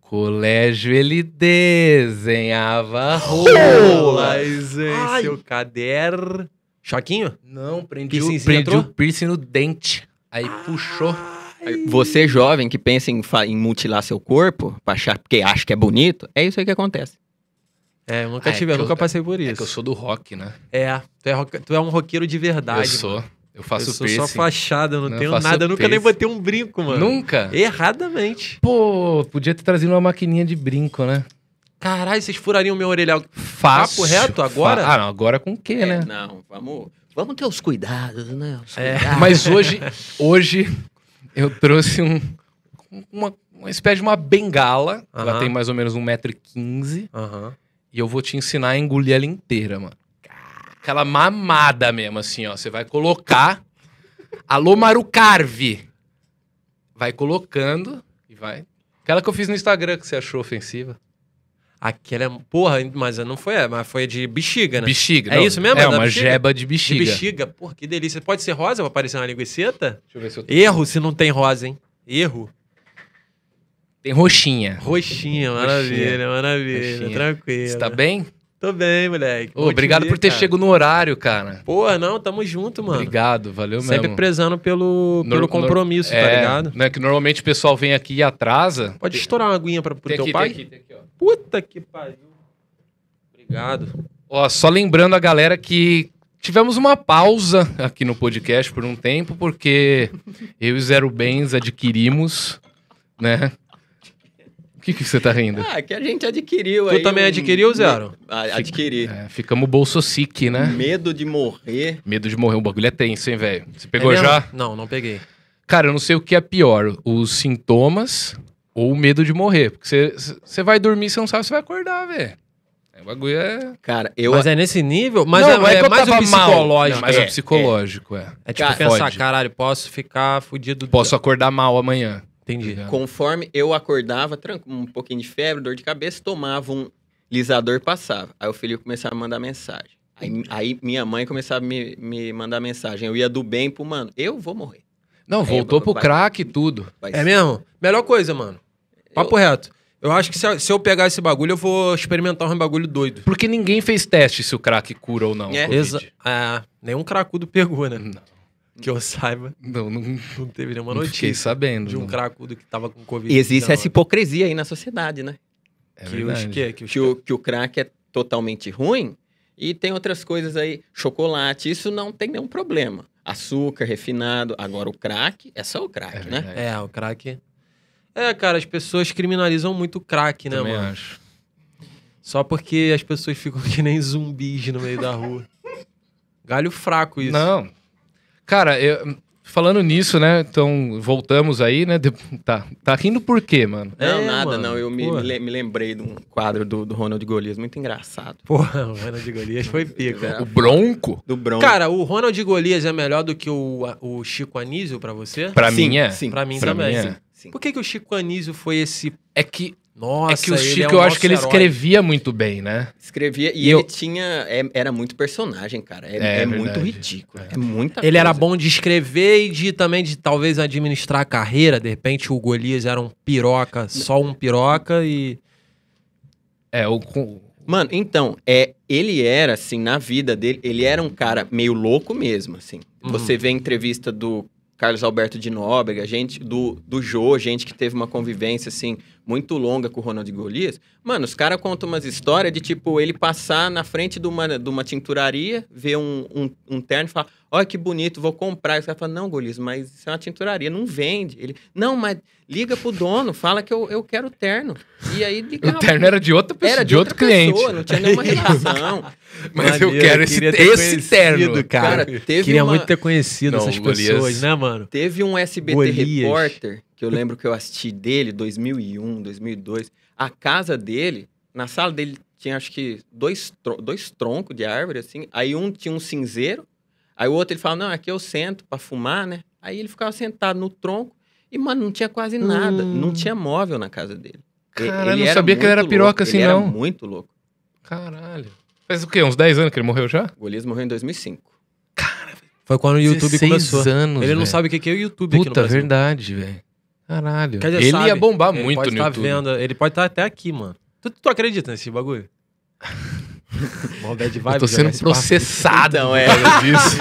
colégio ele desenhava rolas em Ai. seu caderno. Choquinho? Não, prendi, o, Piercingzinho prendi entrou? o piercing no dente. Aí puxou. Você é jovem que pensa em, fa- em mutilar seu corpo, pra achar, porque acha que é bonito, é isso aí que acontece. É, eu nunca Ah, é tive, eu que eu- nunca passei por É isso. que eu sou do rock, né? É, tu é, rock- tu é um roqueiro de verdade. eu sou. mano. Eu Eu faço sou piercing. só fachada, eu não, Não, eu tenho faço nada. Eu nunca nem piercing. botei um brinco, mano. Nunca? Erradamente. Pô, podia ter trazido uma maquininha de brinco, né? Caralho, vocês furariam meu orelhão. Fácil. reto, fa- agora? Ah, não, agora com o quê, É, né? É, não, vamos, vamos ter os cuidados, né? Os É. cuidados. Mas hoje, hoje eu trouxe um, uma, uma espécie de uma bengala. Ela Aham. tem mais ou menos 1,15m. Aham. E eu vou te ensinar a engolir ela inteira, mano. Aquela mamada mesmo, assim, ó. Você vai colocar. Alô, Marucarve! Vai colocando e vai. Aquela que eu fiz no Instagram que você achou ofensiva. Aquela é. Porra, mas não foi, é, mas foi de bexiga, né? Bexiga. É não, isso mesmo? É Da uma bexiga? jeba de De bexiga. bexiga. Porra, que delícia. Pode ser rosa pra parecer uma linguiceta? Deixa eu ver se eu Erro se não tem rosa, hein? Erro. Tem roxinha. Roxinha, maravilha, maravilha. Roxinha. Tranquilo. Você tá bem? Tô bem, moleque. Ô, Bom te obrigado ver, por ter cara. chego no horário, cara. Porra, não, tamo junto, mano. Obrigado, valeu Sempre mesmo. prezando pelo, Nor- pelo nor- compromisso, tá É, ligado? Né, que normalmente o pessoal vem aqui e atrasa. Pode estourar uma aguinha pra, pro Tem teu aqui, pai? tem aqui, tem aqui, ó. Puta que pariu. Obrigado. Ó, só lembrando a galera que tivemos uma pausa aqui no podcast por um tempo, porque eu e Zero Bens adquirimos, né? O que, que você tá rindo? Ah, que a gente adquiriu Tu aí também adquiriu, Zero? é. Ah, Adquiri. Um É, ficamos bolsosic, né? Medo de morrer. Medo de morrer, o bagulho é tenso, hein, velho? Você pegou É mesmo? já? Não, não peguei. Cara, eu não sei o que é pior, os sintomas ou o medo de morrer. Porque você- você vai dormir, você não sabe se vai acordar, velho. É, O bagulho é... Cara, eu Mas é nesse nível? Mas Não, é, mas é que eu mais o tava mal. psicológico. Não, mas é, É, o psicológico, é. É tipo Cara, pensar, pode. caralho, posso ficar fudido. do- Posso acordar mal amanhã. Entendi. Tá ligado? Conforme eu acordava, tranco, um pouquinho de febre, dor de cabeça, tomava um lisador passava. Aí o Felipe começava a mandar mensagem. Aí, aí minha mãe começava a me, me mandar mensagem. Eu ia do bem pro mano. Eu vou morrer. Não, voltou É, pro vai- crack e tudo. Vai É mesmo? Melhor coisa, mano. Papo reto. Eu acho que se, se eu pegar esse bagulho, eu vou experimentar um bagulho doido. Porque ninguém fez teste se o crack cura ou não. É. Covid. Exa é, nenhum cracudo pegou, né? Não. Que eu saiba, Não, não, não teve nenhuma não fiquei notícia sabendo. de um não. cracudo que tava com Covid. E existe essa esse hipocrisia aí na sociedade, né? É que os verdade. que, que os Que o, que o crack é totalmente ruim e tem outras coisas aí. Chocolate, isso não tem nenhum problema. Açúcar, refinado. Agora o crack é só o É crack, né? verdade. É, o crack. É, cara, as pessoas criminalizam muito o crack, né, Também mano? acho. Só porque as pessoas ficam que nem zumbis no meio da rua. Galho fraco isso. Não. Cara, eu- falando nisso, né? Então, voltamos aí, né? de- Tá, tá rindo por quê, mano? Não, É, nada, mano. não. Eu me, Pô. me le- me lembrei de um quadro do, do Ronald Golias, muito engraçado. Porra, o Ronald Golias foi pica. O Bronco, Do Bronco. Cara, o Ronald Golias é melhor do que o, o Chico Anísio pra você? pra Sim, mim, é. Sim, Pra mim Pra mim também. é. sim. Por que, que o Chico Anísio foi esse. É que, Nossa, é que o ele Chico, é um eu acho nosso que ele herói. escrevia muito bem, né? Escrevia e E eu- ele tinha. é- era muito personagem, cara. É, É, é muito verdade. ridículo. É, muita Ele era coisa. bom de escrever e de também de talvez administrar a carreira. De repente o Golias era um piroca, só um piroca e. É, o. com- Mano, então, é, ele era, assim, na vida dele, ele era um cara meio louco mesmo, assim. Uhum. Você vê a entrevista do Carlos Alberto de Nóbrega, gente do, do Jô, gente que teve uma convivência, assim, muito longa com o Ronald Golias. Mano, os caras contam umas histórias de, tipo, ele passar na frente de uma, de uma tinturaria, ver um, um, um terno e falar, olha que bonito, vou comprar. E os caras falam, não, Golias, mas isso é uma tinturaria, não vende. Ele, não, mas liga pro dono, fala que eu, eu quero terno. E aí O ligava. terno é era de outra pessoa, Era de outro cliente. pessoa, não tinha nenhuma relação. Mas eu Maneiro, quero eu esse, queria ter esse terno. conhecido, cara. Cara, teve, Queria uma- muito ter conhecido Não, essas o Golias- pessoas, né, mano? teve um SBT Golias. Repórter, que eu lembro que eu assisti dele, 2001, 2002. A casa dele, na sala dele tinha acho que dois, tro- dois troncos de árvore, assim. Aí um tinha um cinzeiro, aí o outro ele falava, não, aqui eu sento pra fumar, né? Aí ele ficava sentado no tronco e, mano, não tinha quase nada. Hum. Não tinha móvel na casa dele. E- Cara, eu não era sabia que ele muito era piroca louco, assim, ele não. Era muito louco. Caralho. Faz o quê? Uns 10 anos que ele morreu já? O Golias morreu em 2005. Foi quando o YouTube começou. anos, Ele não velho. sabe o que que é o YouTube aqui no Puta, Brasil. verdade, velho. Caralho. Quer dizer, ele sabe, ia bombar ele muito pode no tá YouTube. vendo, Ele pode estar até aqui, mano. Tu, tu acredita nesse bagulho? Mó bad vibe Eu tô jogar sendo esse papo. processado Então, por é. causa disso.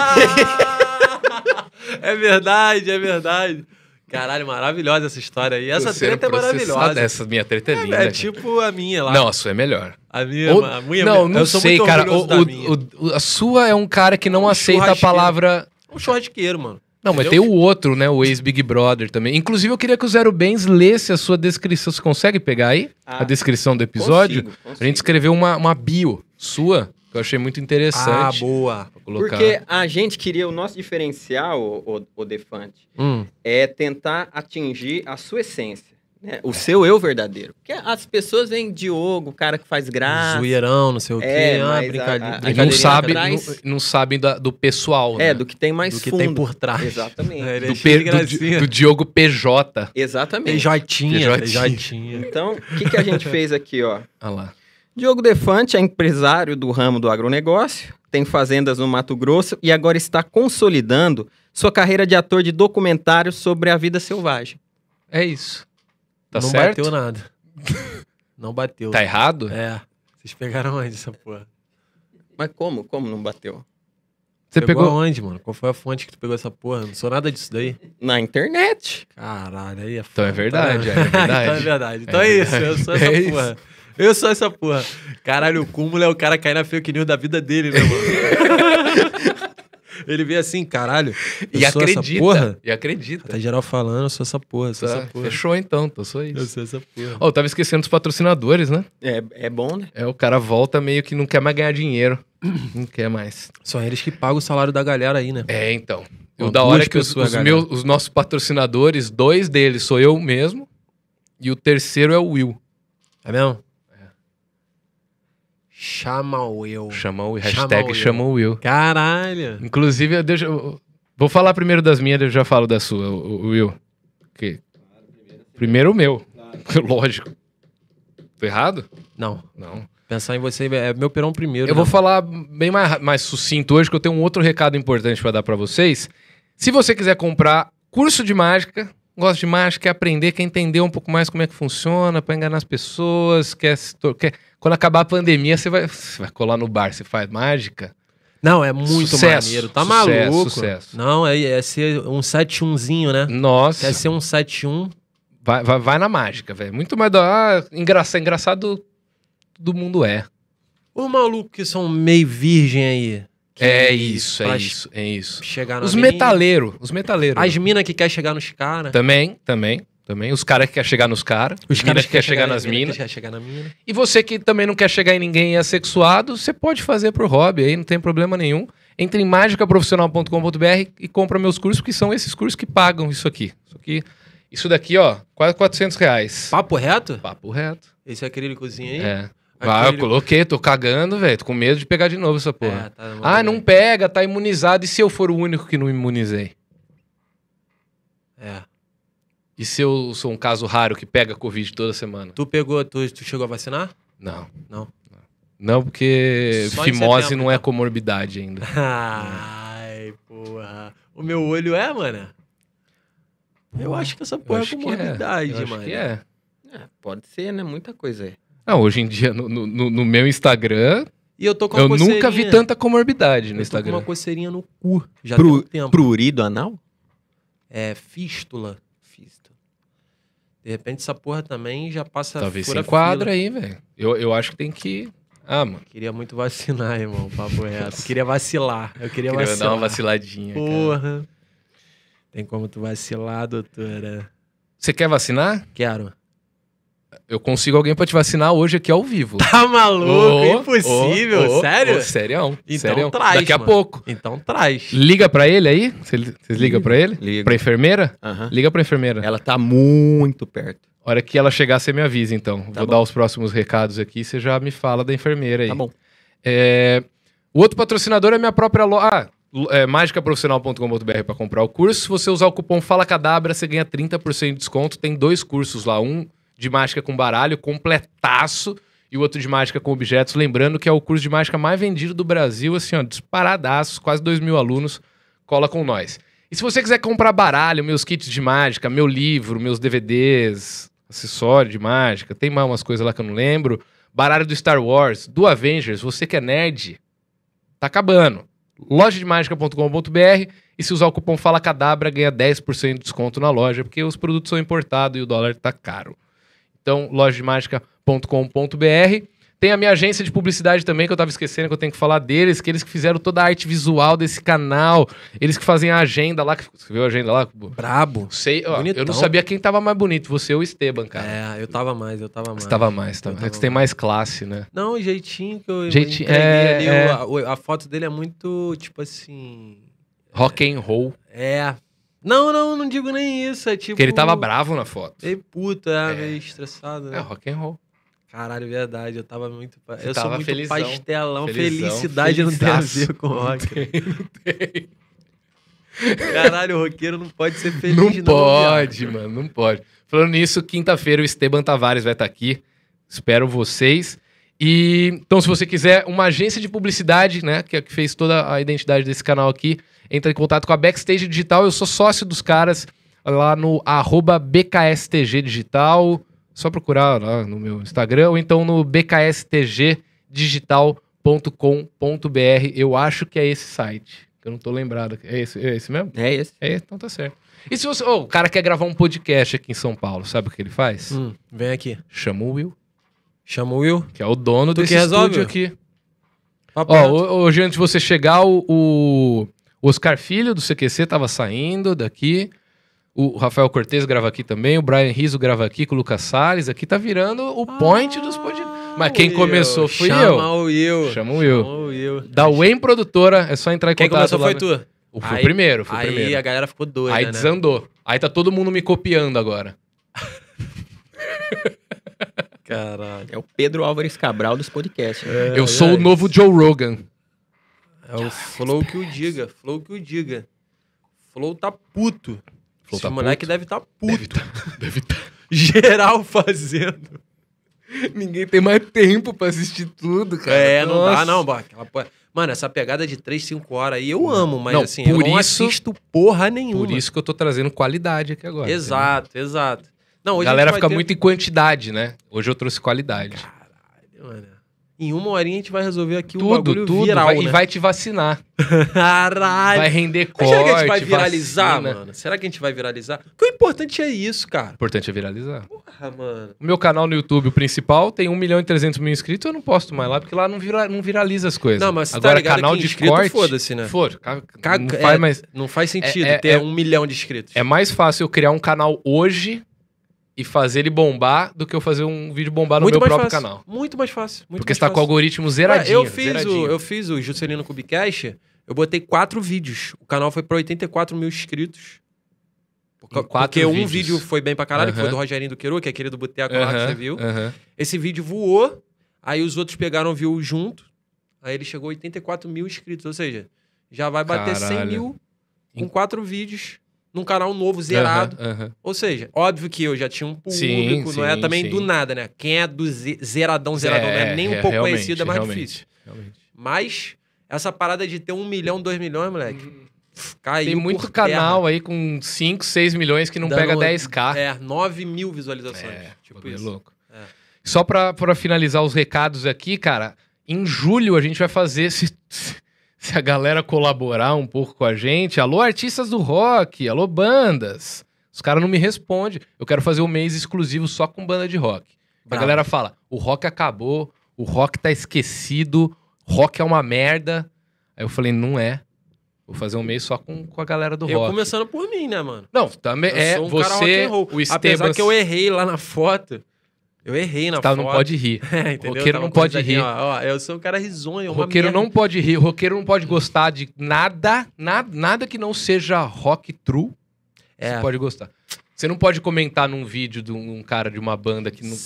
é verdade, é verdade. Caralho, maravilhosa essa história aí. Essa Tô sendo treta é processado. maravilhosa. Essa minha treta é linda. É, cara. tipo a minha lá. Não, a sua é melhor. A minha, Ou- a minha não, eu não sou sei, muito cara. orgulhoso O- da o- minha. o- a sua é um cara que não Um aceita a churrasqueiro. palavra. Um churrasqueiro, mano. Não, mas tem Entendeu? o outro, né? O ex-Big Brother também. Inclusive, eu queria que o Zero Bens lesse a sua descrição. Você consegue pegar aí? Ah, a descrição do episódio? Consigo, A gente consigo. escreveu uma, uma bio sua, que eu achei muito Ah, interessante. boa. Vou colocar. Porque a gente queria, o nosso diferencial, o, o Defante, Hum. é tentar atingir a sua essência, né? É. o seu eu verdadeiro. Porque as pessoas veem Diogo, o cara que faz graça. Zoeirão, não sei o quê. Ah, é, ah, mas brincade- a- a- Eles não brincadeirinha sabem atrás atrás. não, não sabem da- do pessoal, né? É, do que tem mais do que fundo. tem por trás. Exatamente. É, ele é Do cheio Pe- de do Di- gracinha. do Diogo PJ. Exatamente. Beijotinha, Beijotinha. beijotinha. Então, o que, que a gente fez aqui, ó? Ah lá. Diogo Defante é empresário do ramo do agronegócio, tem fazendas no Mato Grosso e agora está consolidando sua carreira de ator de documentários sobre a vida selvagem. É isso. Tá não certo? bateu nada. Não bateu. Tá errado? É. Vocês pegaram onde essa porra? Mas como? Como não bateu? Você pegou. aonde, mano? Qual foi a fonte que tu pegou essa porra? Não sou nada disso daí. Na internet. Caralho, aí é Então é verdade, é verdade. então é verdade. Então É é, isso, eu sou essa verdade. É porra. Eu sou essa porra. Caralho, o cúmulo é o cara cair na fake news da vida dele, né, mano? Ele vê assim, caralho, eu E sou acredita. essa porra. E acredita. Tá geral falando, eu sou essa porra, eu sou Tá, essa porra. Fechou então, tô só Eu isso. sou essa porra. Ó, eu tava esquecendo dos patrocinadores, né? É, é bom, né? É, o cara volta meio que não quer mais ganhar dinheiro. não quer mais. São eles que pagam o salário da galera aí, né? É, então. Ó, o da duas hora é que os, pessoas, os galera. meus, os nossos patrocinadores, dois deles sou eu mesmo. E o terceiro é o Will. É mesmo? Chama o eu. Chama o Chama hashtag o Will. chama o Will. Caralho. Inclusive, eu deixo, eu- vou falar primeiro das minhas, eu já falo da sua, o- o Will. Que- Primeiro o meu. Lógico. Tô errado? Não, Não. pensar em você é meu perão primeiro. Eu vou né? falar bem mais, mais sucinto hoje, que eu tenho um outro recado importante para dar para vocês. Se você quiser comprar curso de mágica, gosta de mágica, quer aprender, quer entender um pouco mais como é que funciona, para enganar as pessoas, quer, se tor- quer- Quando acabar a pandemia, você vai, você vai colar no bar, você faz mágica. Não, é muito Sucesso, maneiro. Tá sucesso, maluco? sucesso. Não, é, é ser um 71zinho, né? Nossa, Quer ser um 71. vai, vai, vai na mágica, velho. Muito mais da... Ah, engraçado, engraçado do mundo é. Os malucos que são meio virgem aí. que- É isso, é pra isso, é isso. Chegar na Os mina. metaleiros, os metaleiros. As minas que quer chegar nos caras. Também, também, também. Os caras que querem chegar nos caras. Os caras que querem chegar nas mina minas. Que quer chegar na mina. E você que também não quer chegar em ninguém e é sexuado, você pode fazer pro hobby aí, não tem problema nenhum. Entre em mágicaprofissional.com.br e compra meus cursos, que são esses cursos que pagam isso aqui. Isso aqui, isso daqui, ó, quase 400 reais. Papo reto? Papo reto. Esse acrílicozinho aí? É. Vai, eu Aquele- coloquei, tô cagando, velho. Tô com medo de pegar de novo essa porra. É, tá ah, não pega, tá imunizado. E se eu for o único que não imunizei? É. E se eu sou um caso raro que pega Covid toda semana? Tu pegou, tu, tu chegou a vacinar? Não. Não. Não, porque Só em fimose setembro, não é então. comorbidade ainda. Ai, porra. O meu olho é, mano? Eu acho que essa Eu porra é acho que comorbidade, eu acho mano. que é. É, pode ser, né? Muita coisa aí. Não, hoje em dia, no, no- no- no meu Instagram, E eu tô com uma eu coceirinha. nunca vi tanta comorbidade é Eu no tô com Instagram. uma coceirinha no cu. Já Pro- tem um tempo. Prurido anal? É, fístula. Fístula. De repente essa porra também já passa Talvez se fura enquadra fila. aí, velho. Eu, eu acho que tem que... Ah, mano, Queria muito vacinar, irmão. o Papo reto. Queria vacilar. Eu eu queria, queria vacilar. dar uma vaciladinha, cara. Porra. Tem como tu vacilar, doutora? Você quer vacinar? Quero. Eu consigo alguém pra te vacinar hoje aqui ao vivo. Tá maluco? Ô, Impossível. ô, ô, Sério? ô, serião. Então serião. traz, Daqui a mano. pouco. Então traz. Liga pra ele aí? Vocês ligam pra ele? Ligo. Pra enfermeira? Aham. Liga pra enfermeira. Ela tá muito perto. A hora que ela chegar, você me avisa, então. Vou Tá bom. dar os próximos recados aqui, você já me fala da enfermeira aí. Tá bom. É, O outro patrocinador é minha própria loja. Ah, lo- é magicaprofissional.com.br para comprar o curso. Se você usar o cupom Fala Cadabra, você ganha 30% de desconto. Tem dois cursos lá, um de mágica com baralho, completaço, e o outro de mágica com objetos. Lembrando que é o curso de mágica mais vendido do Brasil, assim, ó, disparadaço, quase 2 mil alunos. Cola com nós. E se você quiser comprar baralho, meus kits de mágica, meu livro, meus DVDs, acessório de mágica, tem mais umas coisas lá que eu não lembro. Baralho do Star Wars, do Avengers, você que é nerd, tá acabando. lojademagica.com.br e se usar o cupom Fala Cadabra, ganha 10% de desconto na loja, porque os produtos são importados e o dólar tá caro. Então, lojademagica.com.br. Tem a minha agência de publicidade também, que eu tava esquecendo que eu tenho que falar deles, que eles que fizeram toda a arte visual desse canal, eles que fazem a agenda lá, que você viu a agenda lá? Cubo? Brabo. Sei, ó, eu não Bonitão. sabia quem tava mais bonito, você ou o Esteban, cara. É, eu tava mais, eu tava mais. você tava mais, tava. Eu tava é que você tem mais classe, né? Não, o jeitinho que eu Jeitinho- entreguei é, ali, é. o- a- o- a foto dele é muito, tipo assim... Rock and roll. É. Não, não, não digo nem isso. É tipo. Porque ele tava bravo na foto. Ei, puta, É. é, meio estressado, né? É rock and roll. Caralho, é verdade. Eu tava muito. pa- Você eu tava sou muito felizão. pastelão. Felizão, Felicidade não tem a felizaço. ver com rock. tem. Caralho, o roqueiro não pode ser feliz, não não. pode, viado. mano, não pode. Falando nisso, quinta-feira o Esteban Tavares vai estar aqui. Espero vocês. E então, se você quiser uma agência de publicidade, né, que, que fez toda a identidade desse canal aqui, entra em contato com a Backstage Digital. Eu sou sócio dos caras lá no arroba BKSTG Digital. Só procurar lá no meu Instagram ou então no bkstgdigital.com.br. Eu acho que é esse site. Eu não tô lembrado. É esse, é esse mesmo? É esse. É, então tá certo. E se você. Ô, o cara quer gravar um podcast aqui em São Paulo, sabe o que ele faz? Hum, vem aqui. Chama o Will, Chama o Will. que é o dono Tu desse que resolve, Tá estúdio aqui. Papo Ó, reto. ho- hoje antes de você chegar, o, o Oscar Filho do CQC tava saindo daqui. O Rafael Cortez grava aqui também, o Brian Riso grava aqui com o Lucas Salles. Aqui tá virando o Ah, point dos podcasts. Mas quem Will. começou fui Chama eu. Chama o Will. Chama o Will. Chama o Will. Da Wayne Produtora, é só entrar em Quem contato. começou lá foi no- tu. O- Foi o Aí- primeiro, foi o Aí primeiro. a galera ficou doida, Aí né? desandou. Aí tá todo mundo me copiando agora. Caralho. É o Pedro Álvares Cabral dos podcasts. né? Eu sou o novo Joe Rogan. É o Flow que o diga, Flow que o diga. Flow tá puto. Flow Esse tá moleque deve tá puto. Deve tá, deve tá. Geral fazendo. Ninguém tem mais tempo pra assistir tudo, cara. É, não Nossa. dá não, bó. Aquela porra- Mano, essa pegada de 3, 5 horas aí eu amo, mas Não, assim, por eu não isso- assisto porra nenhuma. Por isso que eu tô trazendo qualidade aqui agora. Exato, exato. Não, A hoje galera a gente fica vai ter- muito em quantidade, né? Hoje eu trouxe qualidade. Mano, em uma horinha a gente vai resolver aqui um tudo, bagulho tudo. viral, vai- né? E vai te vacinar. Caralho. Vai render Mas corte, será que a gente vai viralizar, vacina. mano? Será que a gente vai viralizar? Porque o importante é isso, cara. O importante é viralizar. Porra, mano. O meu canal no YouTube, o principal, tem 1 milhão e 300 mil inscritos. Eu não posto mais lá, porque lá não, vira- não viraliza as coisas. Não, mas você tá Agora, ligado canal que de inscrito, corte... foda-se, né? Foda, ca- Caga- não faz é- mais... Não faz sentido É- é- ter é- um milhão de inscritos. É mais fácil eu criar um canal hoje e fazer ele bombar do que eu fazer um vídeo bombar no meu mais próprio fácil, canal. Muito mais fácil. Muito Porque mais você tá com o fácil. algoritmo Ué, zeradinho. Eu fiz zeradinho. o eu fiz o Juscelino Kubicast, eu botei quatro vídeos. O canal foi pra 84 mil inscritos. Por ca- Em quatro porque um vídeos. vídeo foi bem pra caralho, que foi Aham. do Rogerinho do Queiroz, que é aquele do Boteco lá que Aham, você viu. aham. Esse vídeo voou, aí os outros pegaram viu junto, aí ele chegou a 84 mil inscritos, ou seja, já vai bater 100 Caralho. mil com Em- quatro vídeos num canal novo, zerado. Aham, aham. Ou seja, óbvio que eu já tinha um público, Sim, não sim, é também sim. do nada, né? Quem é do ze- zeradão, zeradão, não é nem um pouco realmente, conhecido, é mais realmente, difícil. realmente. Mas essa parada de ter um milhão, dois milhões, moleque, pf, caiu Tem muito por terra. canal aí com 5, 6 milhões que não Dando pega um- 10k. É, 9 mil visualizações. tipo bagulho isso. louco. É. Só pra, pra finalizar os recados aqui, cara, em julho a gente vai fazer, se, se a galera colaborar um pouco com a gente, alô artistas do rock, alô bandas. Os caras não me respondem. Eu quero fazer um mês exclusivo só com banda de rock. A Bravo. galera fala: o rock acabou, o rock tá esquecido, rock é uma merda. Aí eu falei: não é. Vou fazer um mês só com, com a galera do Eu rock. começando por mim, né, mano? Não, também Eu é sou um cara rock você, and roll. o Esteban. Apesar que eu errei lá na foto. Eu errei na tá, foto. não pode rir. É, entendeu? Roqueiro Tava não com pode risadinha, rir. Ó, ó, eu sou um cara risonho, O uma roqueiro merda. não pode rir, o roqueiro não pode gostar de nada, nada, nada que não seja rock true. Você É, pode gostar. Você não pode comentar num vídeo de um, um cara de uma banda que não. Não,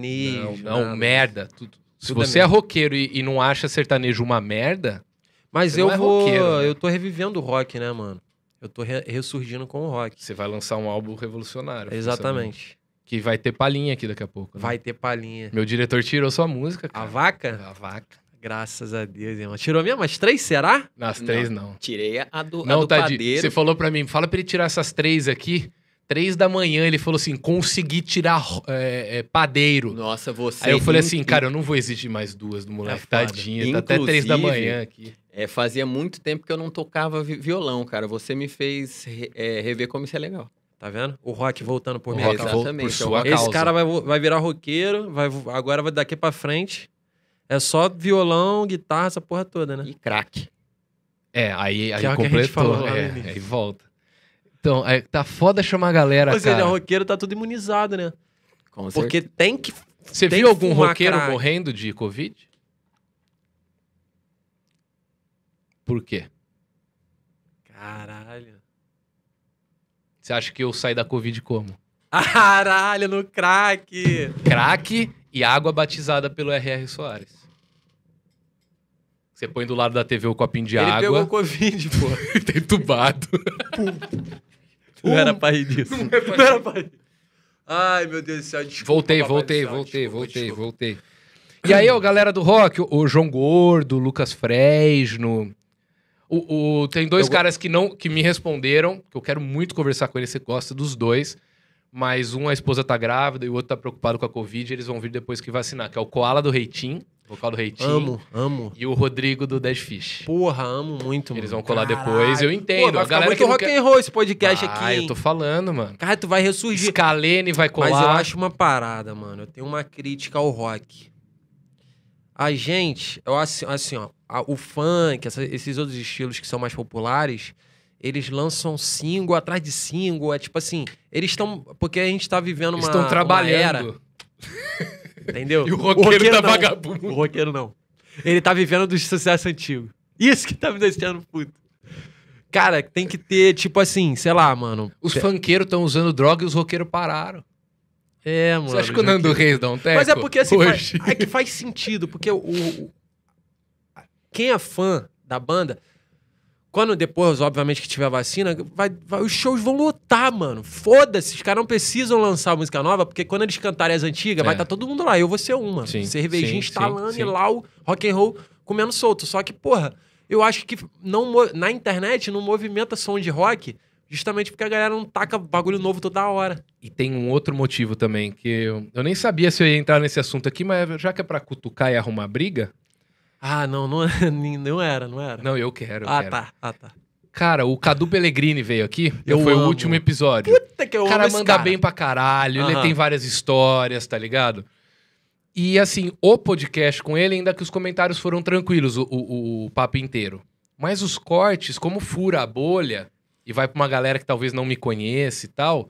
sertanejo. não, nada. merda. Tudo. Se Tudo é você é roqueiro e, e não acha sertanejo uma merda, Mas Você eu não é vou. roqueiro, né? Eu tô revivendo o rock, né, mano? Eu tô re- ressurgindo com o rock. você vai lançar um álbum revolucionário. Exatamente. Que vai ter palhinha aqui daqui a pouco. né? Vai ter palhinha. Meu diretor tirou sua música, A cara. vaca? A vaca. Graças a Deus, irmão. Tirou mesmo as três, será? Nas três, não. Tirei a do, a Não, do Tadi, padeiro. você falou pra mim, fala pra ele tirar essas três aqui. Três da manhã, ele falou assim, consegui tirar ro- é, é, padeiro. Nossa, você. Aí eu falei in- assim, cara, eu não vou exigir mais duas do moleque, É foda. tadinha. Tá até três da Inclusive, manhã aqui. É, fazia muito tempo que eu não tocava vi- violão, cara. Você me fez re- é, rever como isso é legal. Tá vendo? O rock voltando por O mim. Rock exatamente, voltou por é o sua Rock. Esse causa. cara vai, vo- vai virar roqueiro, vai, vo- agora vai daqui pra frente. É só violão, guitarra, essa porra toda, né? E craque. É, aí, aí é o que a gente completou. falou lá no é, início. aí volta. Então, aí tá foda chamar a galera, Ou seja, cara. roqueiro tá tudo imunizado, né? Com certeza. Porque tem que. Você tem viu que algum fumar roqueiro crack. morrendo de Covid? Por quê? Caralho. Você acha que eu saí da Covid como? Caralho, no crack! Crack e água batizada pelo R.R. Soares. Você põe do lado da TV o copinho de Ele água pegou Covid, pô. e tá entubado. Não Uh! era pra rir disso. Não, era pra rir. Ai, meu Deus do céu, desculpa. Voltei, papai do voltei, céu, voltei, desculpa, voltei, desculpa. voltei. E aí, ó, galera do rock, o- o João Gordo, o Lucas Fresno. O, o- tem dois Eu go- caras que não que me responderam, que eu quero muito conversar com eles, você gosta dos dois. Mas um, a esposa tá grávida e o outro tá preocupado com a Covid, eles vão vir depois que vacinar, que é o Koala do Reitim, vocal do Reitim, Amo, amo. e o Rodrigo do Dead Fish. Porra, amo muito, mano. Eles vão colar Caralho. depois, eu Pô, entendo. vai a ficar galera muito que não rock quer- and roll esse podcast Ah, aqui, eu hein? tô falando, mano. Cara, tu vai ressurgir. Scalene vai colar. Mas eu acho uma parada, mano. Eu tenho uma crítica ao rock. A gente, eu assim, assim ó, a- o funk, essa- esses outros estilos que são mais populares, eles lançam single atrás de single. É tipo assim, eles estão. Porque a gente tá vivendo uma. Eles estão uma era, trabalhando. entendeu? E o roqueiro tá não. vagabundo. O roqueiro não. Ele tá vivendo do sucesso antigo. Isso que tá me deixando puto. Cara, tem que ter, tipo assim, sei lá, mano. Os funkeiros estão usando droga e os roqueiros pararam. É, mano. Você acha que o Nando Reis dá um teco? Mas é porque assim, faz, Hoje? é que faz sentido, porque o, o- a- quem é fã da banda, quando depois, obviamente, que tiver a vacina, vai, vai- os shows vão lotar, mano. Foda-se, os caras não precisam lançar música nova, porque quando eles cantarem as antigas, É. vai estar todo mundo lá. Eu vou ser uma. Sim, Cervejinha sim, instalando sim, e sim. lá o rock and roll comendo solto. Só que, porra, eu acho que não, mo- na internet não movimenta som de rock justamente porque a galera não taca bagulho novo toda hora. E tem um outro motivo também, que eu, eu nem sabia se eu ia entrar nesse assunto aqui, mas já que é pra cutucar e arrumar briga, Ah, não, não, não era, não era. não, eu quero, eu ah, quero. tá, ah, tá. Cara, o Cadu Pellegrini veio aqui, Eu foi o amo. último episódio. Puta que eu o amo cara esse manda cara. bem pra um caralho, ele Aham. tem várias histórias, tá ligado? E assim, o podcast com ele, ainda que os comentários foram tranquilos, o, o- o papo inteiro. Mas os cortes, como fura a bolha e vai pra uma galera que talvez não me conhece e tal,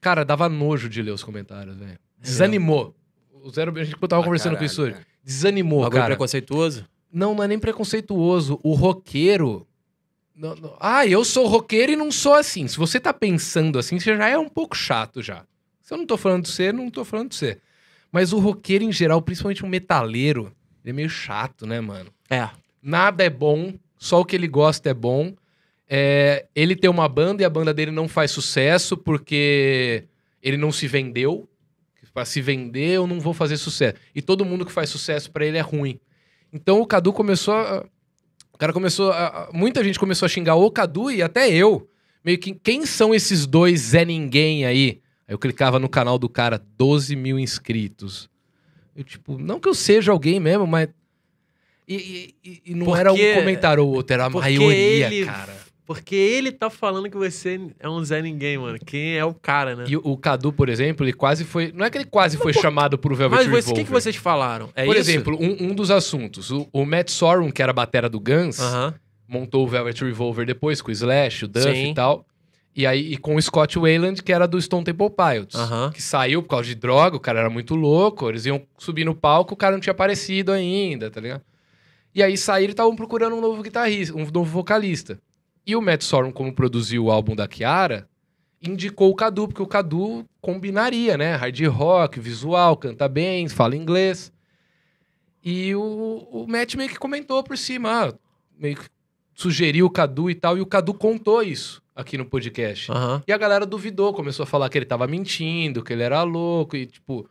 cara, dava nojo de ler os comentários, É. velho. Desanimou. O Zero, a gente eu tava Ah, conversando com caralho, isso hoje. cara. Desanimou, né? Bagulho cara. preconceituoso. Não, não é nem preconceituoso. O roqueiro. não- não- Ah, eu sou roqueiro e não sou assim. Se você tá pensando assim, você já é um pouco chato já. Se eu não tô falando de você, não tô falando de você. Mas o roqueiro em geral, principalmente o metaleiro, ele é meio chato, né, mano? É. Nada é bom, só o que ele gosta é bom. É, ele tem uma banda e a banda dele não faz sucesso porque ele não se vendeu. Pra se vender, eu não vou fazer sucesso. E todo mundo que faz sucesso pra ele é ruim. Então o Cadu começou. A... O cara começou. A... a- Muita gente começou a xingar o Cadu e até eu. Meio que quem são esses dois Zé Ninguém aí? Aí eu clicava no canal do cara, 12 mil inscritos. Eu, tipo, não que eu seja alguém mesmo, mas. E, e- e- e não era Porque- um comentário ou outro, era a porque maioria, ele- cara. Porque ele tá falando que você é um Zé Ninguém, mano. Quem é o cara, né? E o o Cadu, por exemplo, ele quase foi. Não é que ele quase foi chamado pro Velvet Mas você- Revolver. o que, que vocês falaram? É Por isso? exemplo, um, um dos assuntos. O, o Matt Sorum, que era a batera do Guns, Aham. montou o Velvet Revolver depois, com o Slash, o Duff Sim. e tal. E aí e com o Scott Wayland, que era do Stone Temple Pilots. Aham. Que saiu por causa de droga, o cara era muito louco, eles iam subir no palco, o cara não tinha aparecido ainda, tá ligado? E aí saíram e estavam procurando um novo guitarrista, um novo vocalista. E o Matt Sorum, como produziu o álbum da Kiara, indicou o Cadu, porque o Cadu combinaria, né? Hard rock, visual, canta bem, fala inglês. E o, o Matt meio que comentou por cima, ah, meio que sugeriu o Cadu e tal, e o Cadu contou isso aqui no podcast. Aham. E a galera duvidou, começou a falar que ele tava mentindo, que ele era louco, e tipo,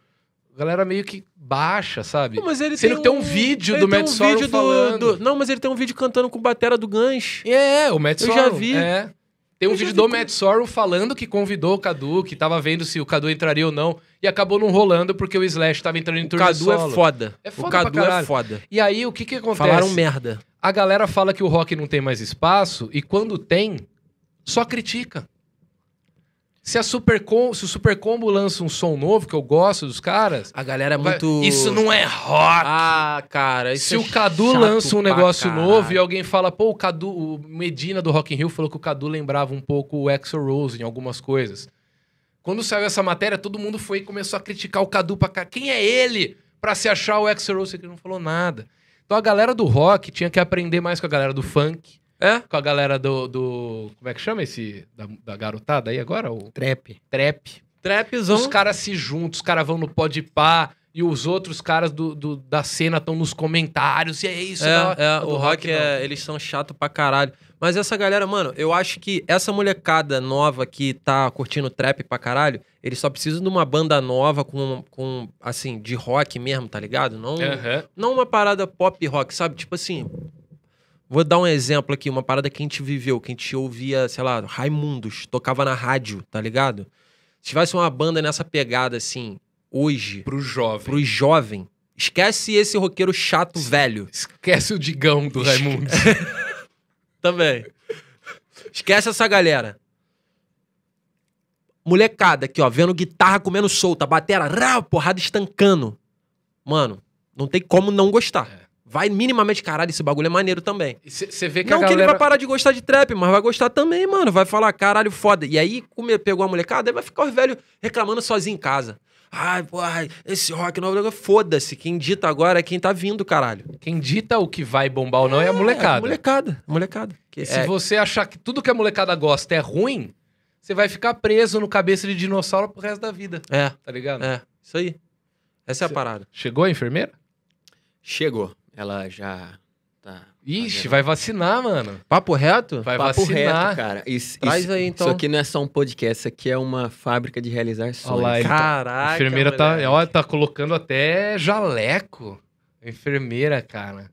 A galera meio que baixa, sabe? Não, mas ele Sendo que tem um vídeo ele do tem Matt Sorrow vídeo do- falando. do- Não, mas ele tem um vídeo cantando com batera do Guns. É, o Matt Eu Sorrow. já vi. É. Tem um Eu já vídeo vi do como- Matt Sorrow falando que convidou o Cadu, que tava vendo se o Cadu entraria ou não. E acabou não rolando porque o Slash tava entrando em O turno Cadu solo. é foda. É foda o pra Cadu é caralho. foda. E aí, o que que acontece? Falaram merda. A galera fala que o rock não tem mais espaço e quando tem, só critica. Se, a Super Com- se o Super Combo lança um som novo, que eu gosto dos caras... A galera é vai- muito. Isso não é rock! Ah, cara. Isso se é o Cadu chato lança um pra negócio caralho. novo e alguém fala, pô, o Cadu, o Medina do Rock in Rio falou que o Cadu lembrava um pouco o Axl Rose em algumas coisas. Quando saiu essa matéria, todo mundo foi e começou a criticar o Cadu pra cá. Quem é ele pra se achar o Axl Rose? Ele não falou nada. Então a galera do rock tinha que aprender mais com a galera do funk, É? com a galera do. do- como é que chama esse. Da, da garotada aí agora? O Trap. trap. Trapzão. Os caras se juntam, os caras vão no pode pá e os outros caras do, do- da cena estão nos comentários. E é isso, não. É, é, Do o rock não. é, eles são chato pra caralho. Mas essa galera, mano, eu acho que essa molecada nova que tá curtindo trap pra caralho, eles só precisam de uma banda nova com, com assim, de rock mesmo, tá ligado? Não, Aham. não uma parada pop rock, sabe? Tipo assim, vou dar um exemplo aqui, uma parada que a gente viveu, que a gente ouvia, sei lá, Raimundos, tocava na rádio, tá ligado? Se tivesse uma banda nessa pegada, assim, hoje, Pro jovem. pros jovem, esquece esse roqueiro chato velho. Esquece o digão do Raimundo. Também. Esquece essa galera. Molecada aqui, ó, vendo guitarra comendo solta, batera, rá, porrada estancando. Mano, não tem como não gostar. É. Vai minimamente, caralho, esse bagulho é maneiro também. Você vê que não a galera... que ele vai parar de gostar de trap, mas vai gostar também, mano. Vai falar, caralho, foda. E aí, como ele pegou a molecada, aí vai ficar os velhos reclamando sozinho em casa. Ai, porra, esse rock novo, foda-se. Quem dita agora é quem tá vindo, caralho. Quem dita o que vai bombar ou não é, a molecada. É, molecada, molecada. Que E se é- você achar que tudo que a molecada gosta é ruim, você vai ficar preso no cabeça de dinossauro pro resto da vida, é. tá ligado? É, isso aí. Essa é a parada. Chegou a enfermeira? Chegou. Ela já tá. Ixi, fazendo- vai vacinar, mano. Papo reto? Vai Papo vacinar. reto, cara. Isso, Traz isso- aí, então. Isso aqui não é só um podcast, isso aqui é uma fábrica de realizar sonhos. Olha lá, ele tá- Caraca. a enfermeira tá, Ah, moleque. ó, tá colocando até jaleco. A enfermeira, cara.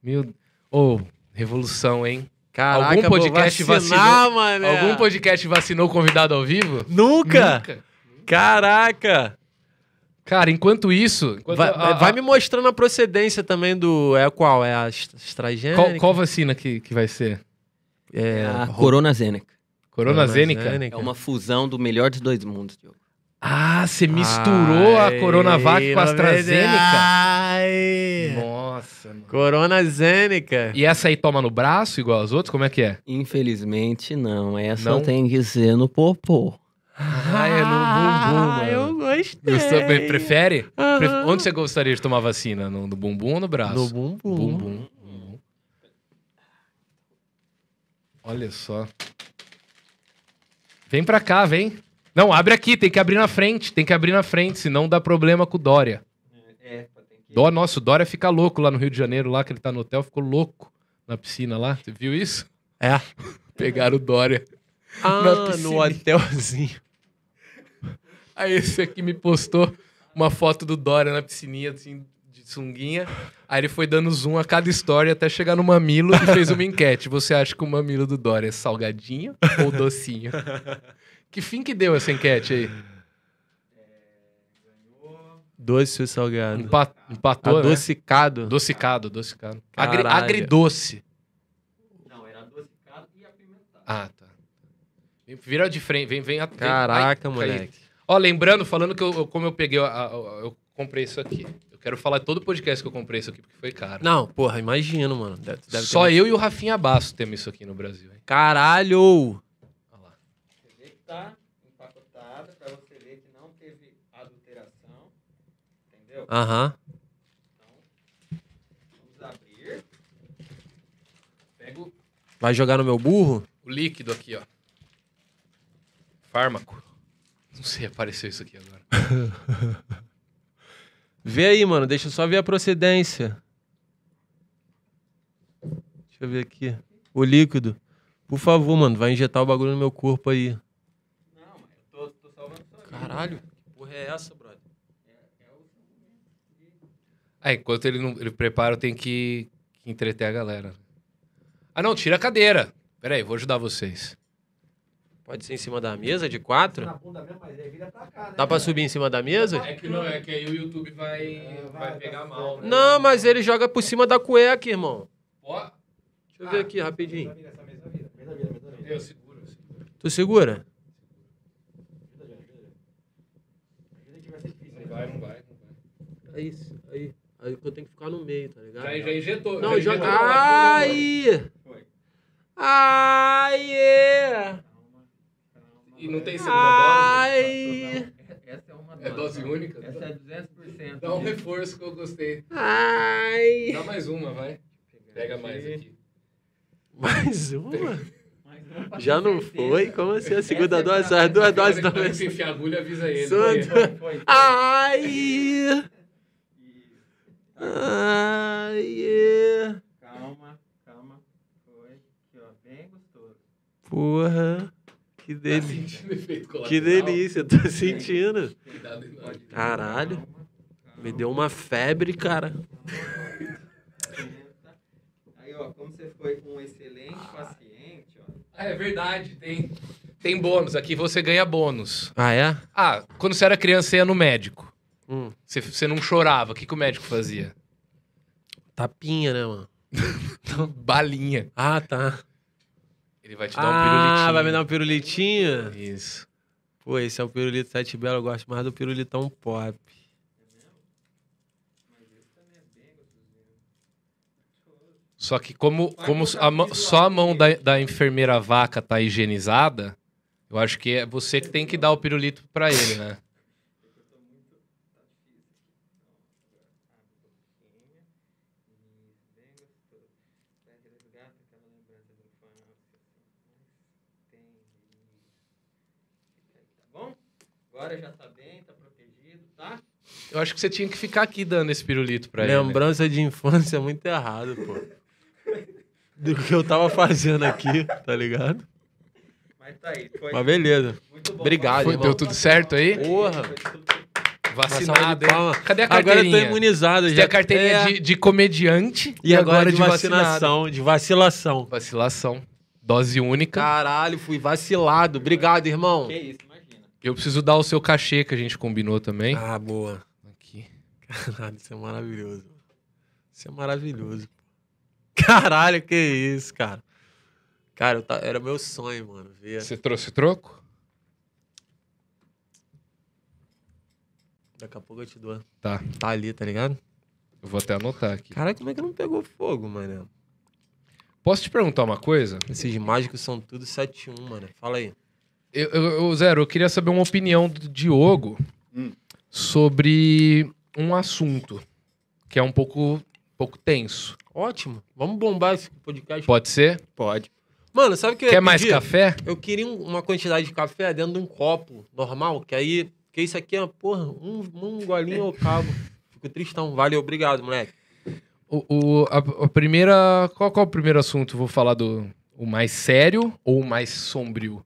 Meu. Ô, revolução, hein? Caraca, algum vou podcast vacinar, mano. Algum podcast vacinou o convidado ao vivo? Nunca? Caraca. Cara, enquanto isso. enquanto Vai, a- a- vai me mostrando a procedência também do. É qual? É a est- estragênica? Qual, qual vacina que, que vai ser? É, A Corona Zeneca. Coronazeneca? AstraZeneca. É uma fusão do melhor dos dois mundos, Diogo. Ah, você misturou a Ai, Coronavac com a na AstraZeneca? verdade. Nossa, mano. Corona Zeneca. E essa aí toma no braço igual as outras? Como é que é? Infelizmente, não. Essa Não? tem que ser no popô. Ah, é no bumbum, Ah, mano. eu gostei. Gostou? Pre- Prefere? Pre- Aham. Onde você gostaria de tomar vacina? No, no bumbum ou no braço? No bumbum. Bumbum. Bumbum. Olha só. Vem pra cá, vem. Não, abre aqui, tem que abrir na frente, tem que abrir na frente, senão dá problema com o Dória. Dó, nossa, o Dória fica louco lá no Rio de Janeiro, lá que ele tá no hotel, ficou louco na piscina lá. Você viu isso? É. Pegaram o Dória. Na Ah, piscina. no hotelzinho. Aí esse aqui me postou uma foto do Dória na piscininha, assim, de sunguinha. Aí ele foi dando zoom a cada história até chegar no mamilo e fez uma enquete. Você acha que o mamilo do Dória é salgadinho ou docinho? Que fim que deu essa enquete aí? Doce ou salgado? Empa- empatou, né? Adocicado. Docicado, docicado. Agri Caralho. agridoce. Não, era adocicado e apimentado. Ah, tá. Vem- Vira de frente, vem, vem. a- vem- Caraca, Ai, caí. moleque. Ó, lembrando, falando que eu, eu- como eu peguei, a- a- a- eu comprei isso aqui. Eu quero falar todo podcast que eu comprei isso aqui, porque foi caro. Não, porra, imagino, mano. Deve, deve Só ter... eu e o Rafinha Basso temos isso aqui no Brasil, hein? Caralho! Olha lá. Você vê que tá empacotada pra você ver que não teve adulteração. Entendeu? Aham. Vamos abrir. Pega o, Vai jogar no meu burro? o líquido aqui, ó. Fármaco. Não sei, apareceu isso aqui agora. Vê aí, mano. Deixa eu só ver a procedência. Deixa eu ver aqui. O líquido. Por favor, mano, vai injetar o bagulho no meu corpo aí. Não, mas eu tô, tô salvando sua vida. Caralho, que porra é essa, brother? É o É, enquanto ele não ele prepara, eu tenho que, que entreter a galera. Ah, não, tira a cadeira. Pera aí, vou ajudar vocês. Pode ser em cima da mesa, de quatro? Na bunda mesmo, mas aí vira pra cá, né? Dá pra subir em cima da mesa? que não, é que aí o YouTube vai, vai pegar mal, né? Não, mas ele joga por cima da cueca, irmão. Ó, Deixa eu Ah. ver aqui rapidinho. Mesa vira, essa mesa vira. Mesa vira, mesa vira. eu seguro. Tu segura? Ajuda, ajuda, ajuda. Ajuda que vai ser difícil. Vai, não vai. É isso, aí. Aí eu tenho que ficar no meio, tá ligado? Já, já injetou. Não, já tá joga. injetou. Ai! Ai! é. E não tem segunda Ai! Essa é uma dose? É dose única? Essa é 200%. Dá um reforço que eu gostei. Ai! Dá mais uma, vai. Pega mais aqui. Mais uma? Mas não pra Já ter não certeza. foi? Como assim? A segunda Essa é pra- dose, as duas essa doses não. Quando ele enfiar a agulha, avisa ele. tá Santo. Porque- Foi, foi. Ah! Ai! Ai! é. Calma, calma. Foi. Aqui, ó. Bem gostoso. Porra! Que Tá delícia! sentindo efeito colateral. Que delícia, eu tô sentindo. Cuidado enorme. Caralho, Calma, calma. me deu uma febre, cara. Senta. Aí, ó, como você foi um excelente paciente, ó. Ah, é verdade, tem. Tem bônus. Aqui você ganha bônus. Ah, é? Ah, quando você era criança, você ia no médico. Hum. Você, você não chorava. O que, que o médico fazia? Tapinha, né, mano? Balinha. Ah, tá. Ele vai te dar Ah, um pirulitinho. vai me dar um pirulitinho? Isso. Pô, esse é o pirulito Sete Belo, eu gosto mais do pirulitão pop. Só que como, como a mão- só a mão da, da enfermeira vaca tá higienizada, eu acho que é você que tem que dar o pirulito pra ele, né? assim, né? tá Bom, agora já tá bem, tá protegido, tá? Eu acho que você tinha que ficar aqui dando esse pirulito pra ele. né? Lembrança de infância é muito errado, pô. Do que eu tava fazendo aqui, tá ligado? Mas tá aí, foi Mas beleza. muito bom. obrigado, Foi- irmão. deu tudo certo aí? Porra. Foi tudo Uma salva Vacinado, de hein? palmas. Cadê a Agora eu tô carteirinha? imunizado Você já. tem a carteirinha É. de, de comediante E agora de vacinado. vacinação, de vacilação. Vacilação. Dose única. Caralho, fui vacilado. Obrigado, irmão. Que isso, imagina. Eu preciso dar o seu cachê que a gente combinou também. Ah, boa. Aqui. Caralho, isso é maravilhoso. Isso é maravilhoso. Caralho, que isso, cara. Cara, eu ta- era meu sonho, mano. Ver. Você trouxe troco? Daqui a pouco eu te dou. Tá. Tá ali, tá ligado? Eu vou até anotar aqui. Caralho, como é que não pegou fogo, mano? Posso te perguntar uma coisa? Esses mágicos são tudo 7-1, mano. Fala aí. Eu, eu- eu- Zero, eu queria saber uma opinião do Diogo Hum. sobre um assunto que é um pouco, um pouco tenso. Ótimo. Vamos bombar esse podcast. Pode ser? Pode. Mano, sabe o que eu ia Quer mais pedir? café? Eu queria um- uma quantidade de café dentro de um copo normal, que aí. Porque isso aqui é, porra, um, um golinho ao cabo. Fico tristão. Valeu, obrigado, moleque. O, o- a, a primeira. Qual, qual é o primeiro assunto? Vou falar do o mais sério ou o mais sombrio?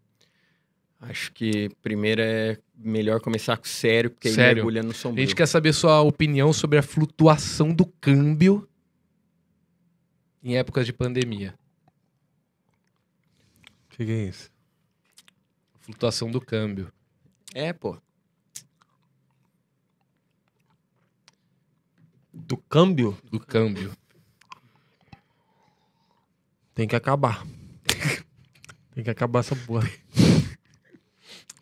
Acho que primeiro é melhor começar com sério, porque aí Sério. mergulha no A sombrio. gente quer saber sua opinião sobre a flutuação do câmbio em épocas de pandemia. O que, que é isso? Flutuação do câmbio. É, pô. Do câmbio? Do câmbio. Tem que acabar. Tem que acabar essa porra.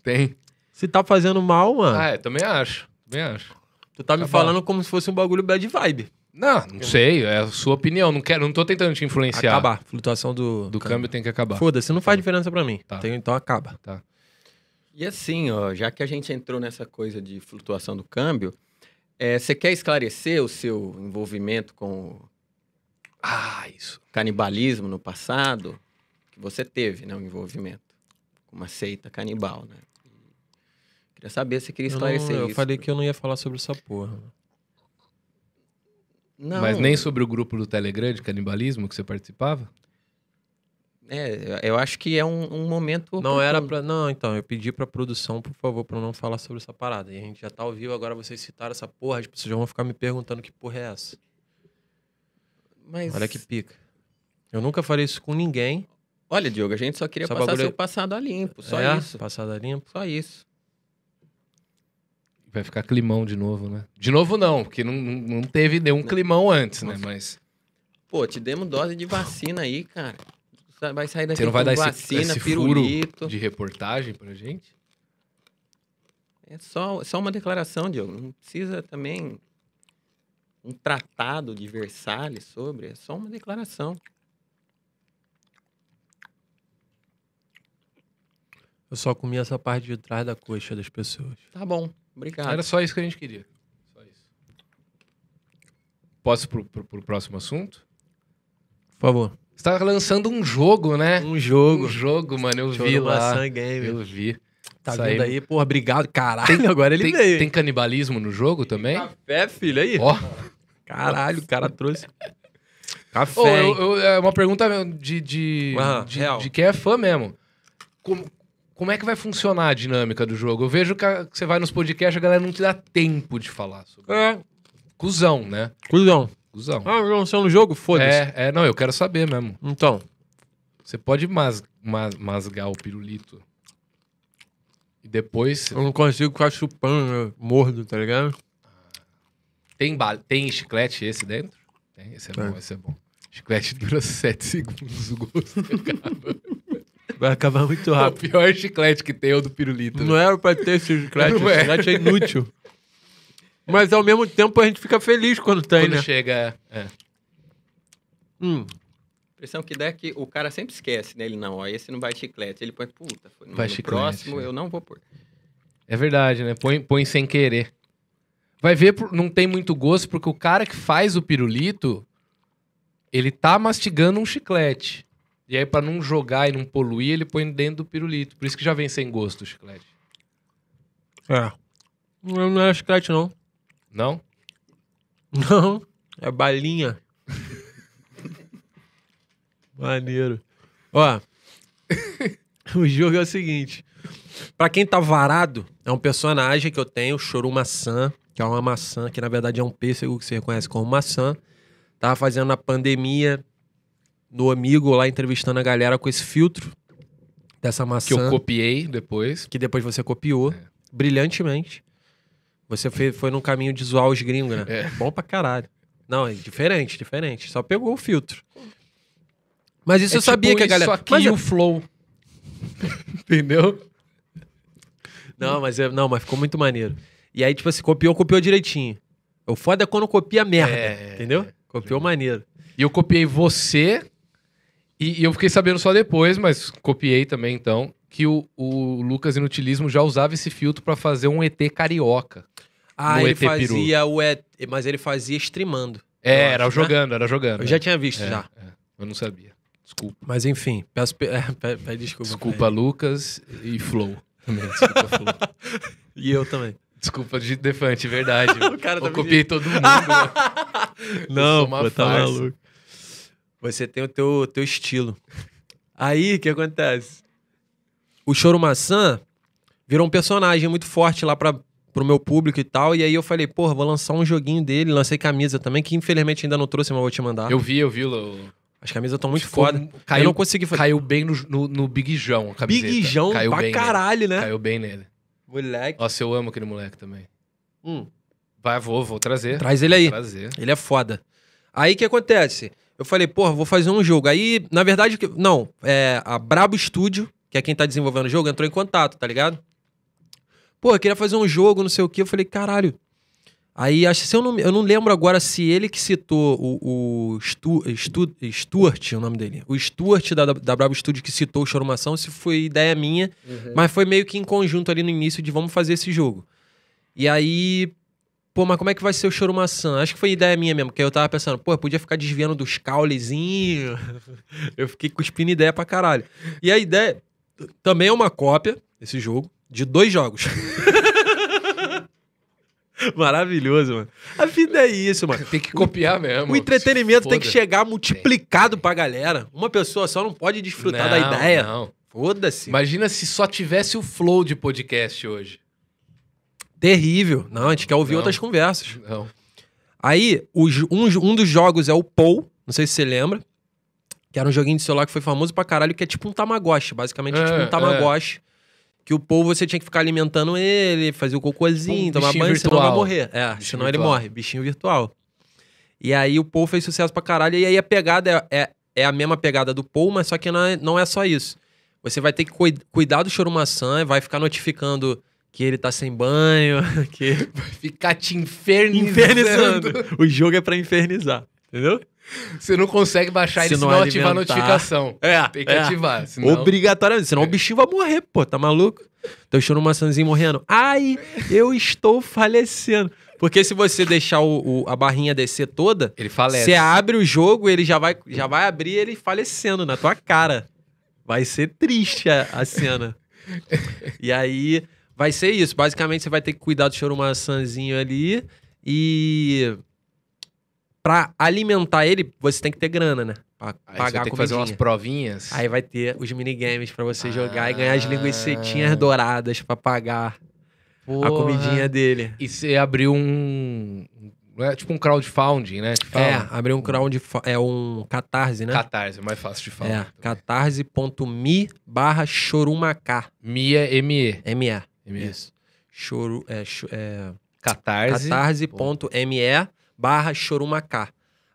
Tem. Se tá fazendo mal, mano, Ah, é, também acho. Também acho. tu tá me acabar. falando como se fosse um bagulho bad vibe. Não, não sei, é a sua opinião. Não, quero, não tô tentando te influenciar. Acabar. Flutuação do, é Do câmbio tem que acabar. Foda-se, não faz diferença pra mim. Tá. Tem- Então acaba. E assim, ó, já que a gente entrou nessa coisa de flutuação do câmbio, é, você quer esclarecer o seu envolvimento com o Ah, isso. canibalismo no passado? Que você teve, né? Um envolvimento com uma seita canibal, né? Queria saber se você queria Eu, não, esclarecer eu isso. falei que eu não ia falar sobre essa porra. Não, Mas nem sobre o grupo do Telegram de canibalismo que você participava? É, eu acho que é um, um momento. Não era oportuno. pra. Não, então, eu pedi pra produção, por favor, pra não falar sobre essa parada. E a gente já tá ao vivo, agora vocês citaram essa porra, as pessoas já vão ficar me perguntando que porra é essa. Mas... Olha que pica. Eu nunca falei isso com ninguém. Olha, Diogo, a gente só queria Só passar bagulho- seu passado a limpo. Só É, isso. Passada limpa. Só isso. Vai ficar climão de novo, né? De novo não, porque não, não não teve nenhum climão antes, né? Mas Pô, te demos dose de vacina aí, cara. Sa- Vai sair daqui Você não vai com dar esse- vacina, esse furo pirulito. de reportagem pra gente? É só, só uma declaração, Diogo. Não precisa também um tratado de Versalhes sobre. É só uma declaração. Eu só comi essa parte de trás da coxa das pessoas. Tá bom. Ah. Obrigado. Era só isso que a gente queria. Só isso. Posso pro, pro, pro próximo assunto? Por favor. Você tá lançando um jogo, né? Um jogo. Um jogo, mano. Eu Show vi do lá. Maçã Game. Eu vi. Tá Isso vindo aí, porra, obrigado. Caralho, agora ele Tem, veio. tá tem canibalismo no jogo também? café, filho, aí. Ó, Caralho, o cara trouxe. Café, Ô, hein? eu- eu- é uma pergunta mesmo de, de, Aham, de, real. de quem é fã mesmo. Como, como é que vai funcionar a dinâmica do jogo? Eu vejo que a- que você vai nos podcasts, a galera não te dá tempo de falar sobre. É. Cusão, né? Cusão. Cusão. Ah, não são no jogo? Foda-se. É, é, não, eu quero saber mesmo. Então, Você pode mas, mas- masgar o pirulito. E depois. eu não consigo ficar chupando, eu mordo, tá ligado? Tem, ba- tem chiclete esse dentro? Tem, esse é Tem. bom, esse é bom. Chiclete dura 7 segundos o gosto. acaba. Vai acabar muito o rápido. pior chiclete que tem é o do pirulito. Não era pra ter esse chiclete, Não esse é. chiclete é inútil. Mas ao mesmo tempo a gente fica feliz quando tem, Quando né? chega. é. Hum, A impressão que dá é que o cara sempre esquece, né? Ele não, ó, esse não vai chiclete. Ele põe, puta, foi no, Vai no chiclete, próximo né? eu não vou pôr. É verdade, né? Põe, põe sem querer. Vai ver, por- não tem muito gosto, porque o cara que faz o pirulito, ele tá mastigando um chiclete. E aí, pra não jogar e não poluir, ele põe dentro do pirulito. Por isso que já vem sem gosto o chiclete. é. Não não é chiclete, não. Não? Não, é balinha. Maneiro. Ó, o jogo é o seguinte. Pra quem tá varado, é um personagem que eu tenho, Choru Maçã, que é uma maçã, que na verdade é um pêssego que você reconhece como maçã. Tava fazendo na pandemia, no Amigo, lá entrevistando a galera com esse filtro dessa maçã Que eu copiei depois. que depois você É. copiou brilhantemente. Você fe- foi num caminho de zoar os gringos, né? É. Bom pra caralho. Não, é diferente, diferente. Só pegou o filtro. Mas isso É eu sabia tipo que a galera. Isso aqui Mas e é- o flow. Entendeu? Não, mas é... não, mas ficou muito maneiro. E aí, tipo assim, copiou, copiou direitinho. O foda é quando copia merda, É, entendeu? Copiou maneiro. E eu copiei você. E, e eu fiquei sabendo só depois, mas copiei também então, que o, o Lucas Inutilismo já usava esse filtro pra fazer um ET carioca. Ah, No ele ET Peru. fazia o ET, mas ele fazia streamando. É, Eu era acho, né? jogando, era jogando. Eu é. já tinha visto É, já. é. Eu não sabia. Desculpa. Mas enfim, peço pe- pe- pe- desculpa. Desculpa, Lucas e Flow. Também, desculpa, Flow. E eu também. Desculpa, Digito Defante, verdade. O cara tá eu me copiei todo mundo. mano. Não, sou uma pô, tá farsa. maluco. Você tem o teu, teu estilo. Aí, o que acontece? O Choro Maçã virou um personagem muito forte lá pra, pro meu público e tal. E aí eu falei, porra, vou lançar um joguinho dele. Lancei camisa também, que infelizmente ainda não trouxe, mas vou te mandar. Eu vi, eu vi. o- As camisas estão muito Ficou- foda. Caiu, eu não consegui fazer. caiu bem no, no, no Big Jão, a camiseta. Big Jão caiu pra bem nele. caralho, né? Caiu bem nele. Moleque. Nossa, eu amo aquele moleque também. Hum. Vai, vou, vou trazer. Traz ele aí. Trazer. Ele é foda. Aí o que acontece? Eu falei, porra, vou fazer um jogo. Aí, na verdade, o que- não, é, a Brabo Studio, que é quem tá desenvolvendo o jogo, entrou em contato, tá ligado? Pô, eu queria fazer um jogo, não sei o quê. Eu falei, caralho. Aí, acho que se eu não, eu não lembro agora se ele que citou o, o Stu, Stu, Stuart, é o nome dele. O Stuart da, da, da Brabo Studio que citou o Chorumação, se foi ideia minha. Mas foi meio que em conjunto ali no início de vamos fazer esse jogo. E aí, Pô, mas como é que vai ser o choro maçã? Acho que foi ideia minha mesmo, porque eu tava pensando, pô, eu podia ficar desviando dos caulezinhos. eu fiquei cuspindo ideia pra caralho. E a ideia também é uma cópia, esse jogo, de dois jogos. Maravilhoso, mano. A vida é isso, mano. Tem que copiar mesmo. O entretenimento tem que Foda. chegar multiplicado pra galera. Uma pessoa só não pode desfrutar da Não, ideia. Não. Foda-se. Imagina se só tivesse o flow de podcast hoje. Terrível. Não, a gente quer ouvir Não. outras conversas. Não. Aí, o jo- um, jo- um dos jogos é o Pou, não sei se você lembra, que era um joguinho de celular que foi famoso pra caralho, que é tipo um Tamagotchi, basicamente é, É, tipo um é. Tamagotchi. Que o Pou você tinha que ficar alimentando ele, fazer o cocôzinho, Um tomar bichinho banho, senão vai virtual. morrer. É, Bichinho senão ele virtual. morre, bichinho virtual. E aí o Pou fez sucesso pra caralho, e aí a pegada é, é, é a mesma pegada do Pou, mas só que não é, não é só isso. Você vai ter que cuid- cuidar do chorumaçã, vai ficar notificando que ele tá sem banho, que Ficar te infernizando. infernizando. o jogo é pra infernizar, entendeu? Você não consegue baixar Se ele se não não, ativar a alimentar. notificação. É, Tem que ativar. Senão... Obrigatoriamente, senão o bichinho vai morrer, pô, tá maluco? Tô achando uma maçãzinha morrendo. Ai, eu estou falecendo. Porque se você deixar o- o- a barrinha descer toda, Ele falece. você abre o jogo, ele já vai, já vai abrir ele falecendo na tua cara. Vai ser triste a, a cena. e aí vai ser isso. Basicamente, você vai ter que cuidar do chorumaçãzinho ali. E pra alimentar ele, você tem que ter grana, né? Pra Aí você pagar vai a ter que fazer umas comidinha. provinhas. Aí vai ter os minigames pra você jogar e Ah. ganhar as linguicetinhas douradas pra pagar Porra. a comidinha dele. E você abriu um... não É tipo um crowdfunding, né? Que É, fala? abrir um crowd, é um catarse, né? Catarse, é mais fácil de É, falar. catarse.me barra chorumacá. Mia ME. M-E. ME. Isso. Choru, é, cho- é, Catarse. catarse.me barra chorumacá.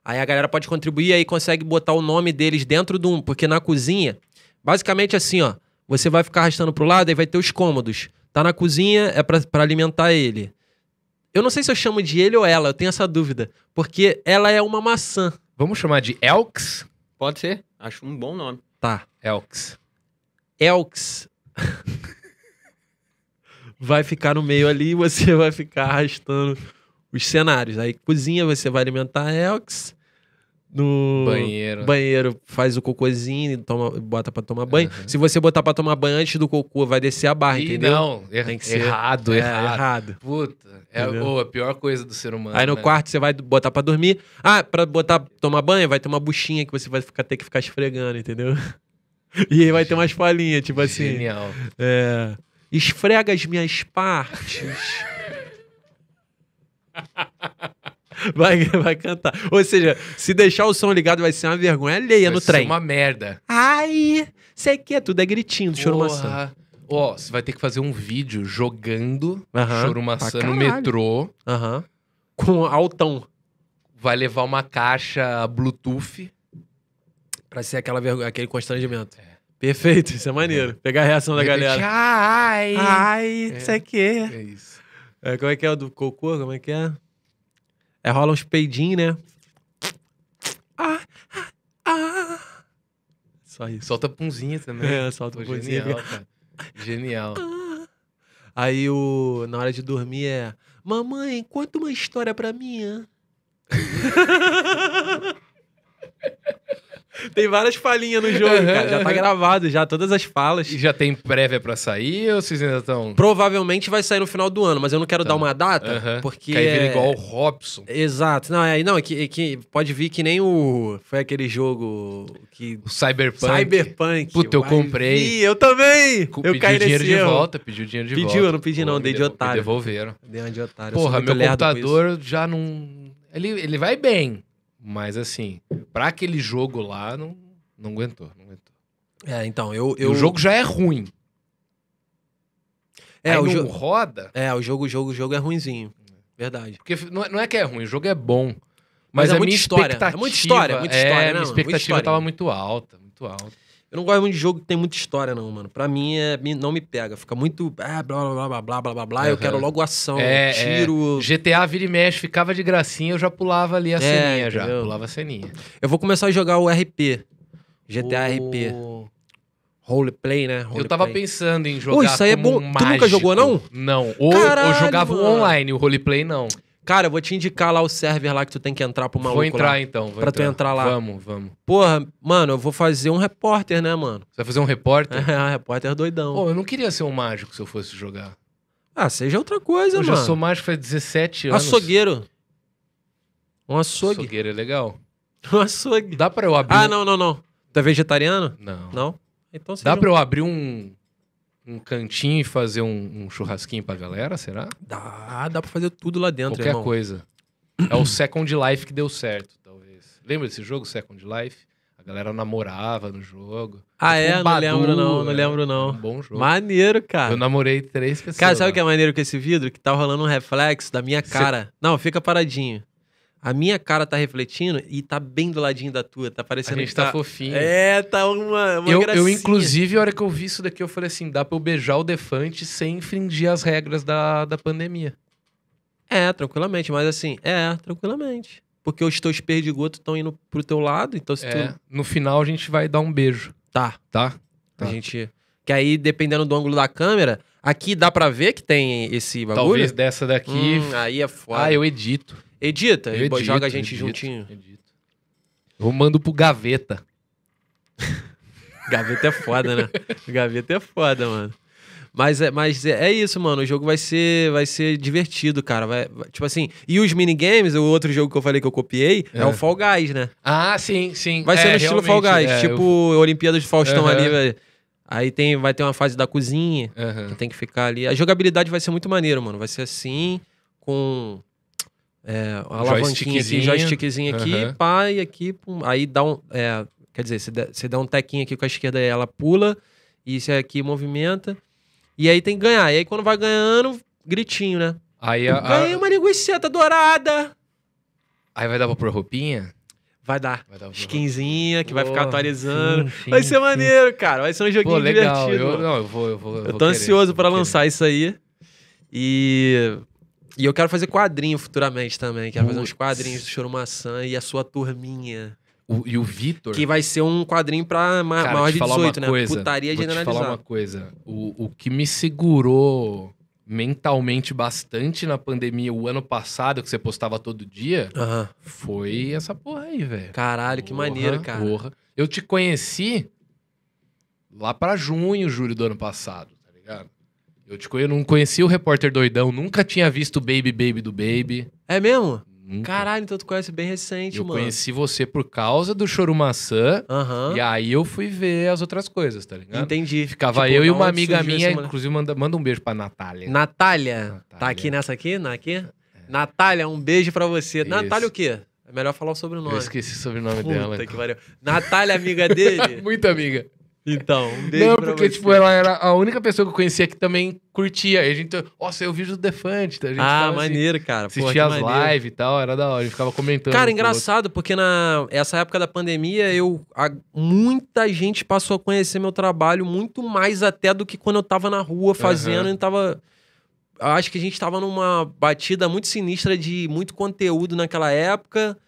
Aí a galera pode contribuir, aí consegue botar o nome deles dentro de um... Porque na cozinha, basicamente assim, ó. Você vai ficar arrastando pro lado, aí vai ter os cômodos. Tá na cozinha, é pra, pra alimentar ele. Eu não sei se eu chamo de ele ou ela, eu tenho essa dúvida. Porque ela é uma maçã. Vamos chamar de Elks? Pode ser. Acho um bom nome. Tá. Elks. Elks vai ficar no meio ali e você vai ficar arrastando os cenários. Aí cozinha, você vai alimentar Elks. No Banheiro. banheiro, faz o cocôzinho, toma, bota pra tomar banho. Aham. Se você botar pra tomar banho antes do cocô, vai descer a barra, Ih, Ah, entendeu? não. er- Tem que ser- Errado, É, errado. errado. Puta. É Entendeu? ô, a pior coisa do ser humano. Aí no né? quarto você vai botar pra dormir. Ah, pra botar tomar banho, vai ter uma buchinha que você vai ficar, ter que ficar esfregando, entendeu? E aí vai ter umas palhinhas, tipo assim. Genial. É. Esfrega as minhas partes. Vai, vai cantar. Ou seja, se deixar o som ligado vai ser uma vergonha alheia Vai no ser trem. uma merda. Ai, sei que é tudo, é gritinho do choro maçã. Porra. Ó, você vai ter que fazer um vídeo jogando Aham. chorumaçã Pra no caralho. metrô. Aham. Com altão. Vai levar uma caixa Bluetooth. Pra ser aquela vergonha, aquele constrangimento. Perfeito, isso é maneiro. Pegar a reação da Vai galera. Ah. repetir, Ai! Ai, É. sei que. É isso. É, como é que é o do cocô? Como é que é? É rola uns peidinhos, né? Ah, ah, ah. Só isso. Solta punzinha também. É, solta Pô, um pouquinho. genial, cara. Genial. Aí o, na hora de dormir é. Mamãe, conta uma história pra mim. é." hã?" Tem várias falinhas no jogo, cara. Já tá gravado, já todas as falas. E já tem prévia pra sair ou vocês ainda estão... Provavelmente vai sair no final do ano, mas eu não quero Tá. dar uma data, Aham. porque. Porque aí vira é- igual o Robson. Exato. Não, é, não, é que, é que pode vir que nem o. Foi aquele jogo que. O Cyberpunk. Cyberpunk. Puta, eu Vai comprei. vir, eu também. Co- eu pediu caí nesse dinheiro de erro. volta, pediu dinheiro de Pediu, volta. eu não pedi não, me dei de devo- me otário. devolveram. Dei uma de otário. eu sou Porra, muito meu lerdo com computador já não. Ele, ele vai bem, mas assim, pra aquele jogo lá, não, não aguentou. Não aguentou. isso. É, então, eu. E eu O jogo já é ruim. é, Aí o não jogo. roda, É, o jogo, o jogo, o jogo é ruinzinho. Verdade. porque f- não é, não é que é ruim, o jogo é bom. Mas, Mas é a muita minha história, é expectativa. muita história, muita história, é, não, minha muita expectativa história. tava muito alta, muito alta. Eu não gosto muito de jogo que tem muita história, não, mano. Pra mim, é, me- não me pega. Fica muito. Ah, blá, blá, blá, blá, blá, blá, blá, blá. Eu Aham. quero logo ação, É, é. tiro. GTA vira e mexe, ficava de gracinha, eu já pulava ali a É, ceninha já. entendeu? Pulava a ceninha. Eu vou começar a jogar o RP. GTA RP. O- Roleplay, né? Roleplay. Eu tava pensando em jogar. isso aí é como bom. um Tu nunca mágico. jogou, não? Não. Ou eu Caralho, jogava o mano. online, o roleplay não. Cara, eu vou te indicar lá o server lá que tu tem que entrar pro maluco vou entrar lá. então. Vou Pra tu entrar lá. Vamos, vamos. Porra, mano, eu vou fazer um repórter, né, mano? Você vai fazer um repórter? É, repórter doidão. Pô, eu não queria ser um mágico se eu fosse jogar. Ah, seja outra coisa, Eu já mano. Um sou mágico faz 17 anos. Açougueiro. Um açougue. Açougueiro é legal. Um açougue. Dá pra eu abrir... Ah, um- não, não, não. Tu é vegetariano? Não. Não? Então seja Dá um- pra eu abrir um, um cantinho e fazer um, um churrasquinho pra galera, será? um- Dá, dá pra fazer tudo lá dentro, Qualquer irmão. coisa. É o Second Life que deu certo, talvez. Lembra desse jogo, Second Life? A galera namorava no jogo. Ah, é? Não Bombadu, lembro não, não é. lembro Um não. bom jogo. Maneiro, cara. Eu namorei três pessoas. Cara, sabe o lá. que é maneiro com esse vidro? Que tá rolando um reflexo da minha Cê- cara. Não, fica paradinho. A minha cara tá refletindo e tá bem do ladinho da tua. Tá A parecendo gente que tá fofinho. É, tá uma, uma eu, gracinha. eu, inclusive, a hora que eu vi isso daqui, eu falei assim: dá pra eu beijar o Defante sem infringir as regras da, da pandemia. É, tranquilamente. Mas assim, é, tranquilamente. Porque os teus perdigotos estão indo pro teu lado, então se É, tu... no final a gente vai dar um beijo, Tá, tá? Tá. a gente... Que aí, dependendo do ângulo da câmera, aqui dá pra ver que tem esse bagulho? Talvez dessa daqui. Hum, aí é foda. ah, eu edito. Edita, Eu e bo- edito, joga a gente edito, juntinho. edito. Eu mando pro gaveta. Gaveta é foda, né? Gaveta é foda, mano. Mas é, mas é, é isso, mano. O jogo vai ser, vai ser divertido, cara. Vai, vai- tipo assim, e os minigames, o outro jogo que eu falei que eu copiei, é, É. o Fall Guys, né? Ah, sim, sim. Vai ser É, no estilo Fall realmente, Guys, é, tipo eu- Olimpíadas do Faustão Aham. ali. vai- Aí tem, vai ter uma fase da cozinha, Aham. que tem que ficar ali. A jogabilidade vai ser muito maneiro, mano. Vai ser assim, com é, uma alavanquinha aqui, Um Joystickzinho. joystickzinho aqui, Aham. pá, e aqui, pum, aí dá um... é, quer dizer, você dá, você dá um tequinho aqui com a esquerda, ela pula, e isso aqui movimenta, e aí tem que ganhar. E aí quando vai ganhando, gritinho, né? Aí, a- a- Ganhei uma linguiça dourada! aí vai dar pra pôr roupinha? Vai dar. Vai dar pra pôr Skinzinha, que vai Pô, ficar atualizando. sim, sim, vai ser sim. maneiro, cara. Vai ser um joguinho Pô, legal. divertido. Eu, mano. não, eu vou, eu vou. Eu vou tô querer, ansioso pra vou querer. lançar isso aí. E. E eu quero fazer quadrinho futuramente também. Quero fazer uns Putz. quadrinhos do Choro Maçã e a sua turminha. O- e o Vitor. Que vai ser um quadrinho pra ma Cara, maior te de falar 18, uma né? coisa, Putaria vou te falar uma generalizada. coisa. O, o que me segurou mentalmente bastante na pandemia o ano passado, que você postava todo dia, Aham. foi essa porra aí, velho. Caralho, que Porra, maneiro, cara. porra. Eu te conheci lá pra junho, julho do ano passado, tá ligado? Eu te conhe- eu não conhecia o repórter doidão, nunca tinha visto o Baby Baby do Baby. É mesmo? nunca. Caralho, então tu conhece bem recente, eu mano. conheci você por causa do Choro Maçã, Aham. e aí eu fui ver as outras coisas, tá ligado? Entendi. Ficava Tipo, eu e da uma onde amiga surgiu esse minha, moleque? inclusive manda, manda um beijo pra Natália. Natália. Natália. É. Tá aqui nessa aqui? Na aqui? Natália, um beijo pra você. Isso. Natália o quê? É melhor falar o sobrenome. eu esqueci o sobrenome Puta dela. que pariu. Natália, amiga dele? Muito amiga. Então, um beijo não, pra porque, você. tipo, ela era a única pessoa que eu conhecia que também curtia. E a gente, nossa, eu vi o Defante. Tá? A gente Ah, ficava, assim, maneiro, cara. Porra, que assistia as maneiro. lives e tal, era da hora. A gente ficava comentando. um Cara, com o engraçado, porque na essa época da pandemia, eu a- muita gente passou a conhecer meu trabalho muito mais até do que quando eu tava na rua fazendo Aham. e tava eu acho que a gente tava numa batida muito sinistra de muito conteúdo naquela época. outro.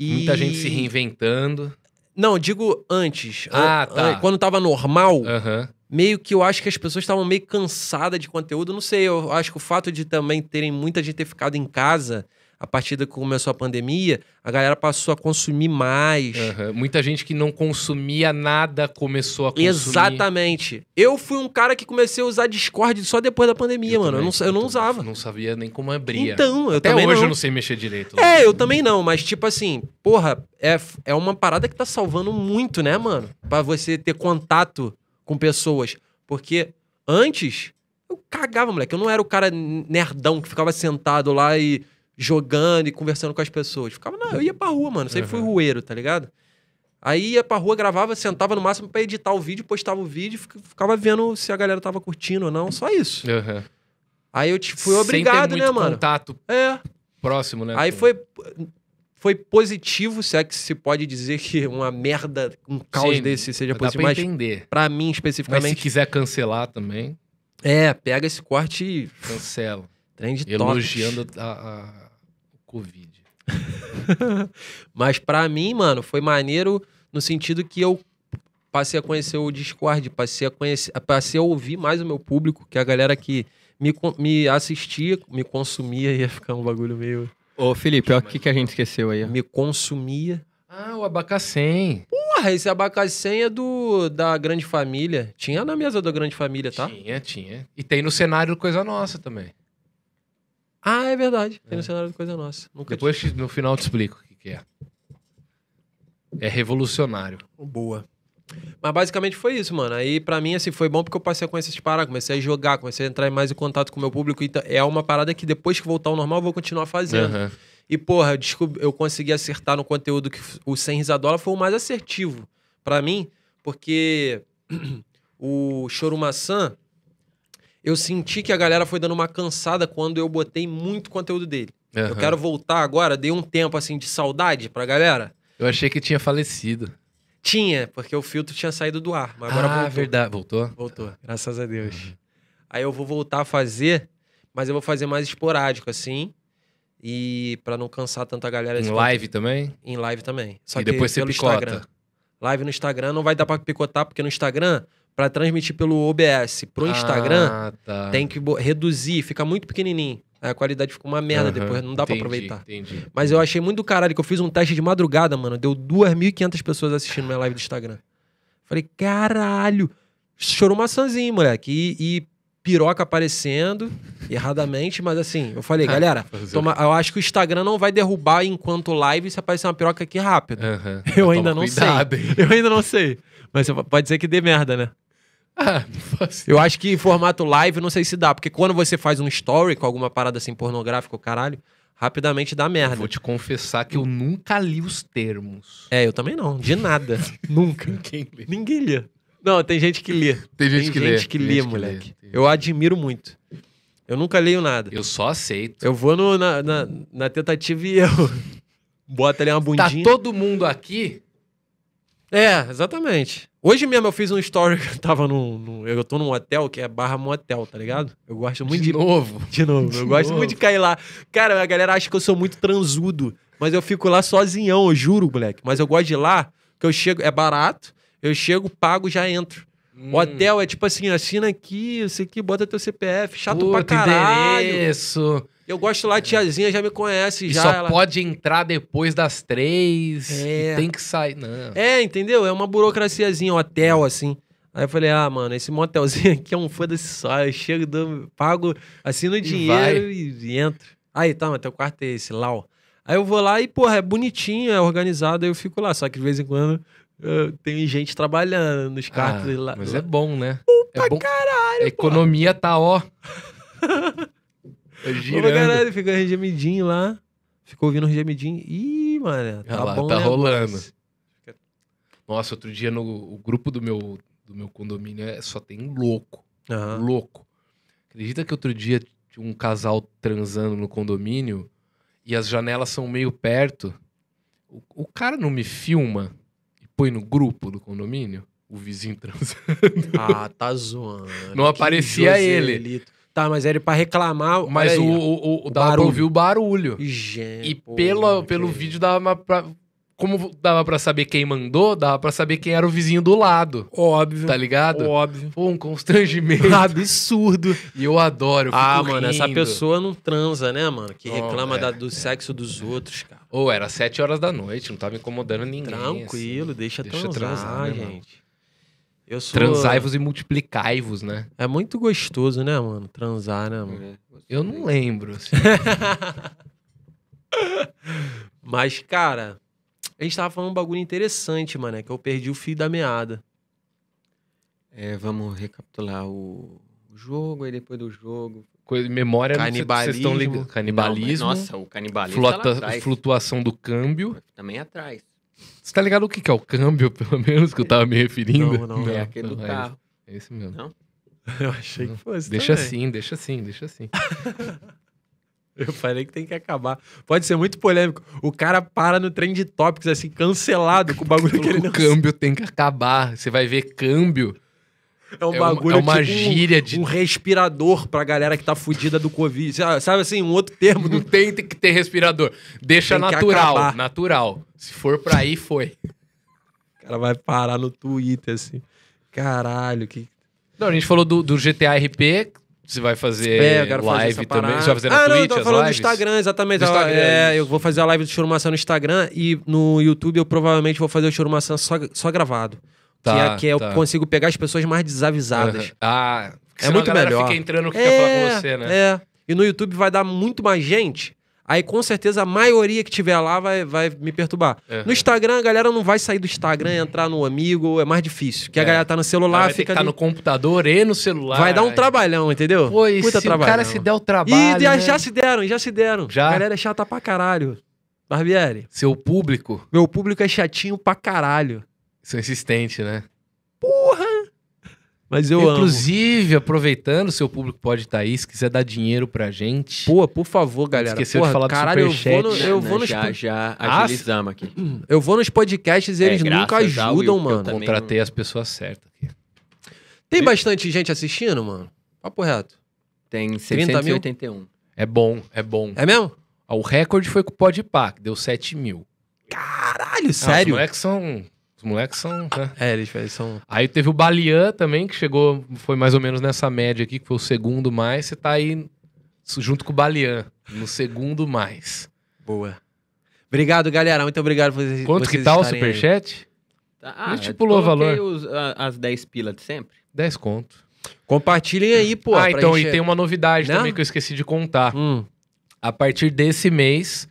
E... Muita gente se reinventando. Não, digo antes. Ah, An- tá. an- Quando tava normal, Aham. meio que eu acho que as pessoas estavam meio cansadas de conteúdo. Não sei, eu acho que o fato de também terem muita gente ter ficado em casa a partir da que começou a pandemia, a galera passou a consumir mais. aham. Muita gente que não consumia nada começou a consumir. Exatamente. Eu fui um cara que comecei a usar Discord só depois da pandemia, mano. Eu não, também, eu não também usava. Não sabia nem como abria. Então, eu Até também hoje eu não. não sei mexer direito. É, eu também não, mas tipo assim, porra, é, f- é uma parada que tá salvando muito, né, mano? Pra você ter contato com pessoas. Porque antes, eu cagava, moleque. Eu não era o cara nerdão que ficava sentado lá e jogando e conversando com as pessoas. Ficava, não, eu ia pra rua, mano. Sempre fui Uhum. rueiro, tá ligado? Aí ia pra rua, gravava, sentava no máximo pra editar o vídeo, postava o vídeo, fic- ficava vendo se a galera tava curtindo ou não, só isso. Aham. Aí eu tipo, fui Sem ter obrigado, né, muito mano? contato É. próximo, né? Aí com- foi, foi positivo, se é que se pode dizer que uma merda, um caos Sim, desse seja Dá positivo, pra mas entender. pra Mas mim se especificamente. quiser cancelar também, É, pega esse corte e cancela. trend topics. Elogiando a, a- o Covid. Mas pra mim, mano, foi maneiro no sentido que eu passei a conhecer o Discord, passei a conhecer, passei a ouvir mais o meu público, que é a galera que me, con- me assistia, me consumia, ia ficar um bagulho meio. É. Ô, Felipe, olha o que, que a gente esqueceu aí. ó. Me consumia. Ah, o Abacacém. Porra, esse abacaxi é do, da Grande Família. Tinha na mesa da Grande Família, tá? Tinha, tinha. E tem no cenário do Coisa Nossa também. Ah, é verdade. Tem no cenário do Coisa Nossa. Nunca Depois te- no final eu te explico o que, que é. É revolucionário. Boa. Mas basicamente foi isso, mano. Aí pra mim, assim, foi bom porque eu passei a conhecer esses paradas, comecei a jogar, comecei a entrar mais em contato com o meu público. Então, é uma parada que depois que voltar ao normal, eu vou continuar fazendo. Aham. E, porra, eu, descob- eu consegui acertar no conteúdo que f- o Sem Risadola foi o mais assertivo pra mim, porque o Choro Maçã, eu senti que a galera foi dando uma cansada quando eu botei muito conteúdo dele. Eu Aham. quero voltar agora, dei um tempo, assim, de saudade pra galera. Eu achei que tinha falecido. Tinha, porque o filtro tinha saído do ar, mas agora ah, voltou. verdade. Uhum. Voltou? Voltou, graças a Deus. Aí eu vou voltar a fazer, mas eu vou fazer mais esporádico, assim. E pra não cansar tanta galera Em esse live também? em live também. Só e que depois você pelo picota. Instagram. Live no Instagram não vai dar pra picotar, porque no Instagram, pra transmitir pelo OBS pro Instagram, Ah, tá. tem que bo- reduzir, fica muito pequenininho. Aí a qualidade fica uma merda Aham. depois, não dá pra Entendi, aproveitar. Entendi. Mas eu achei muito do caralho que eu fiz um teste de madrugada, mano. Deu 2.500 pessoas assistindo minha live do Instagram. Falei, caralho. Chorou maçãzinho, moleque. E, e piroca aparecendo, erradamente, mas assim, eu falei, galera, Fazer toma- eu acho que o Instagram não vai derrubar enquanto live se aparecer uma piroca aqui rápido. Aham. Eu Toma ainda não cuidado, hein? Eu ainda não sei. Mas pode ser que dê merda, né? Ah, não faço- Eu acho que em formato live, não sei se dá, porque quando você faz um story com alguma parada assim pornográfica, o caralho, rapidamente dá merda. Vou te confessar que eu nunca li os termos. É, eu também não. De nada. Nunca. Ninguém lê. Ninguém lê. Não, tem gente que lê. Tem Tem gente gente que lê. que tem lê, gente moleque. tem- Eu admiro muito. Eu nunca leio nada. Eu só aceito. Eu vou no- na, na- na tentativa e erro. Bota ali uma Tá bundinha. todo mundo Tá aqui? É, exatamente. Hoje mesmo eu fiz um story que eu tava num. num- eu tô num hotel que é barra motel, tá ligado? Eu gosto muito de de. novo. De novo, eu De gosto novo. muito de cair lá. Cara, a galera acha que eu sou muito transudo, mas eu fico lá sozinhão, eu juro, moleque. Mas eu gosto de ir lá, que eu chego, é barato, eu chego, pago, já entro. Hum. O hotel é tipo assim, assina aqui, isso aqui, bota teu CPF, chato pra Puta, caralho. endereço. Eu gosto lá, a tiazinha já me conhece, E já. só ela- pode entrar depois das três. É. E tem que sair. Não. É, entendeu? É uma burocraciazinha, um hotel, assim. Aí eu falei, ah, mano, esse motelzinho aqui é um foda-se só. Eu chego, dou, pago, assino o dinheiro vai. e, entro. Aí, tá, mas teu quarto é esse, Lau. Aí eu vou lá e, porra, é bonitinho, é organizado, aí eu fico lá. Só que de vez em quando eh, tem gente trabalhando nos Ah, quartos lá. mas é bom, né? é bom. caralho, A economia tá, ó. Tá Ô, girando. mas caralho, fica gemidinho lá. Ficou ouvindo o gemidinho. Ih, mano, tá Olha lá, bom tá o negócio. rolando. Nossa, outro dia no o grupo do meu, do meu condomínio é, só tem louco. Aham. Louco. Acredita que outro dia tinha um casal transando no condomínio e as janelas são meio perto. O, o cara não me filma e põe no grupo do condomínio o vizinho transando. Ah, tá zoando. Não Que aparecia ele. Joselito. Tá, mas era pra reclamar. Mas olha o, aí, ó. o, o, O dava pra barulho. ouvir o barulho. Gente, E pô, pelo, pelo que- vídeo dava pra. Como dava pra saber quem mandou, dava pra saber quem era o vizinho do lado. Óbvio. Tá ligado? Óbvio. Pô, um constrangimento. Tá Absurdo. E eu adoro, eu fico Ah, mano, essa rindo. pessoa não transa, né, mano? Que Não, reclama é. da- do sexo dos outros, cara. Ou era sete horas da noite, não tava incomodando ninguém. Tranquilo, assim. deixa, Deixa transar, transar, né, mano? é gente. Eu sou... Transai-vos e multiplicai-vos, né? É muito gostoso, né, mano? Transar, né, É. mano? Eu não lembro, assim. Mas, cara, a gente tava falando um bagulho interessante, mano. É que eu perdi o fio da meada. É, vamos recapitular o o jogo aí depois do jogo. Coisa, memória não sei se vocês estão Canibalismo. ligando. Canibalismo. Não, mas- nossa, o canibalismo flutua- tá lá atrás. flutuação do câmbio. Também atrás. Você tá ligado o que que é o câmbio, pelo menos, que eu tava me referindo? Não, não, É aquele do não, é carro. esse- É esse mesmo. Não, Eu achei que fosse. Deixa também. assim, deixa assim, deixa assim. Eu falei que tem que acabar. Pode ser muito polêmico. O cara para no trem de tópicos, assim, cancelado com o bagulho que ele o não câmbio tem que acabar. Você vai ver câmbio. É um é uma- bagulho é uma tipo um- gíria de- Um respirador pra galera que tá fudida do Covid. Sabe sabe assim, um outro termo Não do. tem, tem que ter respirador. Deixa Tem que natural, acabar. natural. Se for pra aí, foi. O cara vai parar no Twitter, assim. Caralho, que. Não, a gente falou do, do GTA RP, Você vai fazer É, eu quero fazer live essa também? parada. Você vai fazer na ah, não, Twitch eu tô as falando lives? do Instagram, exatamente. Do Ah, Instagram, é, isso. eu vou fazer a live do Chorumação no Instagram e no YouTube eu provavelmente vou fazer o Chorumação só, só gravado. Tá, que é, que tá. eu consigo pegar as pessoas mais desavisadas. Aham. Ah, porque É senão muito a galera melhor. fica entrando que quer falar com você, né? É. E no YouTube vai dar muito mais gente. Aí com certeza a maioria que tiver lá vai, vai me perturbar. Aham. No Instagram, a galera não vai sair do Instagram e entrar no amigo, é mais difícil. Porque É. a galera tá no Ela celular, vai ter que fica. estar ali- no computador e no celular. né? Vai dar um trabalhão, entendeu? Pois, Puta se o cara se der o trabalho, Ih, já, né? já se deram, já se deram. Já? A galera é chata pra caralho. Barbieri, Seu público, meu público é chatinho pra caralho. seu insistente, né? Mas eu Inclusive, aproveitando, seu público pode estar aí, se quiser dar dinheiro pra gente. amo. Pô, por favor, galera. Esqueceu Porra, de falar do caralho, eu vou, superchat. né, no, eu, vou nos, Já, já Ah, agilizamos aqui. eu vou nos podcasts e eles É, nunca graças ao ajudam, Will, que eu mano. também Contratei as pessoas certas aqui. Tem bastante gente assistindo, mano? Papo reto. Tem 30 mil? 681. É bom, é bom. É mesmo? Ah, O recorde foi com o Podpah, que deu 7 mil. Ah, Caralho, os sério? moleques são... Os moleques são... né? É, eles, eles são... Aí teve o Balian também, que chegou... Foi mais ou menos nessa média aqui, que foi o segundo mais. Você tá aí junto com o Balian, no segundo mais. Boa. Obrigado, galera. Muito obrigado por vocês Quanto vocês que tá o estarem aí. superchat? Tá, Ah, Não estipulou o coloquei valor. os- a- as 10 pilas de sempre. 10 conto. Compartilhem aí, pô. ah, pra então, gente- e tem uma novidade Né? também que eu esqueci de contar. Hum. A partir desse mês,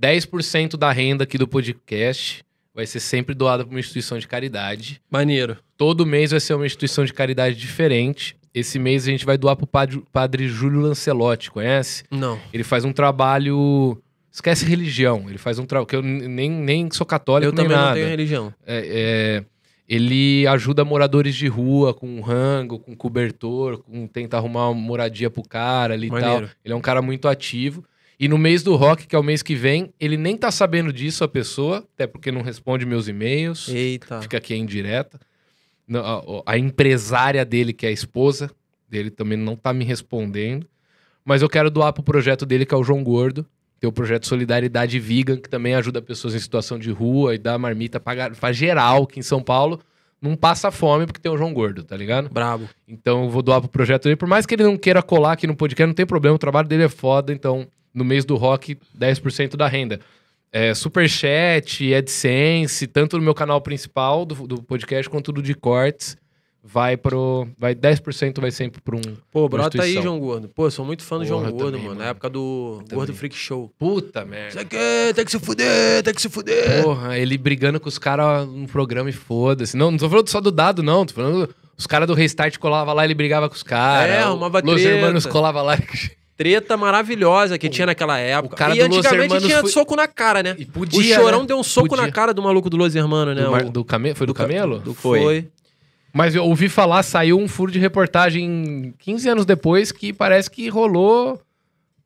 10% da renda aqui do podcast vai ser sempre doada para uma instituição de caridade. Maneiro. Todo mês vai ser uma instituição de caridade diferente. Esse mês a gente vai doar pro padre, padre Júlio Lancelotti, conhece? Não. Ele faz um trabalho. Esquece religião. Ele faz um trabalho. que eu n- nem, nem sou católico, eu nem também nada. não tenho religião. É, é, ele ajuda moradores de rua com rango, com cobertor, com tenta arrumar uma moradia pro cara ali e tal. Maneiro. Ele é um cara muito ativo. E no mês do rock, que é o mês que vem, ele nem tá sabendo disso, a pessoa, até porque não responde meus e-mails, Eita. fica aqui a indireta. Não, a- A, empresária dele, que é a esposa dele, também não tá me respondendo. Mas eu quero doar pro projeto dele, que é o João Gordo. Tem o projeto Solidariedade Vegan, que também ajuda pessoas em situação de rua e dá marmita pra, gar- pra geral, que em São Paulo não passa fome porque tem o João Gordo, tá ligado? Brabo. Então eu vou doar pro projeto dele. Por mais que ele não queira colar aqui no podcast, não tem problema. O trabalho dele é foda. Então, no mês do rock, 10% da renda. É, Superchat, é AdSense, tanto no meu canal principal do, do podcast quanto do de cortes. Vai pro. Vai 10% vai sempre pra um. Pô, brota aí, Instituição. João Gordo. Pô, eu sou muito fã do João Porra, eu Gordo, também, mano. Na mano. época do Gordo Freak Show. Puta merda. Isso aqui é, tem que se fuder, tem que se fuder. Porra, ele brigando com os caras no programa e foda-se. Não, não tô falando só do dado, não. Tô falando. Os caras do Restart colavam lá, ele brigava com os caras. É, arrumava Los treta. Hermanos colava lá. Treta maravilhosa que tinha naquela época. cara e do Los antigamente Hermanos tinha foi- soco na cara, né? E podia, o Chorão né? deu um soco Podia. na cara do maluco do Los Hermanos, né? Do, Mar- O- do Came- Foi do, ca- Camelo? Do Foi. foi. Mas eu ouvi falar, saiu um furo de reportagem 15 anos depois que parece que rolou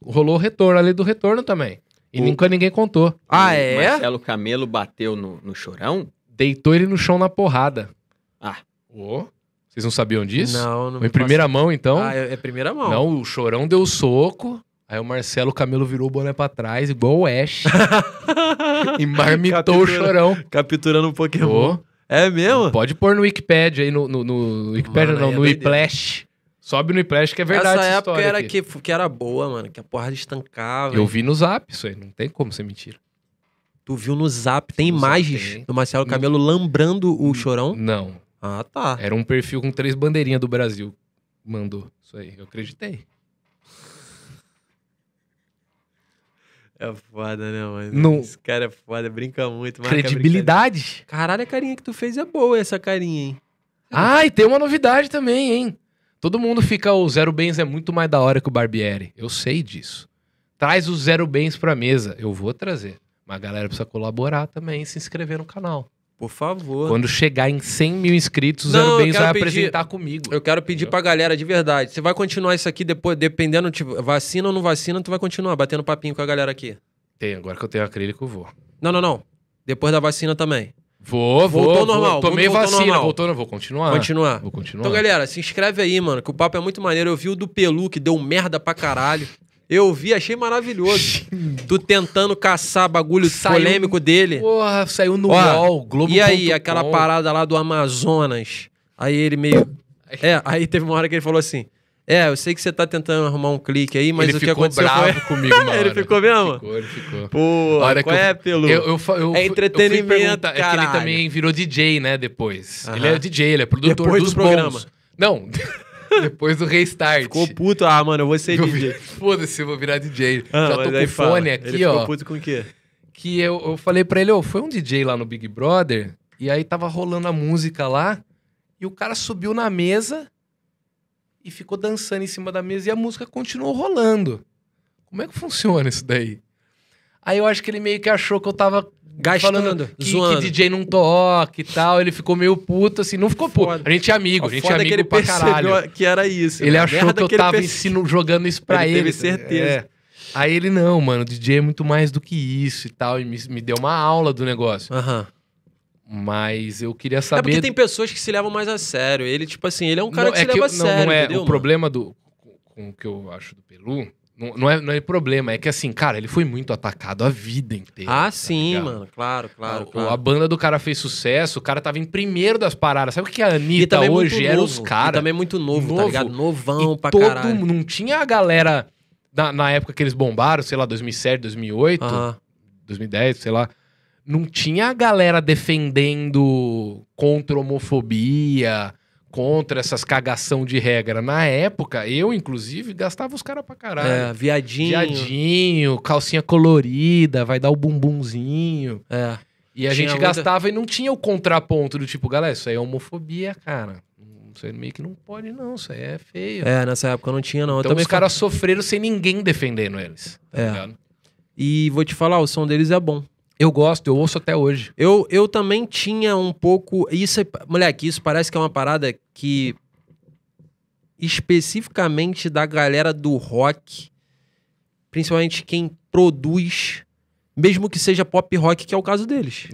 rolou o retorno, a lei do retorno também. E O- nunca ninguém contou. Ah, O é? Marcelo Camelo bateu no, no chorão? Deitou ele no chão na porrada. Ah. Ô, vocês não sabiam disso? Não, não. Foi em primeira mão, então? mão. Ah, é, é primeira mão. não, o Chorão deu o soco, aí o Marcelo Camelo virou o boné pra trás, igual o Ash, e marmitou o Captura. Chorão. Capturando um Pokémon. Ô, É mesmo? pode pôr no Wikipedia aí, no, no, no Wikipedia Mano, não, aí é no doideira. Iplash. Sobe no Iplash que é verdade Essa essa época história era aqui. que, que era boa, mano. Que a porrada estancava. Eu vi no zap isso aí, não tem como ser mentira. Tu viu no zap, tem No zap, imagens tem. Hum. do Marcelo Camelo lambrando o chorão? Não, Ah, tá. era um perfil com três bandeirinhas do Brasil. Mandou isso aí, eu acreditei. É foda, né, mano? Não. Esse cara é foda, brinca muito. marca Credibilidade? brincadeira. Caralho, a carinha que tu fez é boa, essa carinha, hein? Ah, e tem uma novidade também, hein? Todo mundo fica, o Zero Bens é muito mais da hora que o Barbieri. Eu sei disso. Traz o Zero Bens pra mesa. Eu vou trazer. Mas a galera precisa colaborar também e se inscrever no canal. Por favor. Quando chegar em 100 mil inscritos, o Não, Zero eu Bens quero vai pedir- apresentar comigo. Eu quero pedir pra galera, de verdade. Você vai continuar isso aqui depois, dependendo, tipo, vacina ou não vacina, tu vai continuar batendo papinho com a galera aqui. Tem, agora que eu tenho acrílico, eu vou. Não, não, não. Depois da vacina também. Vou, vou. Voltou ao vou. normal, Tomei voltou ao vacina, normal. voltou, Ah. não é. vou continuar. Continuar. Vou continuar. Então, galera, se inscreve aí, mano, que o papo é muito maneiro. Eu vi o do Pelu, que deu merda pra caralho. Eu vi, achei maravilhoso. tu tentando caçar bagulho Saiu- polêmico dele. Porra, saiu no Ó, UOL, Globo. E aí, aquela parada lá do Amazonas. Aí ele meio. É, aí teve uma hora que ele falou assim: É, eu sei que você tá tentando arrumar um clique aí, mas ele o que ficou aconteceu bravo foi... comigo, mano. Ele ficou mesmo? Ficou, ele ficou. Pô, A hora qual que eu- é, Pelu? Eu, eu, fa- eu fui- eu fui entretenimento, perguntar- É que ele caralho. também virou DJ, né, depois. Aham. Ele é DJ, ele é produtor Depois do dos programa. bons. Não, depois do restart. Ficou puto. Ah, mano, eu vou ser Eu vi- DJ. Foda-se, eu vou virar DJ. Ah, Já mas tô com aí o fala. fone Ele aqui, ficou ó. puto com o quê? Que eu, eu falei pra ele, ô, foi um DJ lá no Big Brother, e aí tava rolando a música lá, e o cara subiu na mesa e ficou dançando em cima da mesa e a música continuou rolando. Como é que funciona isso daí? Aí eu acho que ele meio que achou que eu tava Gastando, falando que, zoando. que DJ não toca e tal. Ele ficou meio puto, assim. Não ficou puto. Foda. A gente é amigo, O a gente é foda é amigo que ele pra caralho. percebeu que era isso. Ele A achou merda que eu ele tava perce- ensino, jogando isso pra Ele ele. teve certeza. É. Aí ele, não, mano, DJ é muito mais do que isso e tal. E me, me deu uma aula do negócio. Aham. Mas eu queria É saber... porque tem pessoas que se levam mais a sério. Ele, tipo assim, ele é um cara Não, que se é que leva a eu- não, sério, não é entendeu, O mano? problema do... Com, com o que eu acho do Pelu... Não, não é, não é problema, é que assim, cara, ele foi muito atacado a vida inteira. Ah, tá sim, ligado? mano. Claro, claro, O- claro. A banda do cara fez sucesso, o cara tava em primeiro das paradas. Sabe o que a Anitta é muito tá hoje era novo, os E caras? também é muito novo, tá Novo. ligado? Novão pra todo caralho. mundo- não tinha a galera na, na época que eles bombaram, sei lá, 2007, 2008, Aham. 2010, sei lá. Não tinha a galera defendendo contra homofobia, contra essas cagação de regra. Na época, eu, inclusive, gastava os caras pra caralho. É, viadinho. Viadinho, calcinha colorida, vai dar o bumbumzinho. É. E a Tinha gente muita- gastava e não tinha o contraponto do tipo, galera, isso aí é homofobia, cara. Hum, Isso aí meio que não pode, não. Isso aí é feio. É, nessa época eu não tinha, não. eu então também os caras sofreram sem ninguém defendendo eles. Tá É. ligado? E vou te falar, o som deles é bom. Eu gosto, eu ouço até hoje. Eu, eu também tinha um pouco. Isso é, moleque, isso parece que é uma parada que. Especificamente da galera do rock, principalmente quem produz, mesmo que seja pop rock, que é o caso deles.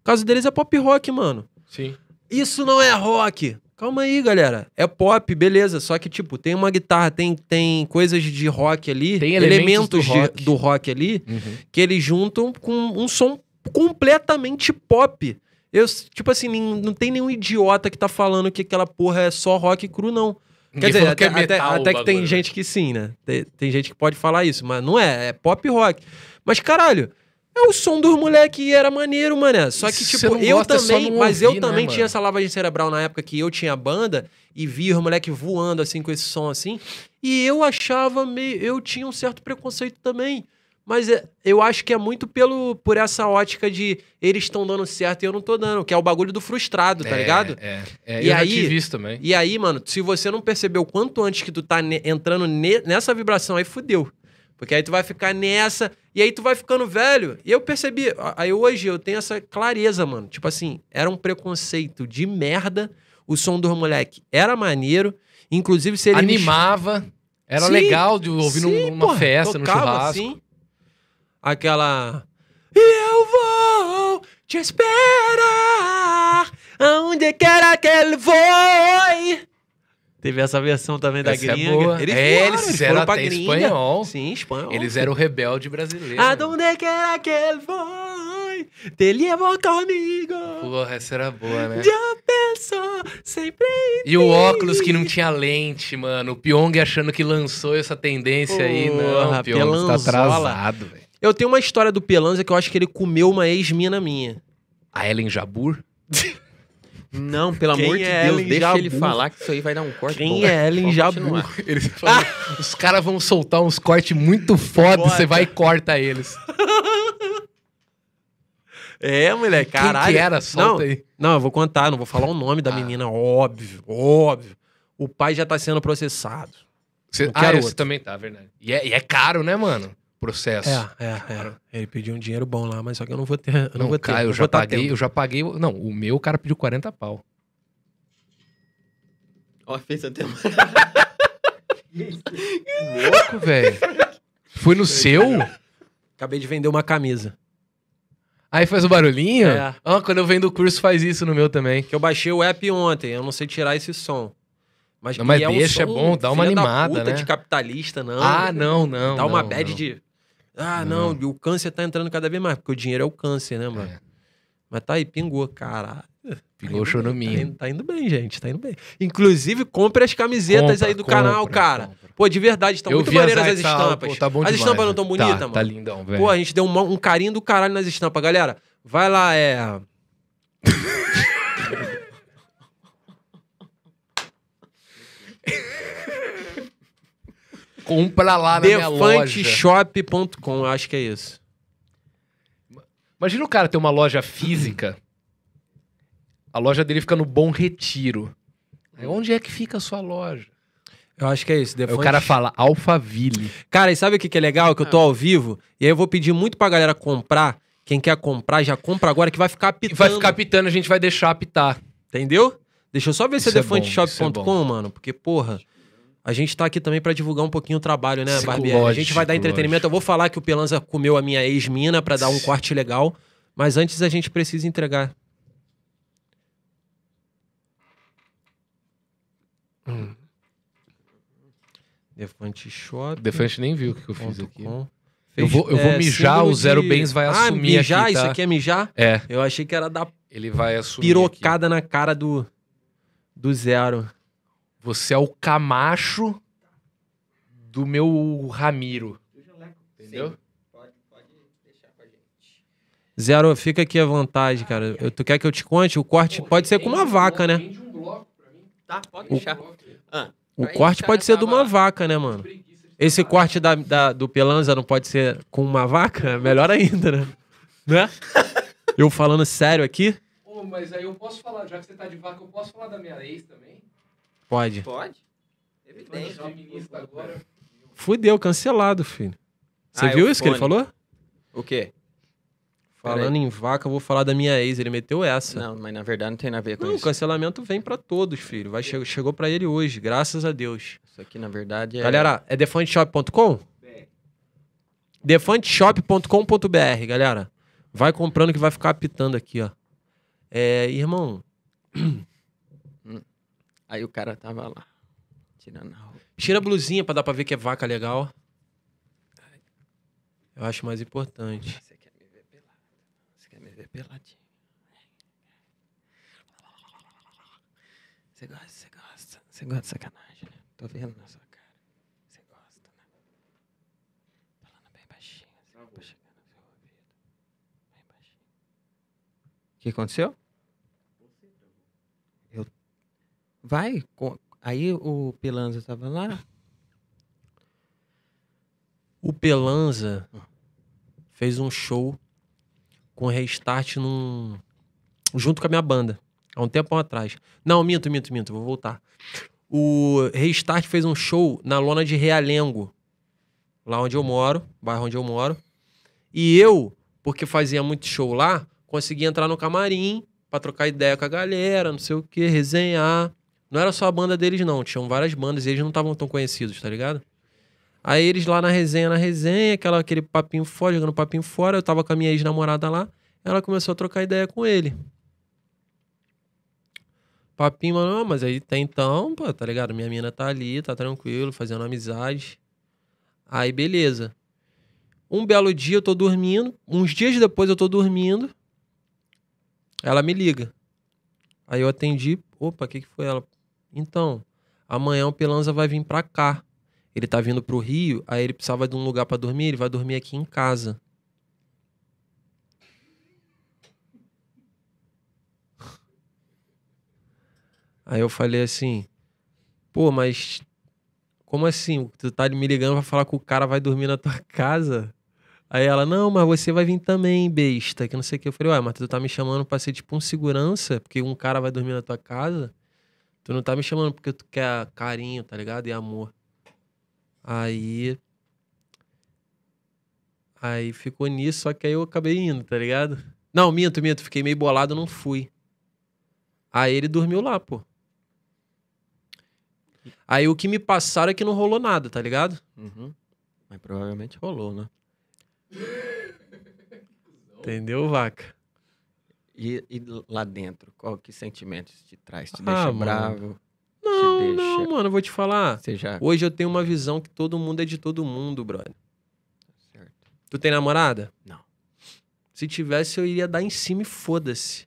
O caso deles é pop rock, mano. Uhum. Sim. Isso não é rock. Calma aí, galera. É pop, beleza. Só que, tipo, tem uma guitarra, tem, tem coisas de rock ali, Tem elementos do de- rock. do rock ali, que eles juntam com um som completamente pop. Eu, s- tipo assim, nin- não tem nenhum idiota que tá falando que aquela porra é só rock cru, não. Quer dizer, até, é até- até que tem gente que sim, né? Tem, tem gente que pode falar isso, mas não é, é pop rock. Mas caralho, é o som dos moleque e era maneiro, mané. Só que, Se tipo, você não eu gosta, é só também, não mas eu ouvir, né, também mano? tinha essa lavagem cerebral na época que eu tinha banda e via os moleque voando assim com esse som assim. E eu achava meio. Eu tinha um certo preconceito também. Mas é- eu acho que é muito pelo por essa ótica de eles estão dando certo e eu não tô dando, que é o bagulho do frustrado, tá ligado? É, é. E eu já aí- tive isso também. E aí, mano, se você não percebeu quanto antes que tu tá ne- entrando ne- nessa vibração, aí fudeu. Porque aí tu vai ficar nessa, e aí tu vai ficando velho. E eu percebi, a- aí hoje eu tenho essa clareza, mano. Tipo assim, era um preconceito de merda. O som do moleque era maneiro. Inclusive, se ele. Animava. Era Sim, legal de ouvir num- numa festa, num churrasco. Assim, aquela. E eu vou te esperar aonde quer que ele voe. Teve essa versão também Essa da é gringa. boa. Eles, É, voaram, eles eles fizeram foram pra até em gringa. espanhol. Sim, espanhol. Eles eram o rebelde brasileiro. Aonde quer que ele voe, te levo comigo. Porra, essa era boa, né? Eu penso sempre E o óculos que não tinha lente, mano. O Pyong achando que lançou essa tendência aí. Porra, Não, Pyong, você tá pelanzola. atrasado, velho. Eu tenho uma história do Pelanza que eu acho que ele comeu uma ex-mina minha. A Ellen Jabur? Não, pelo Quem amor de é Deus, Ellen deixa ele Jabur? falar que isso aí vai dar um corte Quem bom. é Ellen Pode Jabur? continuar. Eles falam, os caras vão soltar uns cortes muito foda, Bota. você vai e corta eles. É, moleque, caralho. Quem que era? Solta não, aí. Não, eu vou contar, não vou falar o nome da Ah. menina, óbvio, óbvio. O pai já tá sendo processado. Você, Eu ah, quero é, você outro. também tá, verdade. E é, e é caro, né, mano? Processo. É, é, é. Ele pediu um dinheiro bom lá, mas só que eu não vou ter. Eu não, Não, vou ter. cara, eu não já vou tá paguei, tendo. eu já paguei. Não, o meu o cara pediu 40 pau. Ó, fez até um- uma... Louco, velho. Foi no seu? Acabei de vender uma camisa. Aí faz o barulhinho? É. Ah, quando eu venho do curso faz isso no meu também. Que eu baixei o app ontem, eu não sei tirar esse som. Mas, Não, mas e deixa, é bom, dá uma filha da animada, puta né? de capitalista, não. ah, não, não. Dá uma não, bad não. de. Ah, não, o câncer tá entrando cada vez mais, porque o dinheiro é o câncer, né, mano? É. Mas tá aí, pingou, caralho. Pingou o show no Tá mim. indo, tá indo bem, gente. Tá indo bem. Inclusive, compre as camisetas aí do canal, cara. Pô, de verdade, estão muito maneiras as estampas. tá bom as demais, estampas não velho. tão bonitas, tá, mano? Tá lindão, velho. Pô, a gente deu um, um carinho do caralho nas estampas. Galera, vai lá, é. Compra lá na minha loja. Defantshop.com, acho que é isso. Imagina o cara ter uma loja física. A loja dele fica no Bom Retiro. Aí, onde é que fica a sua loja? Eu acho que é isso. Aí o cara Ah. fala Alphaville. Cara, e sabe o que, que é legal? Que eu tô ao vivo, e aí eu vou pedir muito pra galera comprar. Quem quer comprar, já compra agora, que vai ficar E pitando. vai ficar pitando, a gente vai deixar apitar. Entendeu? Deixa eu só ver Isso se é é bom, isso é defantshop.com, bom. mano, porque, porra, a gente tá aqui também pra divulgar um pouquinho o trabalho, né, Barbieri? A gente Psicológico, vai dar entretenimento. Eu vou falar que o Pelanza comeu a minha ex-mina pra dar um corte legal, mas antes a gente precisa entregar. Hum. Defantshop. Defante nem viu o que eu fiz aqui. Com. Eu vou- eu vou mijar, símbolo o Zero Bens vai assumir Ah, mijar? aqui, tá? Isso aqui é mijar? É, Eu achei que era dar ele vai assumir. aqui. pirocada na cara do, do Zero. Você é o Camacho do meu Ramiro. Entendeu? Zero, fica aqui à vontade, cara. Eu- tu quer que eu te conte? O corte pode ser com uma vaca, né? um Tá, pode deixar. Ah, O aí corte já pode ser de tava uma lá. vaca, né, mano? Esse corte da, da- do Pelanza não pode ser com uma vaca? Melhor ainda, né? Né? Eu falando sério aqui? Ô, mas aí eu posso falar, já que você tá de vaca, eu posso falar da minha ex também? Pode. Pode? Evidente. agora. Fudeu, cancelado, filho. Você Ah, é viu o isso que ele fone. falou? O quê? Falando em vaca, eu vou falar da minha ex. Ele meteu essa. Não, mas na verdade não tem nada a ver com Não, o isso. cancelamento vem pra todos, filho. Vai, chegou chegou pra ele hoje, graças a Deus. Isso aqui, na verdade, é... Galera, é defantshop.com? defantshop.com.br, galera. Vai comprando que vai ficar apitando aqui, ó. É, irmão, Aí o cara tava lá, tirando a roupa. tira a blusinha pra dar pra ver que é vaca legal. Eu acho mais importante. Você quer me ver pelado? Você quer me ver peladinho? Você gosta, você gosta. Você gosta de sacanagem, né? Tô vendo na sua cara. Você gosta, né? Falando bem baixinho. Assim, pra chegar no seu ouvido. Bem baixinho. O que aconteceu? tá Eu... Vai. co- Aí o Pilanza tava lá. O Pelanza fez um show com restart num. junto com a minha banda. Há um tempão atrás. Não, minto, minto, minto, vou voltar. O Restart fez um show na lona de Realengo, lá onde eu moro, bairro onde eu moro. E eu, porque fazia muito show lá, consegui entrar no camarim pra trocar ideia com a galera, não sei o que, resenhar. Não era só a banda deles, não. Tinham várias bandas e eles não estavam tão conhecidos, tá ligado? Aí eles lá na resenha, na resenha, aquela, aquele papinho fora, jogando papinho fora. Eu tava com a minha ex-namorada lá. Ela começou a trocar ideia com ele. Papinho, mano, "Ah, mas aí até então, pô, tá ligado? Minha mina tá ali, tá tranquilo, fazendo amizade. Aí, beleza. Um belo dia eu tô dormindo. Uns dias depois eu tô dormindo. Ela me liga. Aí eu atendi. Opa, o que, que foi ela? Então, amanhã o Pelanza vai vir pra cá. Ele tá vindo pro Rio, aí ele precisava de um lugar pra dormir, ele vai dormir aqui em casa. Aí eu falei assim: "Pô, mas como assim? Tu tá me ligando pra falar que o cara vai dormir na tua casa?" Aí ela: "Não, mas você vai vir também, besta, que não sei o que". Eu falei: "Ué, mas tu tá me chamando pra ser tipo um segurança, porque um cara vai dormir na tua casa? Tu não tá me chamando porque tu quer carinho, tá ligado? E amor". Aí. Aí ficou nisso, só que aí eu acabei indo, tá ligado? Não, minto, minto, fiquei meio bolado, não fui. Aí ele dormiu lá, pô. Aí o que me passaram é que não rolou nada, tá ligado? Uhum. Mas provavelmente rolou, né? Entendeu, vaca? E, e lá dentro, qual que sentimento isso te traz? Te Ah, deixa mano. bravo? Não, deixa- não, mano, eu vou te falar. Você já... Hoje eu tenho uma visão que todo mundo é de todo mundo, brother. Certo. Tu tem namorada? Não. Se tivesse, eu iria dar em cima e foda-se.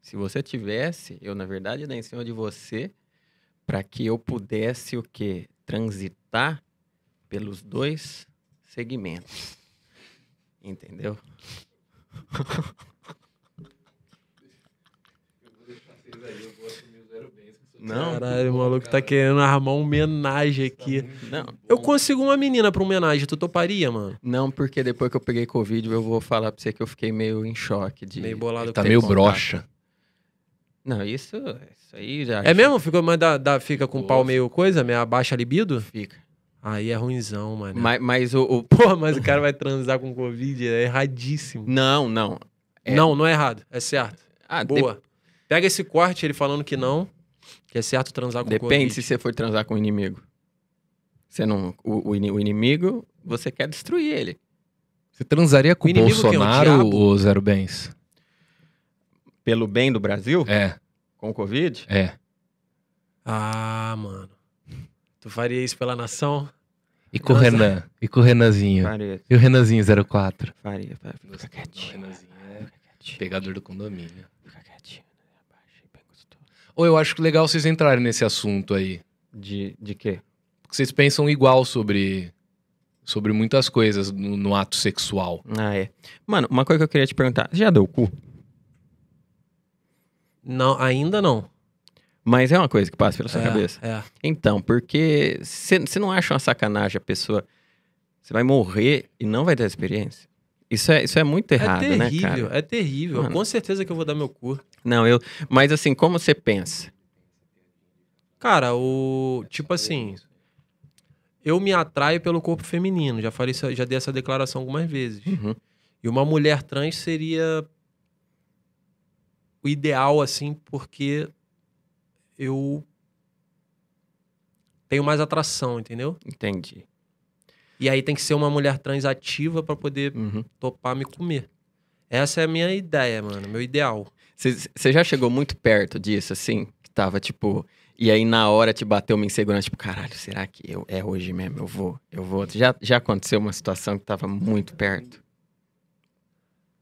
Se você tivesse, eu na verdade ia dar em cima de você para que eu pudesse o quê? Transitar pelos dois segmentos. Entendeu? Não, Caralho, o maluco tá querendo armar uma homenagem aqui. não, Eu consigo uma menina pra homenagem, tu toparia, mano? não, porque depois que eu peguei Covid, eu vou falar pra você que eu fiquei meio em choque. De... Meio bolado Tá com- Tem meio contato. broxa. Não, isso, isso aí já. É mesmo? Fica, mas dá- dá- fica com o pau Nossa. meio coisa, meio abaixa a libido? Fica. Aí é ruinzão, mano. né? Mas, mas o, o- Porra, mas o cara vai transar com Covid, é erradíssimo. Não, não. É. Não, não é errado, é certo. Ah, de- Boa. Pega esse corte, ele falando que não, que é certo transar com Depende se Covid. você for transar com o inimigo. Você não, o, o ini- o inimigo, você quer destruir ele. Você transaria com o O inimigo que é o Bolsonaro diabo? ou Zero Bens? Pelo bem do Brasil, É, com o Covid, é. Ah, mano. Tu faria isso pela nação? E com o Transa- Ah. Renan? E com o Renanzinho? faria, E o Renanzinho 04? faria. faria. Fica quietinho, Renanzinho é pegador do condomínio. fica quietinho. né? Abaixa, bem gostoso. Ou eu acho legal vocês entrarem nesse assunto aí. De, de quê? Porque vocês pensam igual sobre, sobre muitas coisas no, no ato sexual. Ah, é. Mano, uma coisa que eu queria te perguntar. Já deu cu? Não, ainda não. Mas é uma coisa que passa pela sua é, cabeça. É. Então, porque você não acha uma sacanagem a pessoa. Você vai morrer e não vai ter experiência? Isso é, isso é muito errado, é né, terrível, cara? é terrível. Mano. Com certeza que eu vou dar meu cu. Não, eu. Mas assim, como você pensa? Cara, o. Tipo assim. Eu me atraio pelo corpo feminino. Já falei, isso- já dei essa declaração algumas vezes. Uhum. E uma mulher trans seria o ideal, assim, porque eu tenho mais atração, entendeu? Entendi. E aí tem que ser uma mulher trans ativa pra poder Uhum. topar me comer. Essa é a minha ideia, mano. Meu ideal. Você já chegou muito perto disso, assim? Que tava tipo. E aí na hora te bateu uma insegurança, tipo, caralho, será que eu, é hoje mesmo? Eu vou, eu vou. Já, já aconteceu uma situação que tava muito perto?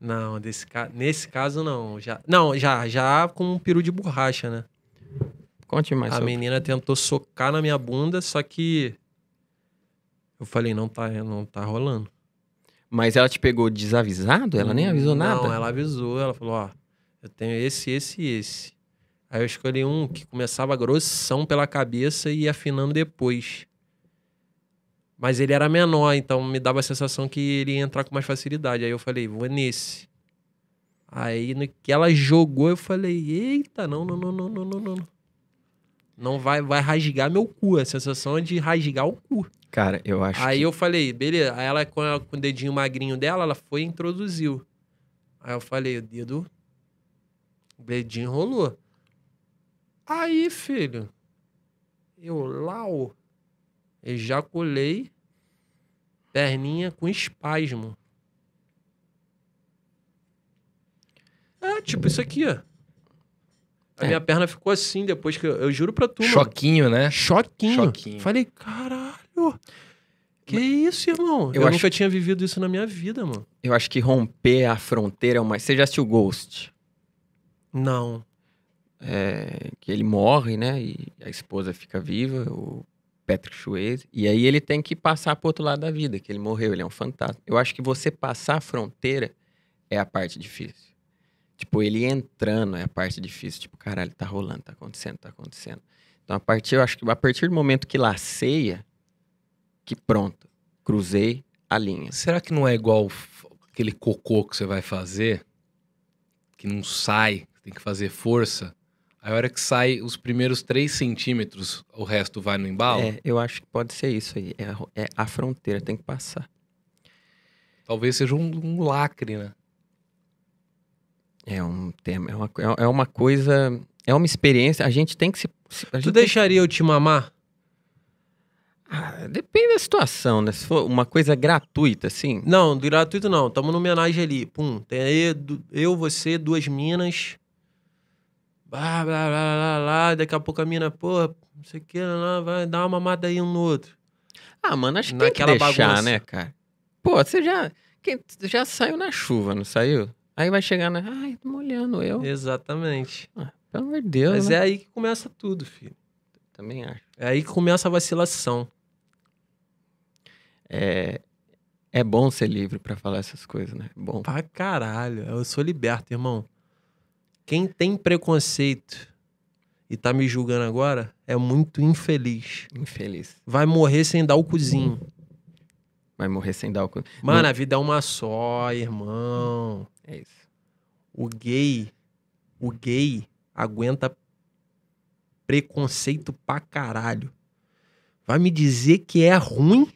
Não, desse ca... nesse caso não. Já... Não, já, já com um peru de borracha, né? Conte mais a sobre. menina tentou socar na minha bunda, só que eu falei, não tá, não tá rolando. Mas ela te pegou desavisado? Ela nem avisou nada? Não, ela avisou, ela falou, ó, eu tenho esse, esse e esse. Aí eu escolhi um que começava grossão pela cabeça e ia afinando depois. Mas ele era menor, então me dava a sensação que ele ia entrar com mais facilidade. Aí eu falei, vou nesse. Aí no que ela jogou, eu falei, eita, não, não, não, não, não, não, não. Não vai, vai rasgar meu cu. A sensação é de rasgar o cu. Cara, eu acho Aí que. eu falei, beleza. Aí ela com, ela- com o dedinho magrinho dela, ela foi e introduziu. Aí eu falei, o dedo. O dedinho rolou. Aí, filho. Eu lá, ó, ejaculei. Perninha com espasmo. É, tipo isso aqui, ó. A É. minha perna ficou assim depois que. Eu, eu juro pra tu, mano. Choquinho, né? Choquinho. Choquinho. Falei, caralho. Que isso, irmão? Eu Eu, acho- nunca tinha vivido isso na minha vida, mano. Eu acho que romper a fronteira é uma. Você já assistiu Ghost? Não. É, que ele morre, né? E a esposa fica viva, o Patrick Swayze. E aí ele tem que passar pro outro lado da vida, que ele morreu, ele é um fantasma. Eu acho que você passar a fronteira é a parte difícil. Tipo, ele entrando é a parte difícil. Tipo, caralho, tá rolando, tá acontecendo, tá acontecendo. Então, a partir, eu acho que a partir do momento que laceia, que pronto, cruzei a linha. Será que não é igual f- aquele cocô que você vai fazer? Que não sai, tem que fazer força. Aí A hora que sai os primeiros 3 centímetros, o resto vai no embalo. É, eu acho que pode ser isso aí. É, a ro- é a fronteira, tem que passar. Talvez seja um, um lacre, né? É um tema, é uma, co- é uma coisa, é uma experiência. A gente tem que se. se- a Tu gente deixaria eu te mamar? tem- Ah, depende da situação, né? Se for uma coisa gratuita, assim. Não, do gratuito não. Tamo numa homenagem ali. Pum. Tem aí du- eu, você, duas minas. Blá, blá, blá, blá, blá. Daqui a pouco a mina, pô, não sei o que, lá, vai dar uma mamada aí um no outro. Ah, mano, acho que tem que Naquela deixar, bagunça. né, cara? Pô, você já. Quem, já saiu na chuva, não saiu? Aí vai chegar, né? Ai, tô molhando Então. eu. Exatamente. Pelo amor de Deus. É. Mas né? é aí que começa tudo, filho. Também acho. É aí que começa a vacilação. É, é bom ser livre pra falar essas coisas, né? É Bom. Pra caralho. Eu sou liberto, irmão. Quem tem preconceito e tá me julgando agora é muito infeliz. Infeliz. Vai morrer sem dar o cozinho. Hum. Vai morrer sem dar o. cu- Mano, a vida é uma só, irmão. É isso. O gay, o gay aguenta preconceito pra caralho. Vai me dizer que é ruim?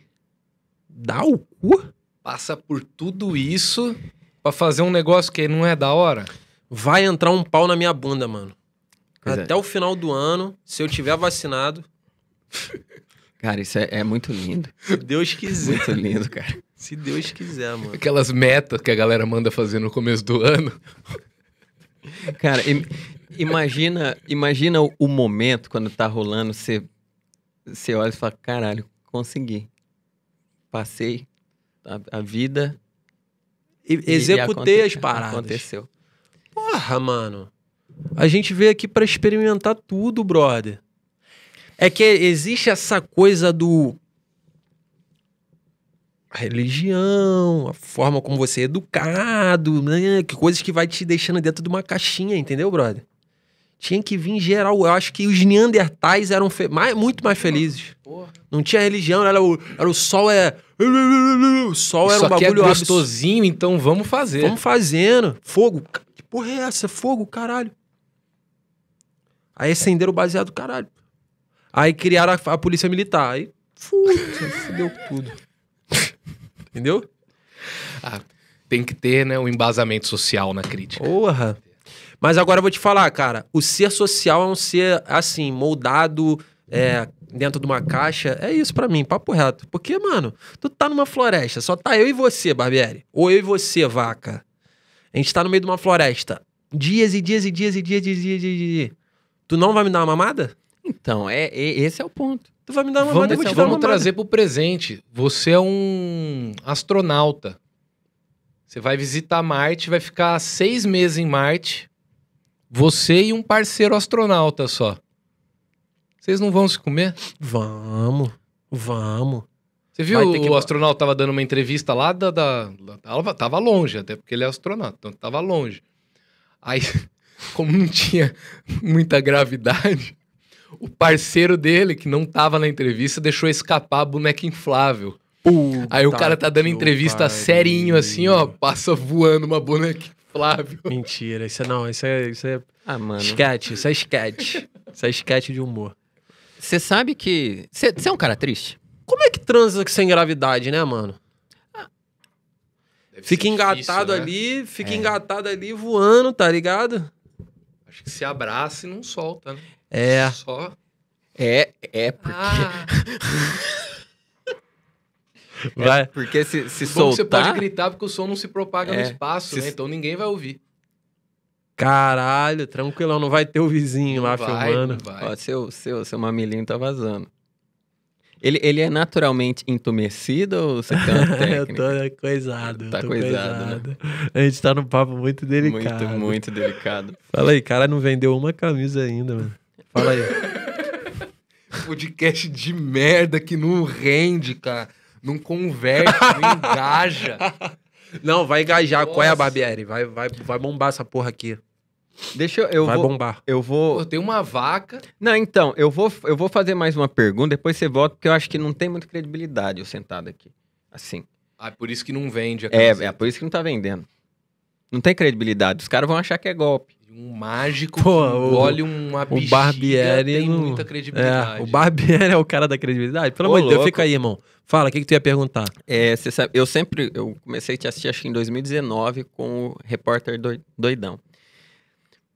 Dá o cu? Passa por tudo isso pra fazer um negócio que não é da hora. Vai entrar um pau na minha bunda, mano. Pois é. Até o final do ano, se eu tiver vacinado, Cara, isso é, é muito lindo. se Deus quiser. Muito lindo, cara. se Deus quiser, mano. Aquelas metas que a galera manda fazer no começo do ano. Cara, im- imagina, imagina o, o momento quando tá rolando, você, você olha e fala, caralho, consegui. Passei. A, a vida. E- e- e Executei aconte- as paradas. Aconteceu. Porra, mano. A gente veio aqui pra experimentar tudo, brother. É que existe essa coisa do a religião, a forma como você é educado, né? que coisas que vai te deixando dentro de uma caixinha, entendeu, brother? Tinha que vir geral. Eu acho que os neandertais eram fe- mais- muito mais felizes. Porra. Não tinha religião, era o, era o sol é o sol era Isso um aqui bagulho é absurdo. gostosinho, então vamos fazer. Vamos fazendo. Fogo. Ca- Que porra é essa? Fogo, caralho. Aí acenderam o baseado, caralho. Aí criaram a, a polícia militar. Aí fudeu, fudeu tudo. Entendeu? Tem que ter, né, um embasamento social na crítica. Porra. Mas agora eu vou te falar, cara. O ser social é um ser, assim, moldado é, dentro de uma caixa. É isso pra mim, papo reto. Porque, mano, tu tá numa floresta. Só tá eu e você, Barbieri. Ou eu e você, vaca. A gente tá no meio de uma floresta. Dias e dias e dias e dias e dias e dias. E dias. Tu não vai me dar uma mamada? Então, é, é- esse é o ponto. Tu vai me dar uma Vamos, então, mamada, eu vou te vamos dar uma trazer pro presente. Você é um astronauta. Você vai visitar Marte, vai ficar seis meses em Marte. Você e um parceiro astronauta só. Vocês não vão se comer? mamada. Vamos, vamos. Você viu Vai ter que- o astronauta tava dando uma entrevista lá da, da, da- tava- Tava longe, até porque ele é astronauta, então tava longe. Aí, como não tinha muita gravidade, o parceiro dele, que não tava na entrevista, deixou escapar a boneca inflável. Aí o cara tá dando entrevista serinho, assim, ó, passa voando uma boneca inflável. Mentira, isso é não, isso é, isso é Ah, mano. Esquete, isso é esquete. Isso é esquete de humor. Você sabe que. Você você é um cara triste? Como é que transa sem gravidade, né, mano? é Deve Fica ser difícil, engatado né? ali, fica engatado ali voando, tá ligado? Acho que se abraça e não solta, né? É. Só. É, é porque. Ah, Vai. É, Porque se, se bom que você soltar. pode gritar porque o som não se propaga no É. espaço, Se- né? Então ninguém vai ouvir. Caralho, tranquilão, não vai ter o vizinho lá vai, filmando. não vai. Ó, seu, seu, seu mamilinho tá vazando. Ele, ele é naturalmente entumecido ou você tem uma Eu técnica? tô coisado, eu Tá tô coisado, né? coisado. A gente tá num papo muito delicado. muito, muito delicado. Fala aí, cara não vendeu uma camisa ainda, mano. Fala aí. podcast de merda que não rende, cara. Não converte, não engaja. Não, vai engajar. Qual é a Nossa. Barbieri? Vai, vai, vai bombar essa porra aqui. Deixa eu. Eu vai vou. bombar. Eu Pô, vou. tem uma vaca. Não, então, eu vou, eu vou fazer mais uma pergunta, depois você volta, porque eu acho que não tem muita credibilidade eu sentado aqui. Assim. Ah, por isso que não vende a É, camiseta. é por isso que não tá vendendo. Não tem credibilidade. Os caras vão achar que é golpe. Um mágico Pô, que o- engole uma bexiga Barbieri tem não- muita É, credibilidade. o Barbieri é o cara da credibilidade? Pelo Ô, amor de Deus, louco. fica aí, irmão. Fala, o que, que tu ia perguntar? É, você sabe, eu sempre, eu comecei a te assistir acho que em 2019 com o repórter Doi- doidão.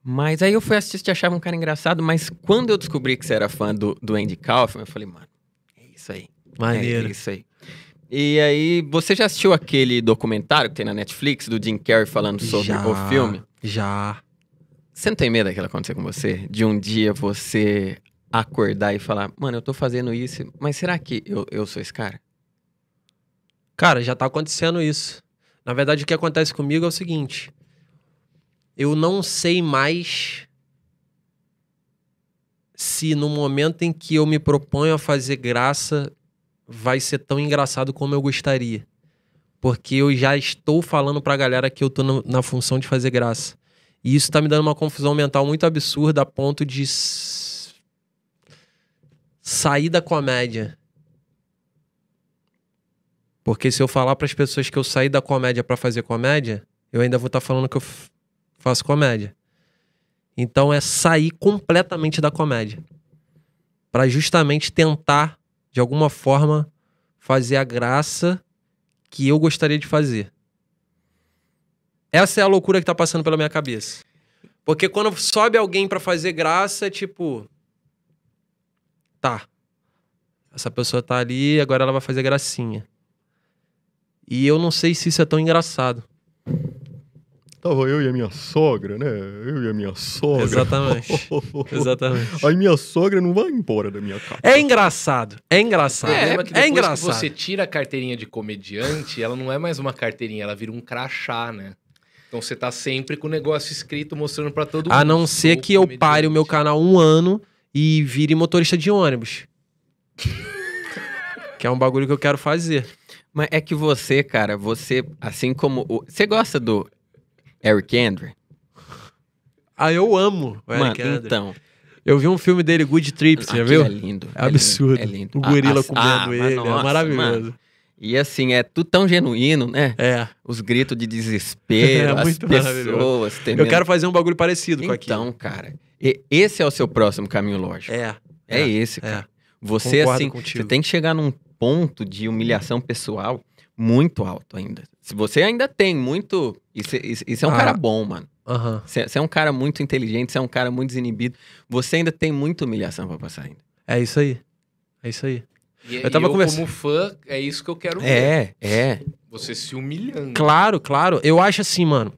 Mas aí eu fui assistir e achava um cara engraçado, mas quando eu descobri que você era fã do, do Andy Kaufman, eu falei, mano, é isso aí. Maneiro. É isso aí. E aí, você já assistiu aquele documentário que tem na Netflix do Jim Carrey falando sobre Já, o filme? Já. Você não tem medo daquilo acontecer com você? De um dia você acordar e falar, mano, eu tô fazendo isso, mas será que eu, eu sou esse cara? Cara, já tá acontecendo isso. Na verdade, o que acontece comigo é o seguinte: Eu não sei mais se no momento em que eu me proponho a fazer graça vai ser tão engraçado como eu gostaria. Porque eu já estou falando pra galera que eu tô no- na função de fazer graça. E isso tá me dando uma confusão mental muito absurda a ponto de s- sair da comédia. Porque se eu falar pras pessoas que eu saí da comédia pra fazer comédia, eu ainda vou estar falando que eu f- faço comédia. Então é sair completamente da comédia. Pra justamente tentar de alguma forma fazer a graça que eu gostaria de fazer. Essa é a loucura que tá passando pela minha cabeça. Porque quando sobe alguém pra fazer graça, é tipo tá. Essa pessoa tá ali, agora ela vai fazer gracinha. E eu não sei se isso é tão engraçado. Tava eu e a minha sogra, né? Eu e a minha sogra. Exatamente. Exatamente. A minha sogra não vai embora da minha casa. É engraçado. É engraçado. problema É, que depois que engraçado. você tira a carteirinha de comediante, ela não é mais uma carteirinha, ela vira um crachá, né? Então você tá sempre com o negócio escrito, mostrando pra todo mundo. A Ah, não ser Sou que eu comediante. pare o meu canal um ano e vire motorista de ônibus. que é um bagulho que eu quero fazer. Mas é que você, cara, você, assim como. o- Você gosta do Eric Andre? Ah, eu amo o Eric Mano, Andre. então. Eu vi um filme dele, Good Trip, você já aquilo viu? É lindo. É absurdo. É lindo. O A- gorila as- comendo ah, mas ele, nossa, é maravilhoso. mano. E assim, é tudo tão genuíno, né? É. Os gritos de desespero, É as muito maravilhoso. pessoas Eu temendo. quero fazer um bagulho parecido com aquilo. Então, cara, e- esse é o seu próximo caminho lógico. É, É, esse, cara. é. Você, concordo assim, contigo. você tem que chegar num ponto de humilhação pessoal muito alto ainda. Se você ainda tem muito. Isso, isso- isso é um Ah. cara bom, mano. Aham. Você, você é um cara muito inteligente, você é um cara muito desinibido. Você ainda tem muita humilhação pra passar ainda. É isso aí. É isso aí. E, Eu tava e eu, conversando- como fã, é isso que eu quero ver. É, é. Você se humilhando. Uhum. Claro, claro. Eu acho assim, mano.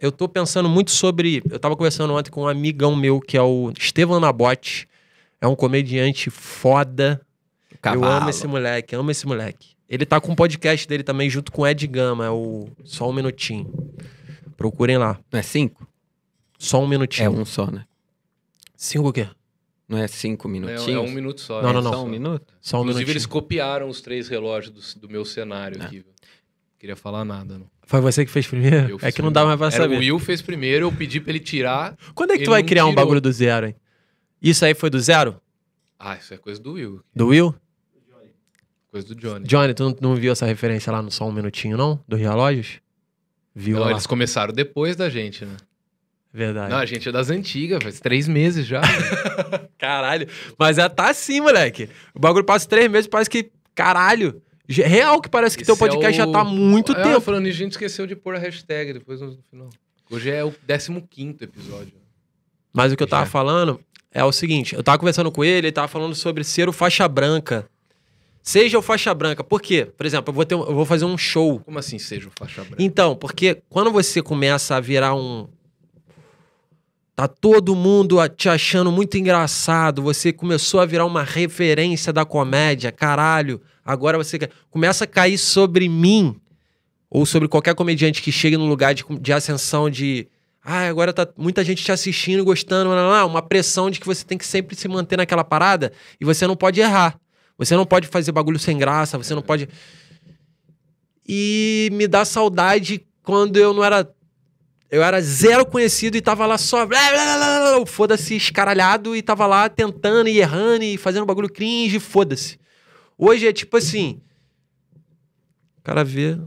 Eu tô pensando muito sobre. Eu tava conversando ontem com um amigão meu que é o Estevam Nabote. É um comediante foda. Cavalo. Eu amo esse moleque, amo esse moleque. Ele tá com um podcast dele também junto com o Ed Gama, é o Só um Minutinho. Procurem lá. Não é cinco? Só um minutinho. É um só, né? Cinco o quê? Não é cinco É, minutinhos? é um minuto só. Não, é não, não. só Só um minuto? Só um Inclusive, eles minutinho. É. copiaram os três relógios do, do meu cenário aqui. viu? Não queria falar nada, não. Foi você que fez primeiro? Eu é fiz que não dá mais pra primeiro. Era, saber. O Will fez primeiro, eu pedi pra ele tirar. Quando é que Ele tu vai não criar um tirou. bagulho do zero, hein? Isso aí foi do zero? Ah, isso é coisa do Will, Do Will? coisa do Johnny. Johnny, tu não, não viu essa referência lá no Só um Minutinho, não? Dos relógios? Viu Não, lá. eles começaram depois da gente, né? Verdade. Não, a gente é das antigas, faz três meses já. É Caralho. Mas ela tá assim, moleque. O bagulho passa três meses, parece que. Caralho. Ge- Real que parece que teu Esse é podcast já o- tá há muito Ah, tempo. falando nisso, a gente esqueceu de pôr a hashtag depois no final. Hoje é o 15 episódio. Mas o que eu tava Já. falando é o seguinte: eu tava conversando com ele, ele tava falando sobre ser o faixa branca. Seja o faixa branca. Por quê? Por exemplo, eu vou, ter um- eu vou fazer um show. Como assim seja o faixa branca? Então, porque quando você começa a virar um. Tá todo mundo a- te achando muito engraçado, você começou a virar uma referência da comédia, caralho. Agora você ca- começa a cair sobre mim, ou sobre qualquer comediante que chegue num lugar de, com- de ascensão de. Ah, agora tá muita gente te assistindo, gostando, lá, lá, lá", uma pressão de que você tem que sempre se manter naquela parada e você não pode errar. Você não pode fazer bagulho sem graça, você não pode e me dá saudade quando eu não era. Eu era zero conhecido e tava lá só. blá, blá, blá, blá, blá, Foda-se, escaralhado, e tava lá tentando e errando e fazendo bagulho cringe, foda-se. Hoje é tipo assim. O cara vê.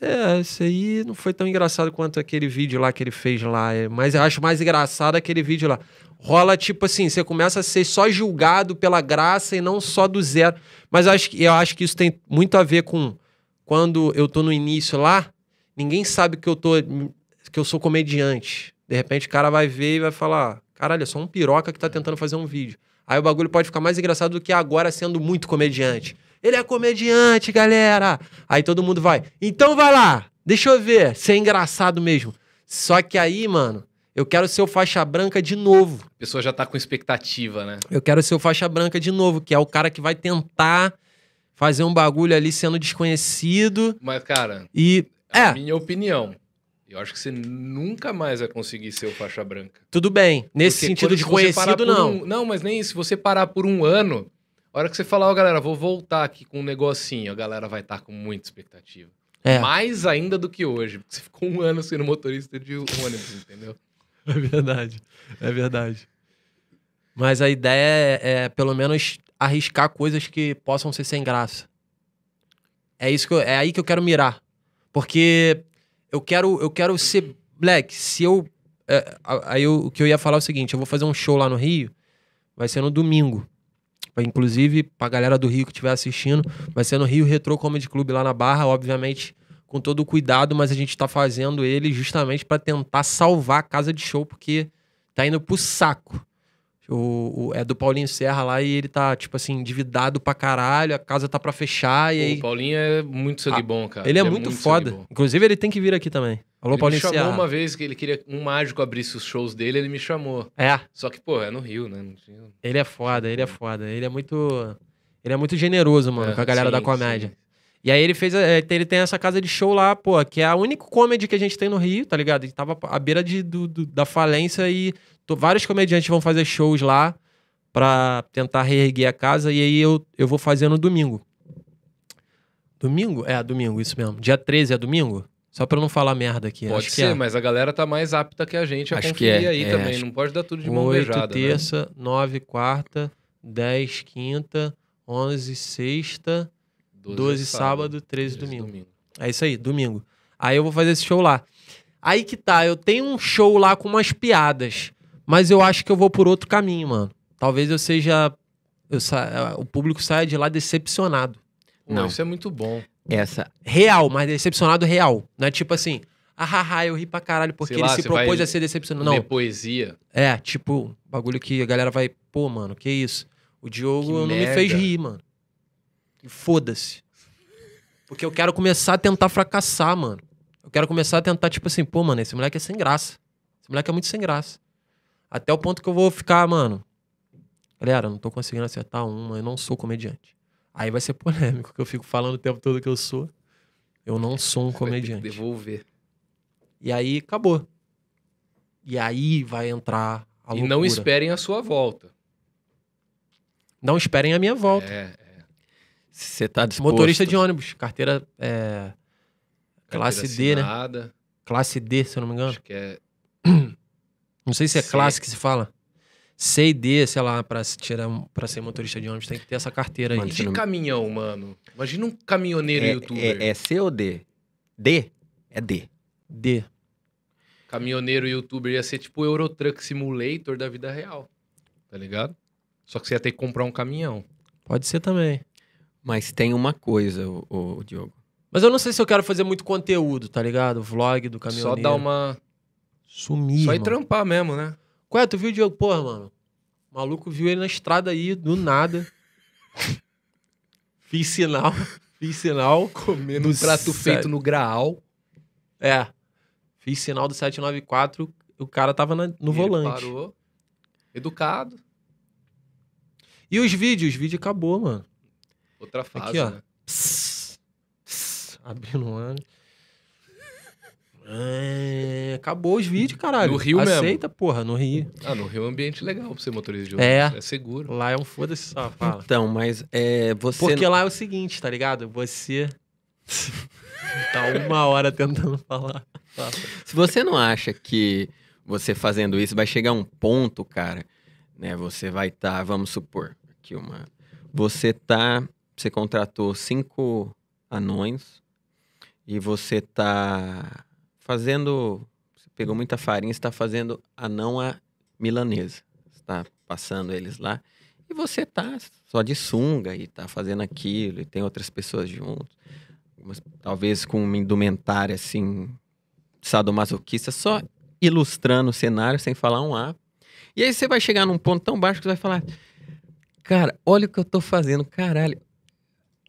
É, isso aí não foi tão engraçado quanto aquele vídeo lá que ele fez lá. é, Mas eu acho mais engraçado aquele vídeo lá. Rola tipo assim, você começa a ser só julgado pela graça e não só do zero. Mas eu acho que, eu acho que isso tem muito a ver com quando eu tô no início lá, ninguém sabe que eu tô que eu sou comediante. De repente o cara vai ver e vai falar: "Caralho, é só um piroca que tá tentando fazer um vídeo". Aí o bagulho pode ficar mais engraçado do que agora sendo muito comediante. Ele é comediante, galera. Aí todo mundo vai: "Então vai lá, deixa eu ver, se é engraçado mesmo". Só que aí, mano, eu quero ser o faixa branca de novo. A pessoa já tá com expectativa, né? Eu quero ser o faixa branca de novo, que é o cara que vai tentar fazer um bagulho ali sendo desconhecido Mas, cara, e é. a é, minha opinião. Eu acho que você nunca mais vai conseguir ser o faixa branca. Tudo bem. Nesse Porque sentido quando- de se você parar conhecido, por não. um- não, mas nem isso. Se você parar por um ano, a hora que você falar, ó, galera, vou voltar aqui com um negocinho, a galera vai estar com muita expectativa. É. Mais ainda do que hoje. Porque você ficou um ano sendo motorista de um ônibus, entendeu? É verdade. É verdade. Mas a ideia é, é, pelo menos, arriscar coisas que possam ser sem graça. É isso que eu- é aí que eu quero mirar. Porque eu quero, eu quero ser. Black, se eu. é, a- aí eu- o que eu ia falar é o seguinte: eu vou fazer um show lá no Rio, vai ser no domingo. Vai, Inclusive, pra galera do Rio que estiver assistindo, vai ser no Rio Retro Comedy Club lá na Barra, obviamente com todo o cuidado, mas a gente tá fazendo ele justamente pra tentar salvar a casa de show, porque tá indo pro saco. O, o- é do Paulinho Serra lá e ele tá, tipo assim, endividado pra caralho, a casa tá pra fechar e aí. O Paulinho é muito sangue bom, cara. Ele é, muito, foda. sangue bom. Inclusive, ele tem que vir aqui também. Alô, Ele me Paulinho chamou Serra. uma vez que ele queria que um mágico abrisse os shows dele, ele me chamou. É, Só que, pô, é no Rio, né? Não tinha- ele é foda, ele é foda. Ele é muito. Ele é muito generoso, mano, É, com a galera sim, da comédia. sim. E aí ele fez. é, Ele tem essa casa de show lá, pô, que é a única comedy que a gente tem no Rio, tá ligado? Ele tava à beira de, do- do- da falência e tô- vários comediantes vão fazer shows lá pra tentar reerguer a casa. E aí eu, eu vou fazer no domingo. Domingo? É, domingo, isso mesmo. Dia 13 é domingo? Só pra eu não falar merda aqui. Pode acho que ser, é. mas a galera tá mais apta que a gente a Acho que conferir é, aí é, também. acho- Não pode dar tudo de mão 8, beijada, né? terça, 9, quarta, 10, quinta, 11, sexta, 12, sábado, 13 13, domingo. É isso aí, domingo. Aí eu vou fazer esse show lá. Aí que tá, eu tenho um show lá com umas piadas, mas eu acho que eu vou por outro caminho, mano. Talvez eu seja. eu sa- o público saia de lá decepcionado Pô, Não. Isso é muito bom. Essa. real, mas decepcionado real. Não é tipo assim, ah, ah, ah, eu ri pra caralho porque Sei lá, ele se você propôs vai a ser decepcionado. Não. Não, poesia. é, tipo, bagulho que a galera vai, pô, mano, que isso? O Diogo Que não me merda. fez rir, mano. E Foda-se. Porque eu quero começar a tentar fracassar, mano. Eu quero começar a tentar, tipo assim, pô, mano, esse moleque é sem graça. Esse moleque é muito sem graça. Até o ponto que eu vou ficar, mano. Galera, eu não tô conseguindo acertar uma, eu não sou comediante. Aí vai ser polêmico, que eu fico falando o tempo todo que eu sou. Eu não sou Você vai um ter que comediante. Devolver. E aí acabou. E aí vai entrar a e loucura. não esperem a sua volta. Não esperem a minha volta. É, Você tá disposto. Motorista de ônibus, carteira é, Classe D, né? Ah. Nada. classe D, se eu não me engano. é Acho que é. Não sei se é C. classe que se fala. C e D, sei lá, pra, se tirar, um- pra ser motorista de ônibus tem que ter essa carteira aí. E Mano, você de não- caminhão, mano. Imagina um caminhoneiro é, youtuber. é, é C ou D? D? É D. D. Caminhoneiro youtuber ia ser tipo o Eurotruck Simulator da vida real. Tá ligado? Só que você ia ter que comprar um caminhão. Pode ser também. Mas tem uma coisa, o, o Diogo. Mas eu não sei se eu quero fazer muito conteúdo, tá ligado? Vlog do caminhoneiro. Só dar uma. Sumir, Só ir mano. trampar mesmo, né? Qual é? Tu viu o Diogo? Porra, mano. O maluco viu ele na estrada aí, do nada. Fiz sinal. Fiz sinal. Comendo um um prato prato feito no graal. É. Fiz sinal do 794. O cara tava na- no e ele volante. Parou. Educado. E os vídeos? Os vídeos acabou, mano. Outra fase. Aqui, ó. né? Pss, pss, abrindo o ano. É, acabou os vídeos, caralho. No Rio Aceita, mesmo. Aceita, porra, no Rio. Ah, no Rio é um ambiente legal pra ser motorista de É. ônibus. É seguro. Lá é um foda-se só, fala. Então, mas é, você. Porque lá é o seguinte, tá ligado? Você tá uma hora tentando falar. Fala. Se você não acha que você fazendo isso vai chegar um ponto, cara, né? Você vai estar, vamos supor, aqui uma. Você tá. Você contratou cinco anões e você tá fazendo. Você pegou muita farinha, você tá fazendo anão a milanesa. Você tá passando eles lá. E você tá só de sunga e tá fazendo aquilo, e tem outras pessoas junto. Mas, talvez com uma indumentária assim, sadomasoquista, só ilustrando o cenário sem falar um A. E aí você vai chegar num ponto tão baixo que você vai falar: Cara, olha o que eu tô fazendo, caralho.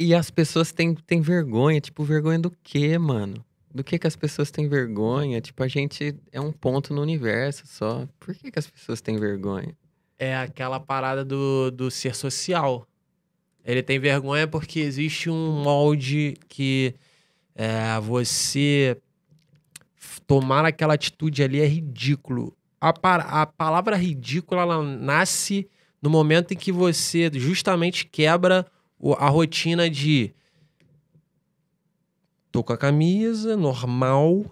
E as pessoas têm, têm vergonha. Tipo, vergonha do quê, mano? Do que que as pessoas têm vergonha? Tipo, a gente é um ponto no universo só. Por que que as pessoas têm vergonha? É aquela parada do, do ser social. Ele tem vergonha porque existe um molde que é, você f- tomar aquela atitude ali é ridículo. A, par- a palavra ridícula, ela nasce no momento em que você justamente quebra o- a rotina de tô com a camisa normal,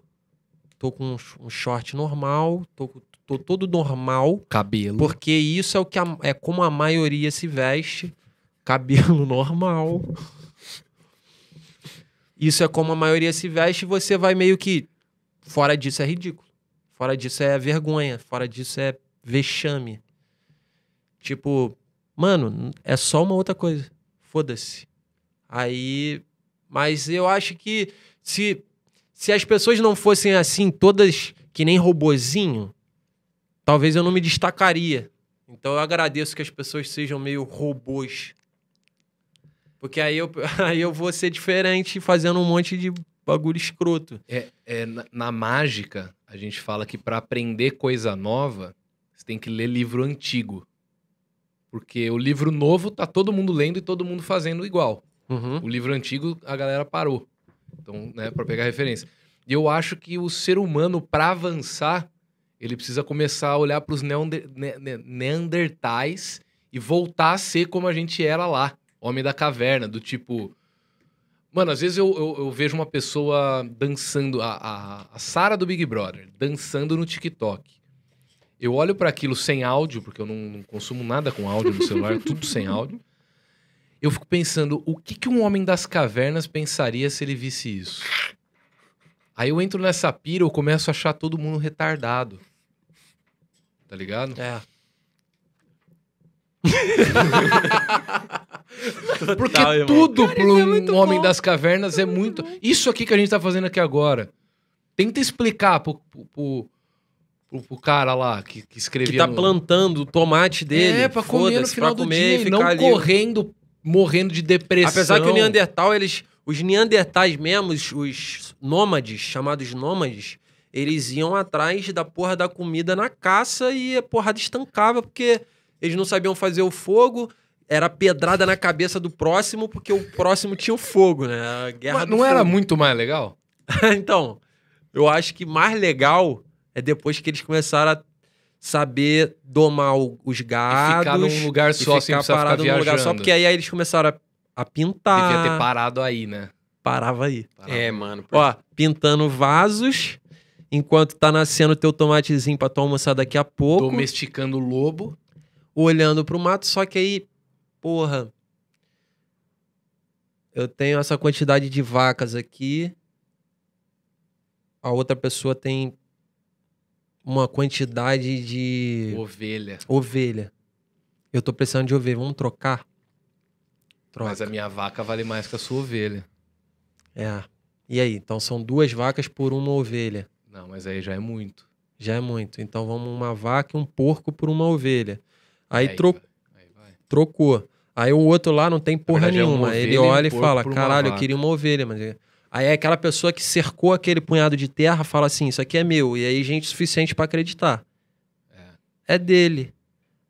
tô com um sh- um short normal, tô, com- tô todo normal, Cabelo. porque isso é o que a- é como a maioria se veste, cabelo normal. Isso é como a maioria se veste e você vai meio que fora disso é ridículo. Fora disso é vergonha, fora disso é vexame. Tipo, mano, n- é só uma outra coisa. Foda-se. Aí, mas eu acho que se se as pessoas não fossem assim todas que nem robozinho, talvez eu não me destacaria. Então eu agradeço que as pessoas sejam meio robôs. Porque aí eu, aí eu vou ser diferente fazendo um monte de bagulho escroto. É, na, na mágica, a gente fala que pra aprender coisa nova, você tem que ler livro antigo. Porque o livro novo tá todo mundo lendo e todo mundo fazendo igual. Uhum. O livro antigo, a galera parou. Então, né, pra pegar referência. E eu acho que o ser humano, pra avançar, ele precisa começar a olhar pros neander, ne- ne- neandertais e voltar a ser como a gente era lá. Homem da caverna, do tipo. Mano, às vezes eu, eu- eu vejo uma pessoa dançando, a, a, a Sara do Big Brother, dançando no TikTok. Eu olho pra aquilo sem áudio, porque eu não, não consumo nada com áudio no celular, tudo sem áudio. Eu fico pensando, o que, que um homem das cavernas pensaria se ele visse isso? Aí eu entro nessa pira, eu começo a achar todo mundo retardado. Tá ligado? É. Porque Total, irmão. tudo para um homem das cavernas é muito. Isso aqui que a gente tá fazendo aqui agora. Tenta explicar pro, pro, pro- pro- pro cara lá que, que escrevia. Que tá no- plantando o tomate dele. É, pra comer no foda-se, final pra do comer e dia e ficar não ali. correndo, morrendo de depressão. Apesar que o Neandertal, eles. Os Neandertais mesmo, os, os nômades, chamados nômades, eles iam atrás da porra da comida na caça e a porrada estancava, porque eles não sabiam fazer o fogo, era pedrada na cabeça do próximo, porque o próximo tinha o fogo, né? A guerra Mas do não era fogo. muito mais legal? então, eu acho que mais legal é depois que eles começaram a saber domar o- os E gados. ficar num lugar e só, sem ficar precisar ficar parado num viajando. lugar só, porque ah, aí, aí eles começaram a, a pintar. Devia ter parado aí, né? Parava aí. É, mano. por- Ó, pintando vasos, enquanto tá nascendo teu tomatezinho pra tu almoçar daqui a pouco. Domesticando o lobo. Olhando pro mato, só que aí, porra. Eu tenho essa quantidade de vacas aqui. A outra pessoa tem uma quantidade de Ovelha. ovelha. Eu tô precisando de ovelha, vamos trocar? Troca. Mas a minha vaca vale mais que a sua ovelha. É. E aí? Então são duas vacas por uma ovelha. Não, mas aí já é muito. Já é muito. Então vamos uma vaca e um porco por uma ovelha. Aí, tro- vai, É, Aí vai. trocou. Aí o outro lá não tem porra verdade, é uma nenhuma. ovelha Ele e um olha e porco fala: por uma caralho, eu vaca." queria uma ovelha, mas. Aí é aquela pessoa que cercou aquele punhado de terra fala assim: isso aqui é meu. E aí, gente suficiente pra acreditar. É. dele.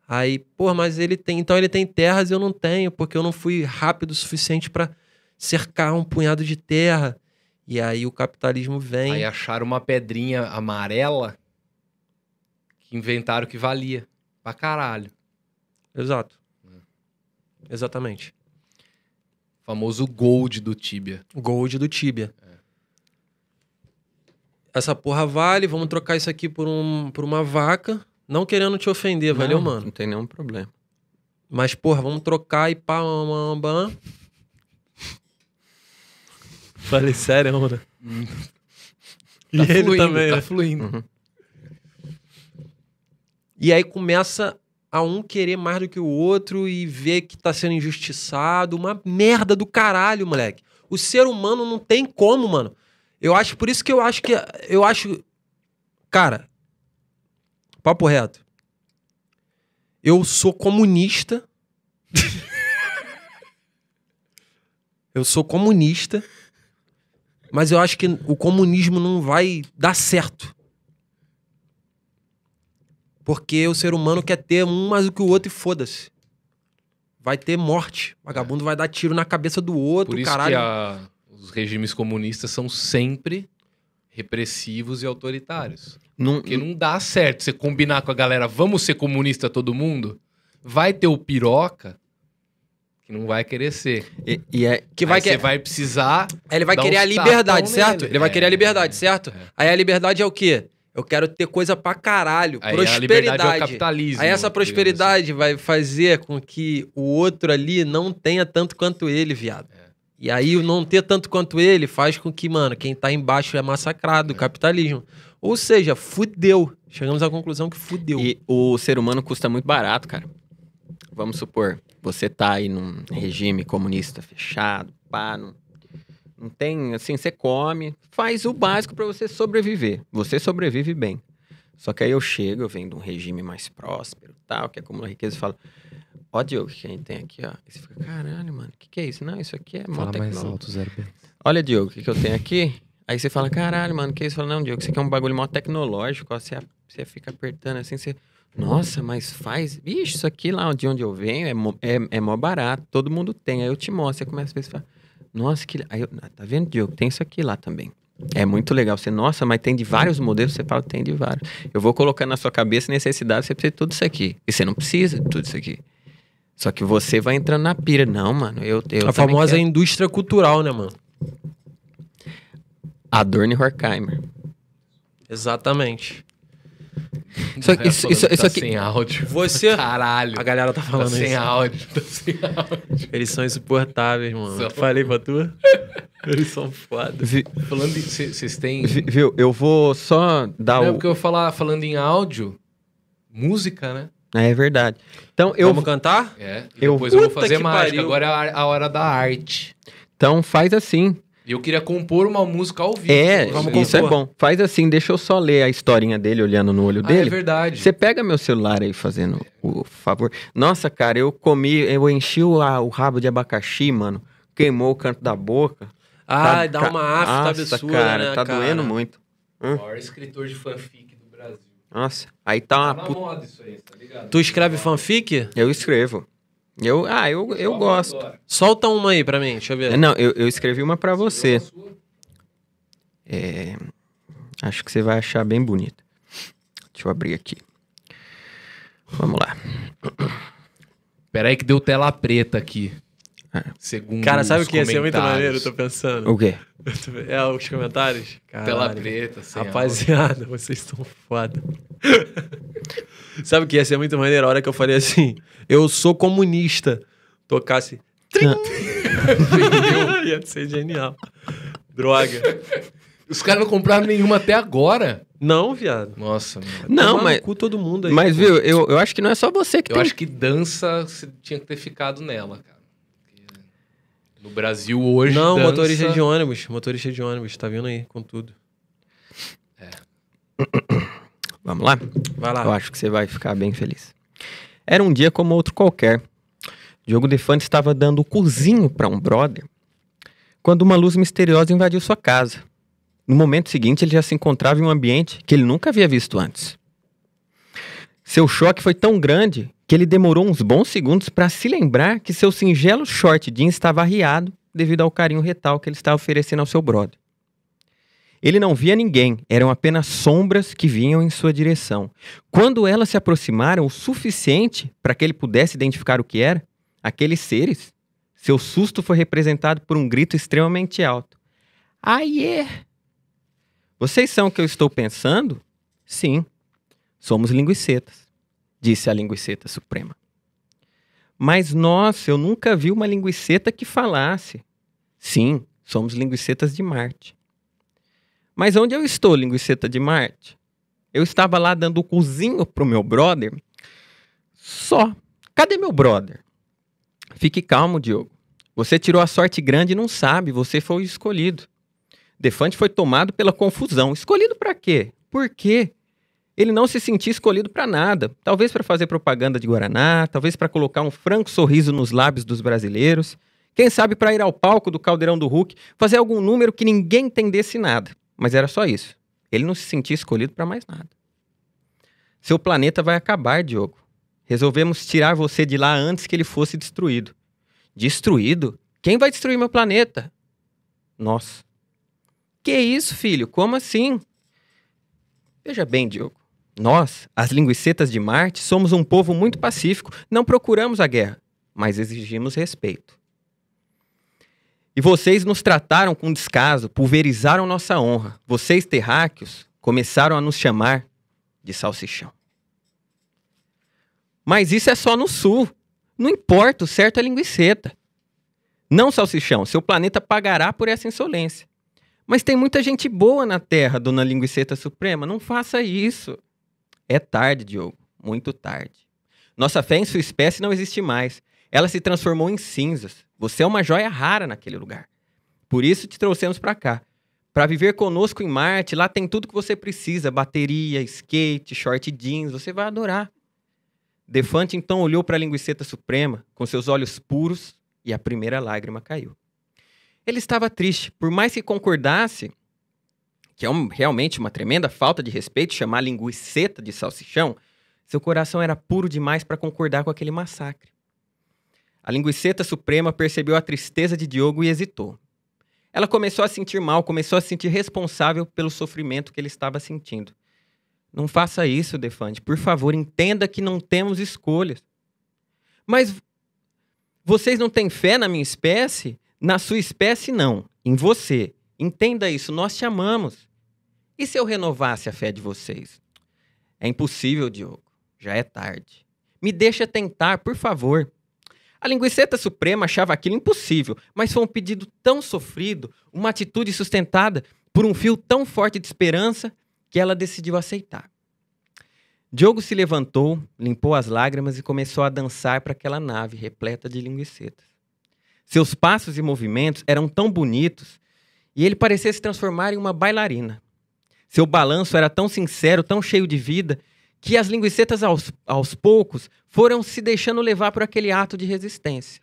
Aí, pô, mas ele tem. Então ele tem terras e eu não tenho, porque eu não fui rápido o suficiente pra cercar um punhado de terra. E aí o capitalismo vem. Aí é acharam uma pedrinha amarela que inventaram que valia. Pra caralho. Exato. Hum. Exatamente. Famoso gold do Tibia. Gold do Tibia. Essa porra vale, vamos trocar isso aqui por, um, por uma vaca. Não querendo te ofender, valeu, Não, mano. Não tem nenhum problema. Mas, porra, vamos trocar e pá, bam, bam, bam. Falei sério, mano. e Tá ele fluindo, também, tá né? fluindo. E aí começa a um querer mais do que o outro e ver que tá sendo injustiçado. Uma merda do caralho, moleque. O ser humano não tem como, mano. Eu acho, por isso que eu acho que. Eu acho. Cara, papo reto. Eu sou comunista. eu sou comunista. Mas eu acho que o comunismo não vai dar certo. Porque o ser humano quer ter um mais do que o outro e foda-se. Vai ter morte. Vagabundo vai dar tiro na cabeça do outro, Por isso caralho. que a- os regimes comunistas são sempre repressivos e autoritários. Não, Porque não dá certo você combinar com a galera, vamos ser comunista todo mundo? Vai ter o piroca que não vai querer ser. e, e é, Que vai Aí que... Você vai precisar Ele vai Dá querer uns a liberdade, tapão certo? nele. Ele vai É, querer a liberdade, é, certo? é. Aí a liberdade é o quê? Eu quero ter coisa pra caralho, Aí a liberdade é o prosperidade. capitalismo. Aí essa digamos prosperidade vai fazer com que o outro ali não tenha tanto quanto ele, viado. É. E aí o não ter tanto quanto ele faz com que, mano, quem tá embaixo é massacrado, o capitalismo. Ou seja, fudeu. Chegamos à conclusão que fudeu. E o ser humano custa muito barato, cara. Vamos supor, você tá aí num regime comunista fechado, pá, não, não tem, assim, você come, faz o básico pra você sobreviver. Você sobrevive bem. Só que aí eu chego, eu venho de um regime mais próspero, tal, que acumula riqueza e falo, ó, Diogo, o que a gente tem aqui, ó. Aí você fica, caralho, mano, o que, que é isso? Não, isso aqui é mal tecnológico. Zero. Olha, Diogo, o que, que eu tenho aqui? Aí você fala, caralho, mano, que isso? Fala, não, Diogo, isso aqui é um bagulho mó tecnológico, ó, você, a- você fica apertando assim, você. Nossa, mas faz. Vixe, isso aqui lá de onde eu venho é, mó- é, é mó barato, todo mundo tem. Aí eu te mostro, você começa a ver, você fala, nossa, que. Aí eu, "Ah, tá vendo, Diogo? Tem isso aqui lá também. É muito legal. Você, nossa, mas tem de vários modelos? Você fala, tem de vários. Eu vou colocar na sua cabeça necessidade, você precisa de tudo isso aqui. E você não precisa de tudo isso aqui. Só que você vai entrando na pira. Não, mano, eu. eu A também famosa quero. indústria cultural, né, mano? Adorno e Horkheimer. Exatamente. assim. Isso aqui- isso- isso- Tá isso aqui- sem áudio. Você. Caralho. A galera tá Tá falando sem isso. áudio. Tá sem áudio. Eles são insuportáveis, mano. São. Falei pra tu? Eles são foda. Vi- Falando em... cê- Vocês têm... vi- viu? Eu vou só dar Não, o. porque eu falar falando em áudio, música, né? É verdade. Então eu. Vamos cantar? É. E Eu- Depois eu vou Puta fazer que mágica. pariu. Agora é a- a hora da arte. Então faz assim. E eu queria compor uma música ao vivo. É, pra vocês. isso é bom. Faz assim. Deixa eu só ler a historinha dele olhando no olho Ah, é dele. verdade. Você pega meu celular aí fazendo o favor. Nossa, cara, eu comi, eu enchi o, a- o rabo de abacaxi, mano. Queimou o canto da boca. Ai, Tá- dá uma afta Nossa, absurda, cara, né, tá cara? doendo muito. O maior escritor de fanfic do Brasil. Nossa, aí tá uma tá na puta. moda isso aí, tá ligado? Tu escreve fanfic? Eu escrevo. Eu, ah, eu, eu gosto. Solta uma aí pra mim, deixa eu ver. É Não, eu, eu escrevi uma pra você. É, acho que você vai achar bem bonito. Deixa eu abrir aqui. Vamos lá. Peraí que deu tela preta aqui. É. Segundo Cara, sabe os o que ia ser muito comentários. maneiro? eu Tô pensando. O quê? É, os comentários? Tela Caralho. preta, sem áudio. Rapaziada, vocês estão foda. sabe o que ia ser muito maneiro? A hora que eu falei assim, eu sou comunista. Tocasse. Trim! Ah. ia ser genial. Droga. Os caras não compraram nenhuma até agora. Não, viado. Nossa, mano. Não, Tomar mas, no cu todo mundo aí. mas viu, eu, eu acho que não é só você que Eu tem. acho que dança você tinha que ter ficado nela, cara. Porque No Brasil hoje. Não, dança... motorista de ônibus. Motorista de ônibus, tá vindo aí com tudo. Vamos lá? Vai lá. Eu acho que você vai ficar bem feliz. Era um dia como outro qualquer. Diogo Defante estava dando o cozinho para um brother quando uma luz misteriosa invadiu sua casa. No momento seguinte, ele já se encontrava em um ambiente que ele nunca havia visto antes. Seu choque foi tão grande que ele demorou uns bons segundos para se lembrar que seu singelo short jeans estava arriado devido ao carinho retal que ele estava oferecendo ao seu brother. Ele não via ninguém, eram apenas sombras que vinham em sua direção. Quando elas se aproximaram o suficiente para que ele pudesse identificar o que era, aqueles seres, seu susto foi representado por um grito extremamente alto. Aie! Vocês são o que eu estou pensando? Sim, somos linguicetas, disse a linguiceta suprema. Mas nossa, eu nunca vi uma linguiceta que falasse. Sim, somos linguicetas de Marte. Mas onde eu estou, linguiceta de Marte? Eu estava lá dando o cozinho pro meu brother. Só. Cadê meu brother? Fique calmo, Diogo. Você tirou a sorte grande e não sabe, você foi o escolhido. Defante foi tomado pela confusão. Escolhido para quê? Por quê? Ele não se sentia escolhido para nada. Talvez para fazer propaganda de Guaraná, talvez para colocar um franco sorriso nos lábios dos brasileiros. Quem sabe para ir ao palco do Caldeirão do Hulk, fazer algum número que ninguém entendesse nada. Mas era só isso. Ele não se sentia escolhido para mais nada. Seu planeta vai acabar, Diogo. Resolvemos tirar você de lá antes que ele fosse destruído. Destruído? Quem vai destruir meu planeta? Nós. Que isso, filho? Como assim? Veja bem, Diogo. Nós, as linguicetas de Marte, somos um povo muito pacífico. Não procuramos a guerra, mas exigimos respeito. E vocês nos trataram com descaso, pulverizaram nossa honra. Vocês, terráqueos, começaram a nos chamar de salsichão. Mas isso é só no sul. Não importa, o certo é linguiceta. Não, salsichão, seu planeta pagará por essa insolência. Mas tem muita gente boa na Terra, dona Linguiceta Suprema. Não faça isso. É tarde, Diogo. Muito tarde. Nossa fé em sua espécie não existe mais. Ela se transformou em cinzas. Você é uma joia rara naquele lugar. Por isso te trouxemos para cá. Para viver conosco em Marte, lá tem tudo que você precisa: bateria, skate, short jeans. Você vai adorar. Defante então olhou para a linguiceta suprema com seus olhos puros e a primeira lágrima caiu. Ele estava triste, por mais que concordasse que é um- realmente uma tremenda falta de respeito chamar a linguiceta de salsichão, seu coração era puro demais para concordar com aquele massacre. A linguiceta suprema percebeu a tristeza de Diogo e hesitou. Ela começou a sentir mal, começou a se sentir responsável pelo sofrimento que ele estava sentindo. Não faça isso, Defante. Por favor, entenda que não temos escolhas. Mas vocês não têm fé na minha espécie? Na sua espécie, não. Em você. Entenda isso, nós te amamos. E se eu renovasse a fé de vocês? É impossível, Diogo. Já é tarde. Me deixa tentar, por favor. A linguiceta suprema achava aquilo impossível, mas foi um pedido tão sofrido, uma atitude sustentada por um fio tão forte de esperança, que ela decidiu aceitar. Diogo se levantou, limpou as lágrimas e começou a dançar para aquela nave repleta de linguicetas. Seus passos e movimentos eram tão bonitos e ele parecia se transformar em uma bailarina. Seu balanço era tão sincero, tão cheio de vida, que as linguicetas aos, aos poucos foram se deixando levar por aquele ato de resistência.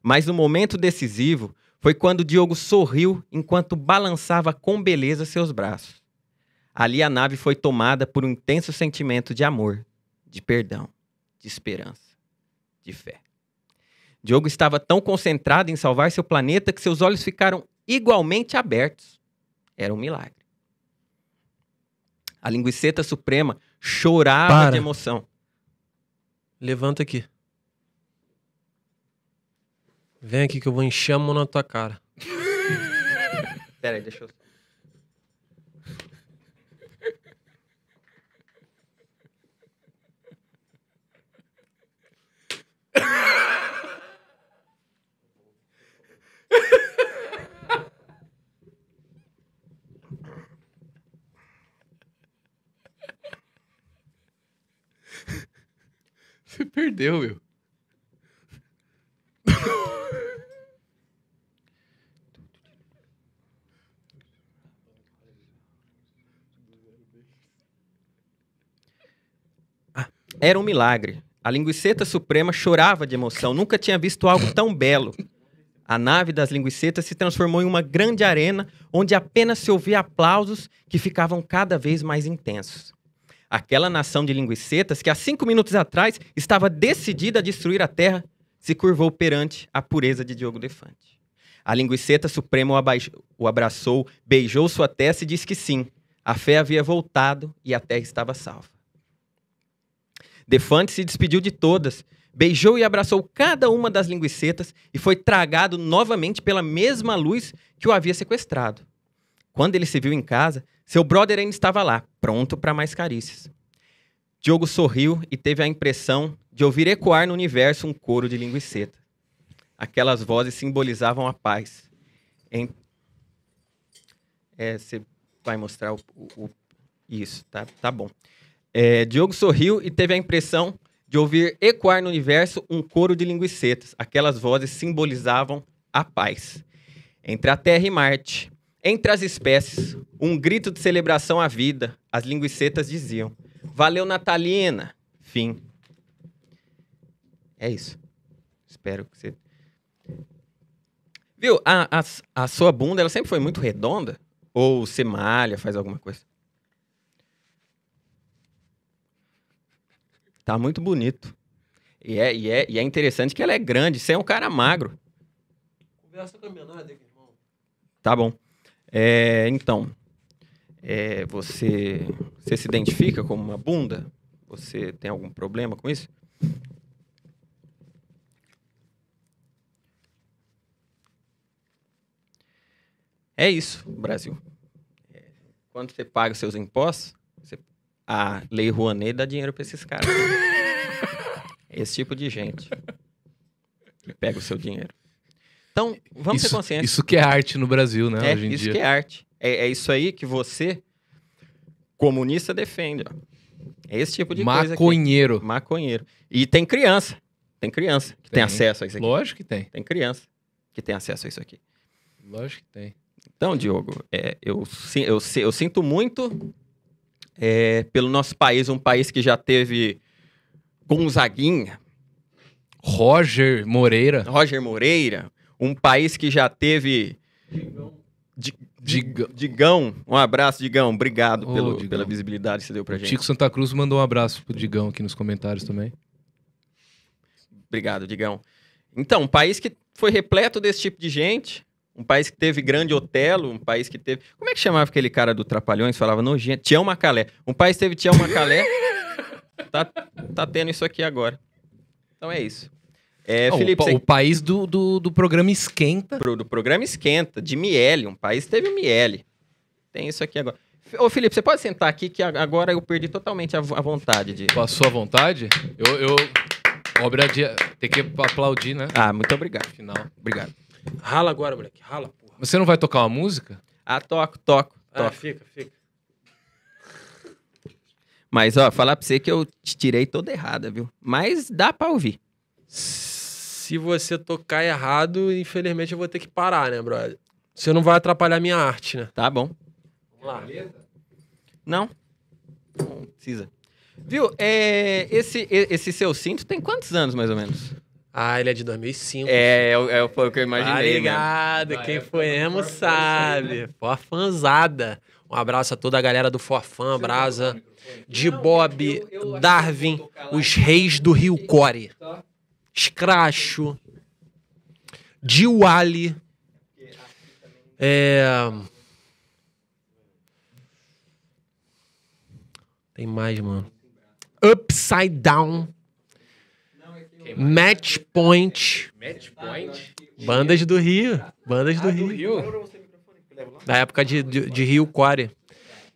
Mas no momento decisivo foi quando Diogo sorriu enquanto balançava com beleza seus braços. Ali a nave foi tomada por um intenso sentimento de amor, de perdão, de esperança, de fé. Diogo estava tão concentrado em salvar seu planeta que seus olhos ficaram igualmente abertos. Era um milagre. A linguiceta suprema chorava Para. de emoção. Levanta aqui. Vem aqui que eu vou encher a mão na tua cara. Peraí, deixa eu. Você perdeu, Will. Era um milagre. A linguiceta suprema chorava de emoção. Nunca tinha visto algo tão belo. A nave das linguicetas se transformou em uma grande arena onde apenas se ouvia aplausos que ficavam cada vez mais intensos. Aquela nação de linguicetas que há cinco minutos atrás estava decidida a destruir a Terra se curvou perante a pureza de Diogo Defante. A linguiceta suprema o, abaix- o abraçou, beijou sua testa e disse que sim. A fé havia voltado e a Terra estava salva. Defante se despediu de todas, beijou e abraçou cada uma das linguicetas e foi tragado novamente pela mesma luz que o havia sequestrado. Quando ele se viu em casa, seu brother ainda estava lá, pronto para mais carícias. Diogo sorriu e teve a impressão de ouvir ecoar no universo um coro de linguiceta. Aquelas vozes simbolizavam a paz. Em- É, você vai mostrar o, o- o- isso, tá, tá bom. É, Diogo sorriu e teve a impressão de ouvir ecoar no universo um coro de linguicetas. Aquelas vozes simbolizavam a paz. Entre a Terra e Marte, entre as espécies, um grito de celebração à vida. As linguicetas diziam: Valeu, Natalina! Fim. É isso. Espero que você. Viu? A, a, a sua bunda ela sempre foi muito redonda? Ou você malha, faz alguma coisa? Tá muito bonito. E é, e, é, e é interessante que ela é grande. Você é um cara magro. né, Conversa com a menor, irmão. Tá bom. É, então, é, você, você se identifica como uma bunda? Você tem algum problema com isso? É isso, Brasil. É, Quando você paga os seus impostos, você- a Lei Rouanet dá dinheiro pra esses caras. Esse tipo de gente que pega o seu dinheiro. Então, vamos ter isso, consciência. isso que é arte no Brasil, né? É, hoje em isso dia. que é arte. É, é isso aí que você, comunista, defende. Ó. É esse tipo de coisa. Maconheiro. Aqui. Maconheiro. E tem criança. Tem criança que tem, Tem. acesso a isso aqui. Lógico que tem. Tem criança que tem acesso a isso aqui. Lógico que tem. Então, Diogo, é, eu, si- eu, si- eu sinto muito é, pelo nosso país, um país que já teve Gonzaguinha, Roger Moreira. Roger Moreira, um país que já teve Di- Diga- Digão. Um abraço, Digão. Obrigado Ô, pelo- Digão. pela visibilidade que você deu pra gente. Chico Santa Cruz mandou um abraço pro Digão aqui nos comentários também. Obrigado, Digão. Então, um país que foi repleto desse tipo de gente, um país que teve grande Otelo, um país que teve. Como é que chamava aquele cara do Trapalhões? Falava nojento. Tião Macalé. Um país teve Tião Macalé. tá, tá tendo isso aqui agora. Então é isso. É, Ah, o Felipe, pa- o, você... país do, do, do programa Esquenta. pro- do programa Esquenta, de Miele. Um país teve Miele. Tem isso aqui agora. F- Ô, Felipe, você pode sentar aqui que a- agora eu perdi totalmente a, vo- a vontade de. Passou à vontade? Eu. eu... Obra de. Tem que aplaudir, né? Ah, muito obrigado. Final. Obrigado. Rala agora, moleque. Rala, porra. Você não vai tocar uma música? Ah, toco, toco, toco. Ah, fica, fica. Mas, ó, falar pra você que eu te tirei toda errada, viu? Mas dá pra ouvir. Se você tocar errado, infelizmente eu vou ter que parar, né, brother? Você não vai atrapalhar minha arte, né? Tá bom. Vamos lá. Não? Não precisa. Viu? É, esse, e- esse seu cinto tem quantos anos, mais ou menos? Ah, ele é de 2005. É, é, o- é o- foi o que eu imaginei. Tá mano. ligado, quem foi emo sabe. Forfanzada. Um abraço a toda a galera do Forfã, Brasa, de Bob, Darwin, os reis do Rio Core. Scracho, Diwali. É... Tem mais, mano. Upside Down. é Match Point. Match Point? É. Bandas do Rio. Bandas Ah, do, Rio. Da época de, de, de Rio Quare.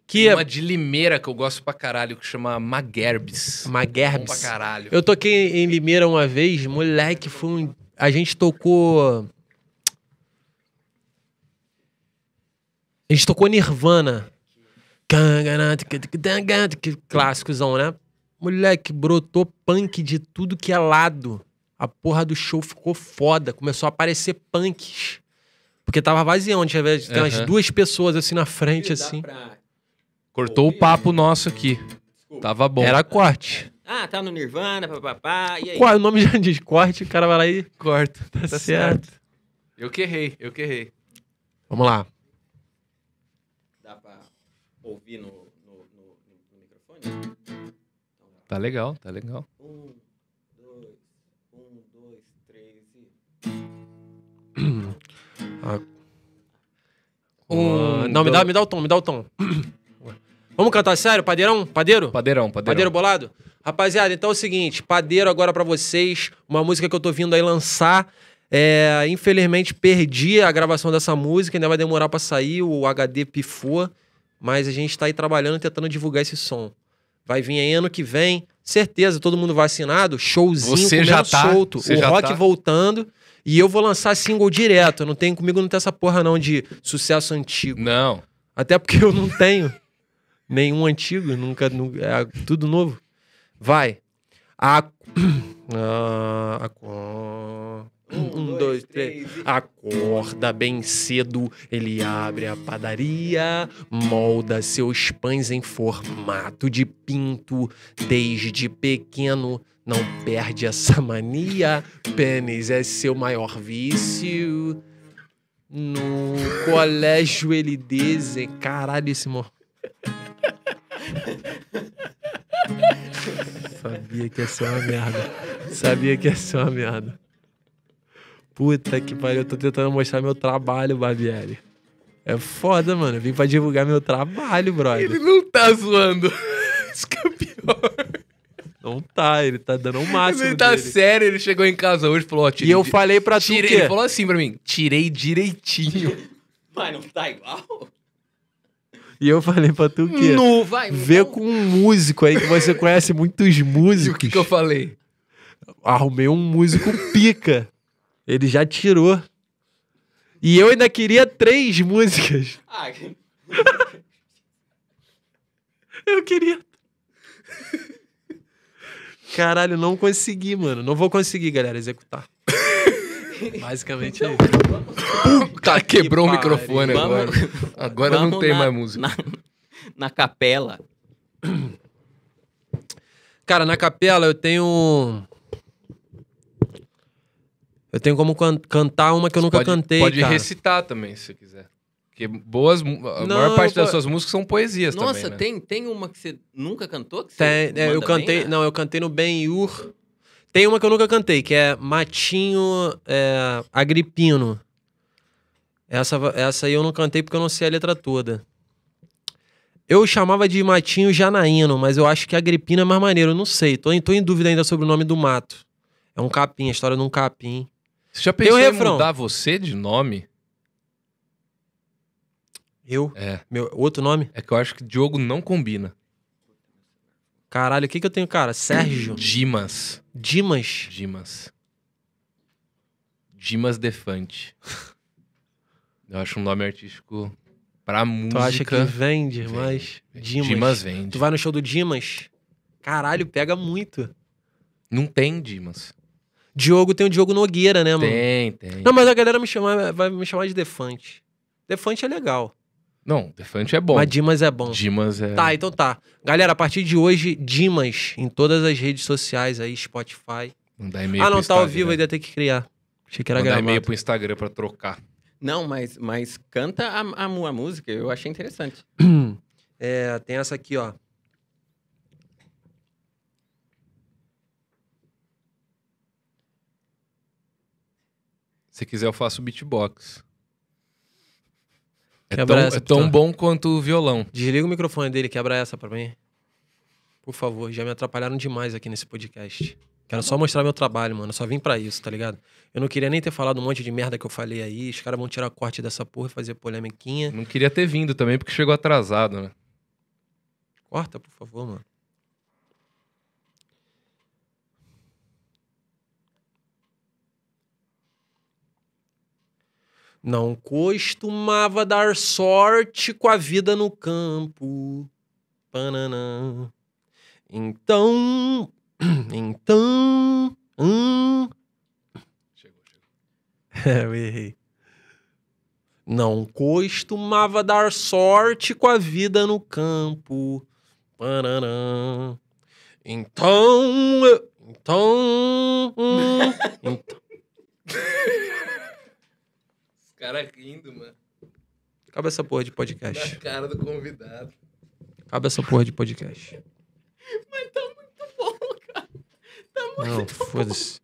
Que Tem uma é de Limeira que eu gosto pra caralho, que chama Maguerbes. Bom pra Maguerbes. caralho. Eu toquei em Limeira uma vez, moleque, foi um... A gente tocou... A gente tocou Nirvana. Clássicozão, né? Moleque, brotou punk de tudo que é lado. A porra do show ficou foda. Começou a aparecer punks. Porque tava vazião, tinha tinha umas Aham. duas pessoas assim na frente, assim. Cortou o papo nosso aqui. Tava bom. Era corte. Ah, tá no Nirvana, papapá. E aí? Qual, é o nome já diz corte, o cara vai lá e corta. tá, Tá certo. certo. Eu que errei, eu que errei. Vamos lá. Dá pra ouvir no, no- no- no microfone? Tá legal, tá legal. Um, dois, um, dois, três e. Um, Um, não, me dois- dá, me dá o tom, me dá o tom. Vamos cantar sério, padeirão? Padeiro? Padeirão, padeirão. Padeiro bolado? Rapaziada, então é o seguinte, padeiro agora pra vocês, uma música que eu tô vindo aí lançar. É, infelizmente perdi a gravação dessa música, ainda vai demorar pra sair, o HD pifou, mas a gente tá aí trabalhando, tentando divulgar esse som. Vai vir aí ano que vem, certeza, todo mundo vacinado, showzinho Você comendo já tá, solto, você o já rock tá. voltando, e eu vou lançar single direto, não tem comigo não tem essa porra não de sucesso antigo. Não. Até porque eu não tenho nenhum antigo, nunca, nu- é tudo novo. Vai. A... Ah, aco- Um, dois, três. Acorda bem cedo, ele abre a padaria, molda seus pães em formato de pinto. Desde pequeno, não perde essa mania. Pênis é seu maior vício. No colégio ele dizem. Caralho, esse mo. Sabia que ia ser uma merda. Sabia que ia ser uma merda. Puta que pariu, eu tô tentando mostrar meu trabalho, Barbieri. É foda, mano. Eu vim pra divulgar meu trabalho, brother. Ele não tá zoando é os campeões. Não tá, ele tá dando o máximo Ele tá dele. sério, ele chegou em casa hoje e falou, ó, E tirei eu di- falei pra tu tirei, que... ele falou assim pra mim, tirei direitinho. Mas não tá igual? E eu falei pra tu que... Não vai. não Vê tá. com um músico aí que você conhece muitos E o músicos. que que eu falei? Arrumei um músico pica. Ele já tirou. E eu ainda queria três músicas. Ah, Eu queria. Caralho, não consegui, mano. Não vou conseguir, galera, executar. Basicamente Então é isso. Tá, quebrou o pariu. microfone agora. vamos, Agora não vamos tem na- mais música. Na, na capela. Cara, na capela eu tenho. Eu tenho como can- cantar uma que eu nunca Pode- cantei. Pode cara. recitar também, se você quiser. Porque boas, mu- a Não, maior parte eu das vou- suas músicas são poesias Nossa, também, né? tem, tem uma que você nunca cantou? Que Tem, você é, eu manda cantei, bem, né? não, eu cantei no Ben Hur. Tem uma que eu nunca cantei, que é Matinho é, Agripino. Essa, va- essa aí eu não cantei porque eu não sei a letra toda. Eu chamava de Matinho Janaíno, mas eu acho que Agripino é mais maneiro, eu não sei. Tô em, tô em dúvida ainda sobre o nome do mato. É um capim, a história de um capim. Você já um pensou em refrão. mudar você de nome? Eu? É. Meu, outro nome? É que eu acho que Diogo não combina. Caralho, o que que eu tenho, cara? Hum. Sérgio? Dimas. Dimas? Dimas. Dimas Defante. Eu acho um nome artístico pra música. Tu acha que vende, Vende, mas... Dimas. Dimas, vende. Tu vai no show do Dimas? Caralho, pega muito. Não tem Dimas. Diogo tem o Diogo Nogueira, né, mano? Tem, tem. Não, mas a galera me chama, vai me chamar de Defante. Defante é legal. Não, Defante é bom. Mas Dimas é bom. Dimas é. Tá, então tá. Galera, a partir de hoje, Dimas em todas as redes sociais aí, Spotify. Mandar e-mail ah, não, pro tá ao Instagram. vivo, ainda tem que criar. Achei que era Mandar e-mail gravado. pro Instagram pra trocar. Não, mas, mas canta a, a, mu- a música, eu achei interessante. É, tem essa aqui, ó. Se quiser, eu faço beatbox. É Quebra tão, essa, é tão Pistola. bom quanto o violão. Desliga o microfone dele, quebra essa pra mim. Por favor, já me atrapalharam demais aqui nesse podcast. Quero só mostrar meu trabalho, mano. Eu só vim pra isso, tá ligado? Eu não queria nem ter falado um monte de merda que eu falei aí. Os caras vão tirar corte dessa porra e fazer polemiquinha. Não queria ter vindo também, porque chegou atrasado, né? Corta, por favor, mano. Não costumava dar sorte com a vida no campo. Pananã. Então. Então. Hum, Chegou, chegou. é, eu errei. Não costumava dar sorte com a vida no campo. Pararã. Então. eu- Então. hum, então. Os caras rindo, mano. Acaba essa porra de podcast. cara do convidado. Acaba essa porra de podcast. tá Mas tá muito bom, cara. Tá muito Não, foda-se.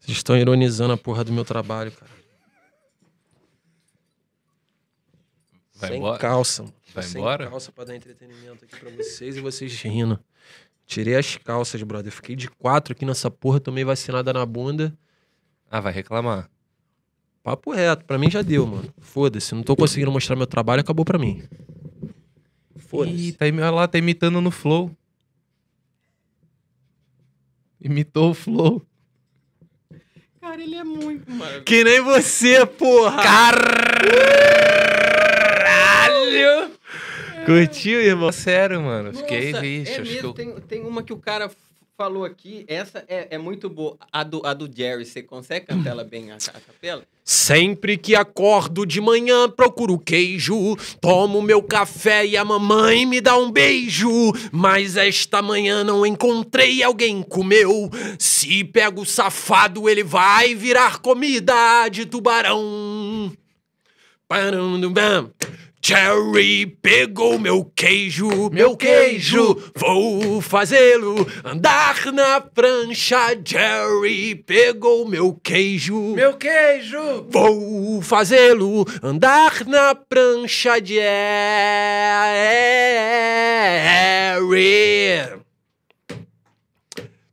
Vocês estão ironizando a porra do meu trabalho, cara. Vai Sem embora? calça. mano. Vai Sem embora? calça pra dar entretenimento aqui pra vocês e vocês rindo. Tirei as calças, brother. Fiquei de quatro aqui nessa porra, tomei vacinada na bunda. Ah, vai reclamar. Papo reto, pra mim já deu, mano. Foda-se, não tô conseguindo mostrar meu trabalho, acabou pra mim. Ih, Foda-se. tá, imi- olha lá, tá imitando no Flow. Imitou o Flow. Cara, ele é muito maravilhoso. Que nem você, porra! Caralho! Curtiu, irmão? Sério, mano. Fiquei Nossa, triste. é acho que mesmo, eu- tem, tem uma que o cara f- falou aqui, essa é, é muito boa. A do, a do Jerry, você consegue cantar ela bem a, ca- a capela? Sempre que acordo de manhã, procuro queijo. Tomo meu café e a mamãe me dá um beijo. Mas esta manhã não encontrei alguém comeu. Se pego o safado, ele vai virar comida de tubarão. Parandubam. Cherry pegou meu queijo, Meu meu queijo. queijo, vou fazê-lo andar na prancha. Jerry pegou meu queijo, Meu queijo! vou fazê-lo andar na prancha. Jerry.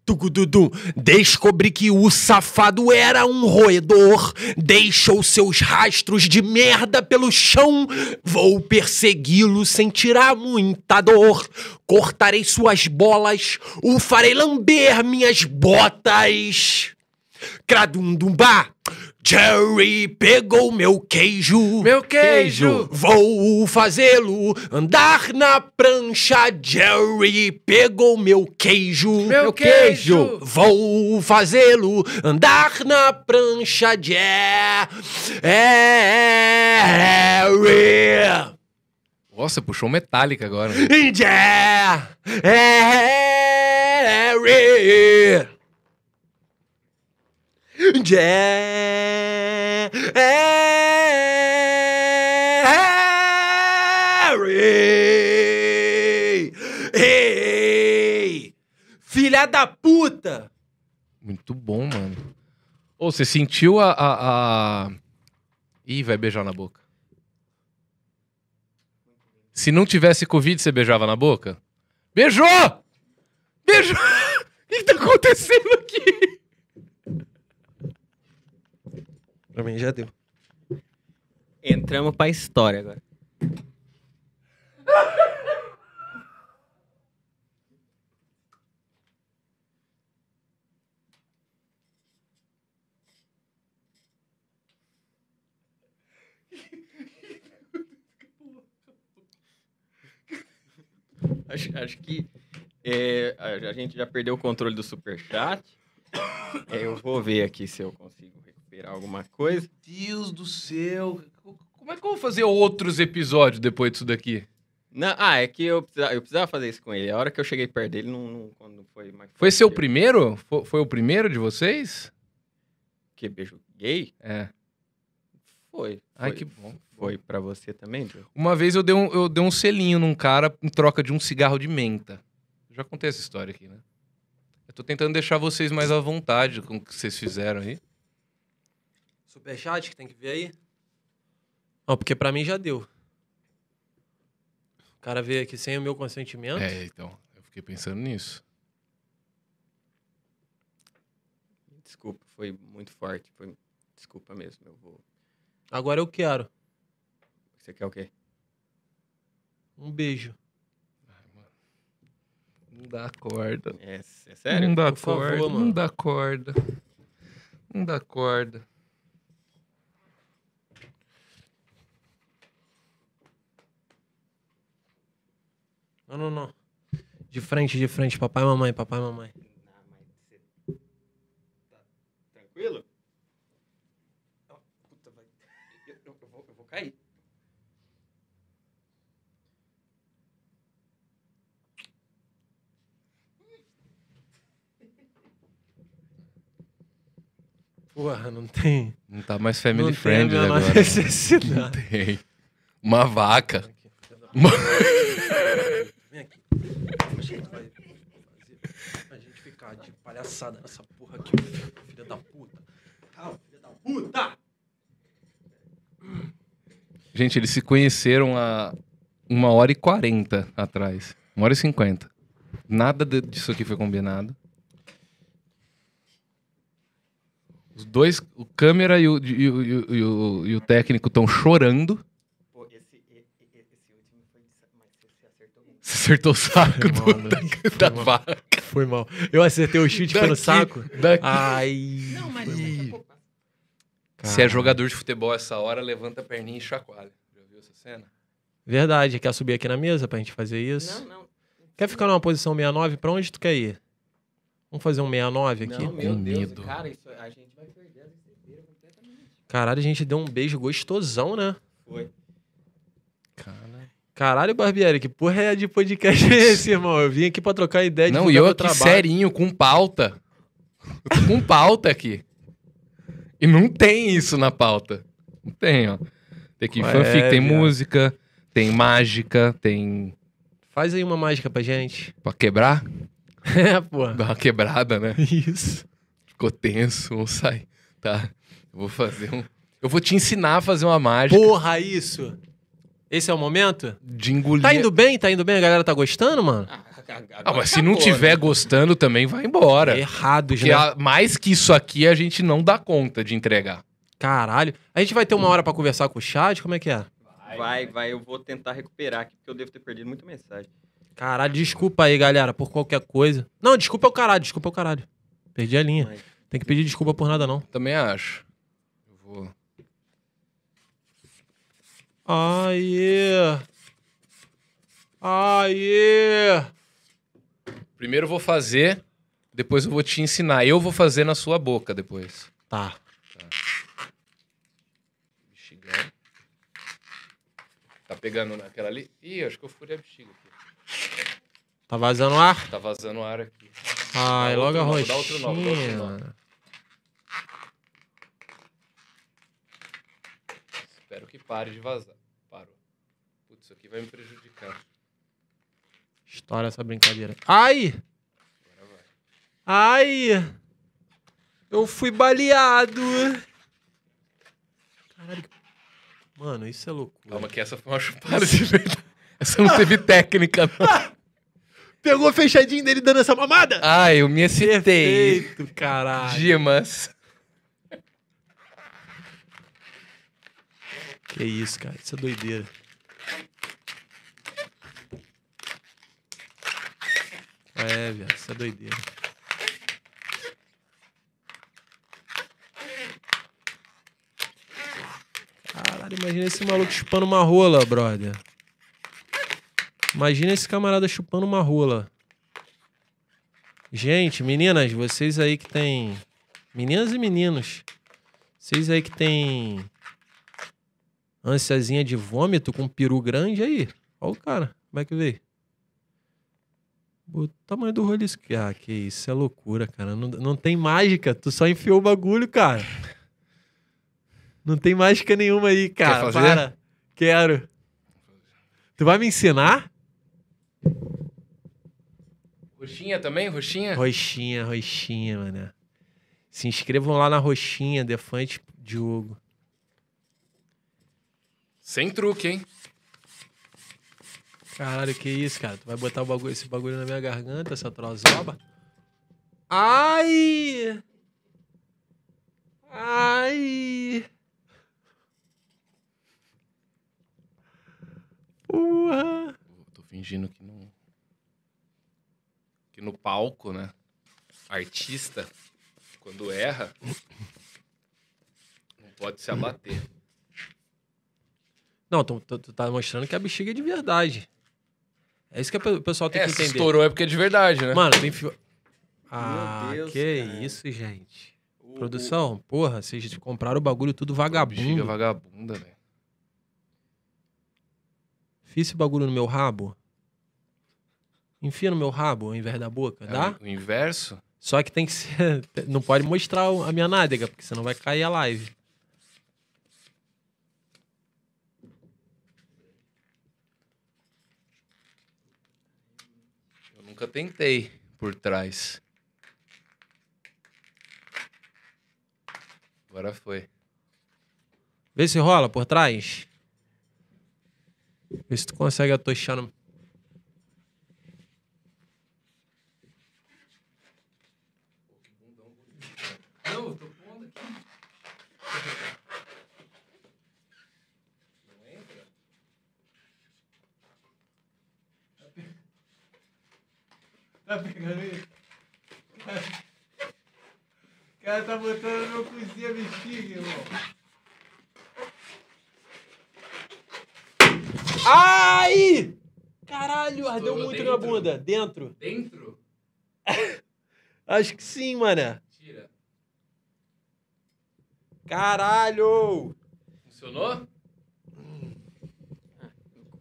Tugududum. Descobri que o safado era um roedor. Deixou seus rastros de merda pelo chão. Vou persegui-lo sem tirar muita dor. Cortarei suas bolas, o farei lamber minhas botas. Cradumdumbá, Jerry pegou meu queijo. Meu queijo! Vou fazê-lo andar na prancha. Jerry pegou meu queijo. Meu queijo! Vou fazê-lo andar na prancha. É, Jerry. Nossa, puxou Metallica agora. né? É, Jerry. É, Jerry. Ei, filha da puta. Muito bom, mano. Ô, você sentiu a, a, a- Ih, vai beijar na boca. Se não tivesse Covid, você beijava na boca? Beijou! Beijou! O que que tá acontecendo aqui? Pra mim já deu. Entramos pra história agora. Acho, acho que é, a, a gente já perdeu o controle do superchat. É, eu vou ver aqui se eu consigo recuperar alguma coisa. Deus do céu. Como é que eu vou fazer outros episódios depois disso daqui? Não, ah, é que eu precisava, eu precisava fazer isso com ele. A hora que eu cheguei perto dele, não, não- quando não foi mais. Foi seu que- primeiro? Foi, foi o primeiro de vocês? Que beijo gay? É. Foi. foi Ai, que bom. Foi pra você também, Diogo? Uma vez eu dei, um, eu dei um selinho num cara em troca de um cigarro de menta. Eu já contei essa história aqui, né? Eu tô tentando deixar vocês mais à vontade com o que vocês fizeram aí. Superchat que tem que ver aí? Não, porque pra mim já deu. O cara veio aqui sem o meu consentimento. É, então. Eu fiquei pensando nisso. Desculpa, foi muito forte. Foi... Desculpa mesmo, eu vou. Agora eu quero. Você quer o quê? Um beijo. Não dá corda. É, é sério? Não dá Por favor, corda. não mano. dá corda. Não dá corda. Não, não, não. De frente, de frente. Papai e mamãe, papai e mamãe. Tranquilo? Puta, vai. Eu, vou, cair. Porra, não tem. Não tá mais não family tem friendly a menor agora. Não necessidade. tem. Uma vaca. Aqui, filha da- Uma- Vem aqui. A gente vai fazer a gente ficar de palhaçada nessa porra aqui, filha da puta. Ah, filha da puta! Gente, eles se conheceram há uma hora e quarenta atrás. Uma hora e cinquenta. Nada de- disso aqui foi combinado. Os dois, o câmera e o, e o- e o- e o- e o técnico estão chorando. Pô, esse, e- e- esse último foi. de sa- Mas você acertou muito. Você acertou o saco Foi do, mal, né? da, Foi da mal. vaca. Foi mal. Eu acertei o chute pelo Daqui, saco. daqui. Ai. Se é jogador de futebol essa hora, levanta a perninha e chacoalha. Já viu essa cena? Verdade, quer subir aqui na mesa pra gente fazer isso? Não, não. Quer ficar numa posição 69? Pra onde tu quer ir? Vamos fazer um 69 aqui? Não, meu Com Deus, medo. cara, isso, é, a gente vai perder a brincadeira completamente. Caralho, a gente deu um beijo gostosão, né? Foi. Cara. Caralho, Barbieri, que porra é de podcast é esse, irmão? Eu vim aqui pra trocar ideia de Não, e eu É meu aqui trabalho. serinho, com pauta. Eu tô com pauta aqui. E não tem isso na pauta. Não tem, ó. Tem aqui Qual é, fanfic, tem viado? música, tem mágica, tem. Faz aí uma mágica pra gente. Pra quebrar? É, porra. Dá uma quebrada, né? Isso. Ficou tenso, vamos sair. Tá. Eu vou fazer um. Eu vou te ensinar a fazer uma mágica Porra, isso. Esse é o momento? de engolir. Tá indo bem? Tá indo bem? A galera tá gostando, mano? Ah, mas se não tiver gostando também, vai embora. Errados, Porque né? a- mais que isso aqui, a gente não dá conta de entregar. Caralho. A gente vai ter uma hora pra conversar com o chat? Como é que é? Vai, vai, eu vou tentar recuperar aqui, porque eu devo ter perdido muita mensagem. Caralho, desculpa aí, galera, por qualquer coisa. Não, desculpa é o caralho, desculpa é o caralho. Perdi a linha. Mas- Tem que pedir desculpa por nada, não. Também acho. Eu vou. Aê! Aê! Primeiro eu vou fazer, depois eu vou te ensinar. Eu vou fazer na sua boca depois. Tá. Bexigão. Tá pegando naquela ali? Ih, acho que eu furei a bexiga aqui. Tá vazando o ar? Tá vazando ar aqui. Ai, Dá logo a outro nó, dá outro nó, dá outro roxinha. Espero que pare de vazar. Parou. Putz, isso aqui vai me prejudicar. Estoura essa brincadeira. Ai! Ai! Eu fui baleado! Caralho. que- Mano, isso é loucura. Calma que essa foi uma chupada de verdade. Essa não teve técnica, não. Pegou o fechadinho dele dando essa Ah, mamada? Ai, eu me excitei. Perfeito, caralho. Dimas. Que isso, cara. Isso é doideira. É, viado. Isso é doideira. Caralho, imagina esse maluco chupando uma rola, brother. Imagina esse camarada chupando uma rola. Gente, meninas, vocês aí que tem... Meninas e meninos. Vocês aí que tem ânsiazinha de vômito com um peru grande aí. Olha o cara, como é que veio? O tamanho do rolisco. que- Ah, que isso, é loucura, cara. Não, não tem mágica, tu só enfiou o bagulho, cara. Não tem mágica nenhuma aí, cara. fazer? Para. Quero. Tu vai me ensinar? Roxinha também? Roxinha? Roxinha, roxinha, mané. Se inscrevam lá na roxinha, Defante Diogo. Sem truque, hein? Caralho, que isso, cara? Tu vai botar o bagulho- esse bagulho na minha garganta, essa trozoba? Ai! Ai! Porra! Tô fingindo que não. Que no palco, né? Artista, quando erra, não pode se abater. Não, tu, tu- tu tá mostrando que a bexiga é de verdade. É isso que a pe- o pessoal tem É, que se entender. estourou é porque é de verdade, né? Mano, tu enfiou... Ah, Deus, que cara. isso, gente. O- Produção, porra, vocês compraram o bagulho tudo Bexiga vagabundo. vagabunda, velho. Fiz esse bagulho no meu rabo. Enfia no meu rabo ao invés da boca, dá? É O inverso? Só que tem que ser. Não pode mostrar o- a minha nádega, porque senão vai cair a live. Eu nunca tentei por trás. Agora foi. Vê se rola por trás. Vê se tu consegue atochar no. Ai! Caralho, ardeu Estourou muito na dentro? bunda. Dentro? Dentro? Acho que sim, mané. Tira. Caralho! Funcionou?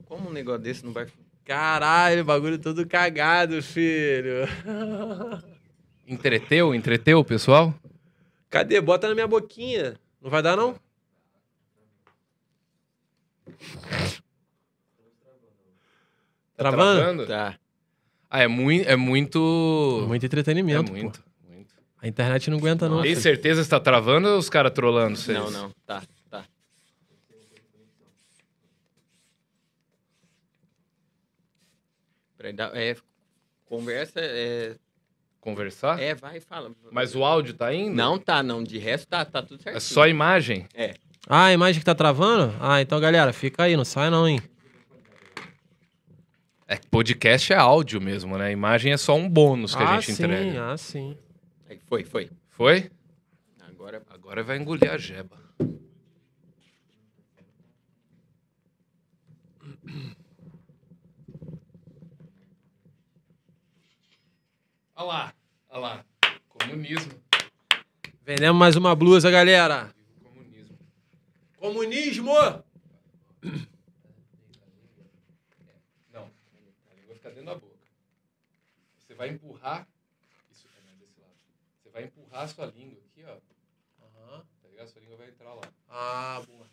Como um negócio desse não vai. Caralho, bagulho todo cagado, filho. Entreteu? Entreteu, pessoal? Cadê? Bota na minha Tá boquinha. Não vai dar, não? Tá Travando? Tá. Ah, é, mui é muito. Muito é entretenimento, muito. pô. muito. A internet não aguenta, não. Tem filho. certeza que tá travando ou os caras trolando vocês? Não, não. Tá, tá. Peraí, dá- é, conversa, é, Conversar? é, vai e fala. Mas o áudio tá indo? Não tá, não. De resto tá, tá tudo certo. É só imagem? Ah, a imagem que tá travando? Ah, então, galera, fica aí, não sai não, hein? É que podcast é áudio mesmo, né? Imagem é só um bônus que ah, a gente sim, entrega. ah, sim. Aí, Foi, foi. Foi? Agora Agora vai engolir a jeba. Olha lá, olha lá. Comunismo. Vendemos mais uma blusa, galera. Comunismo. Comunismo! Não, a língua fica dentro da boca. Você vai empurrar. Isso é mais desse lado. Você vai empurrar a sua língua aqui, ó. Tá ligado? Sua língua vai entrar lá. Ah, boa.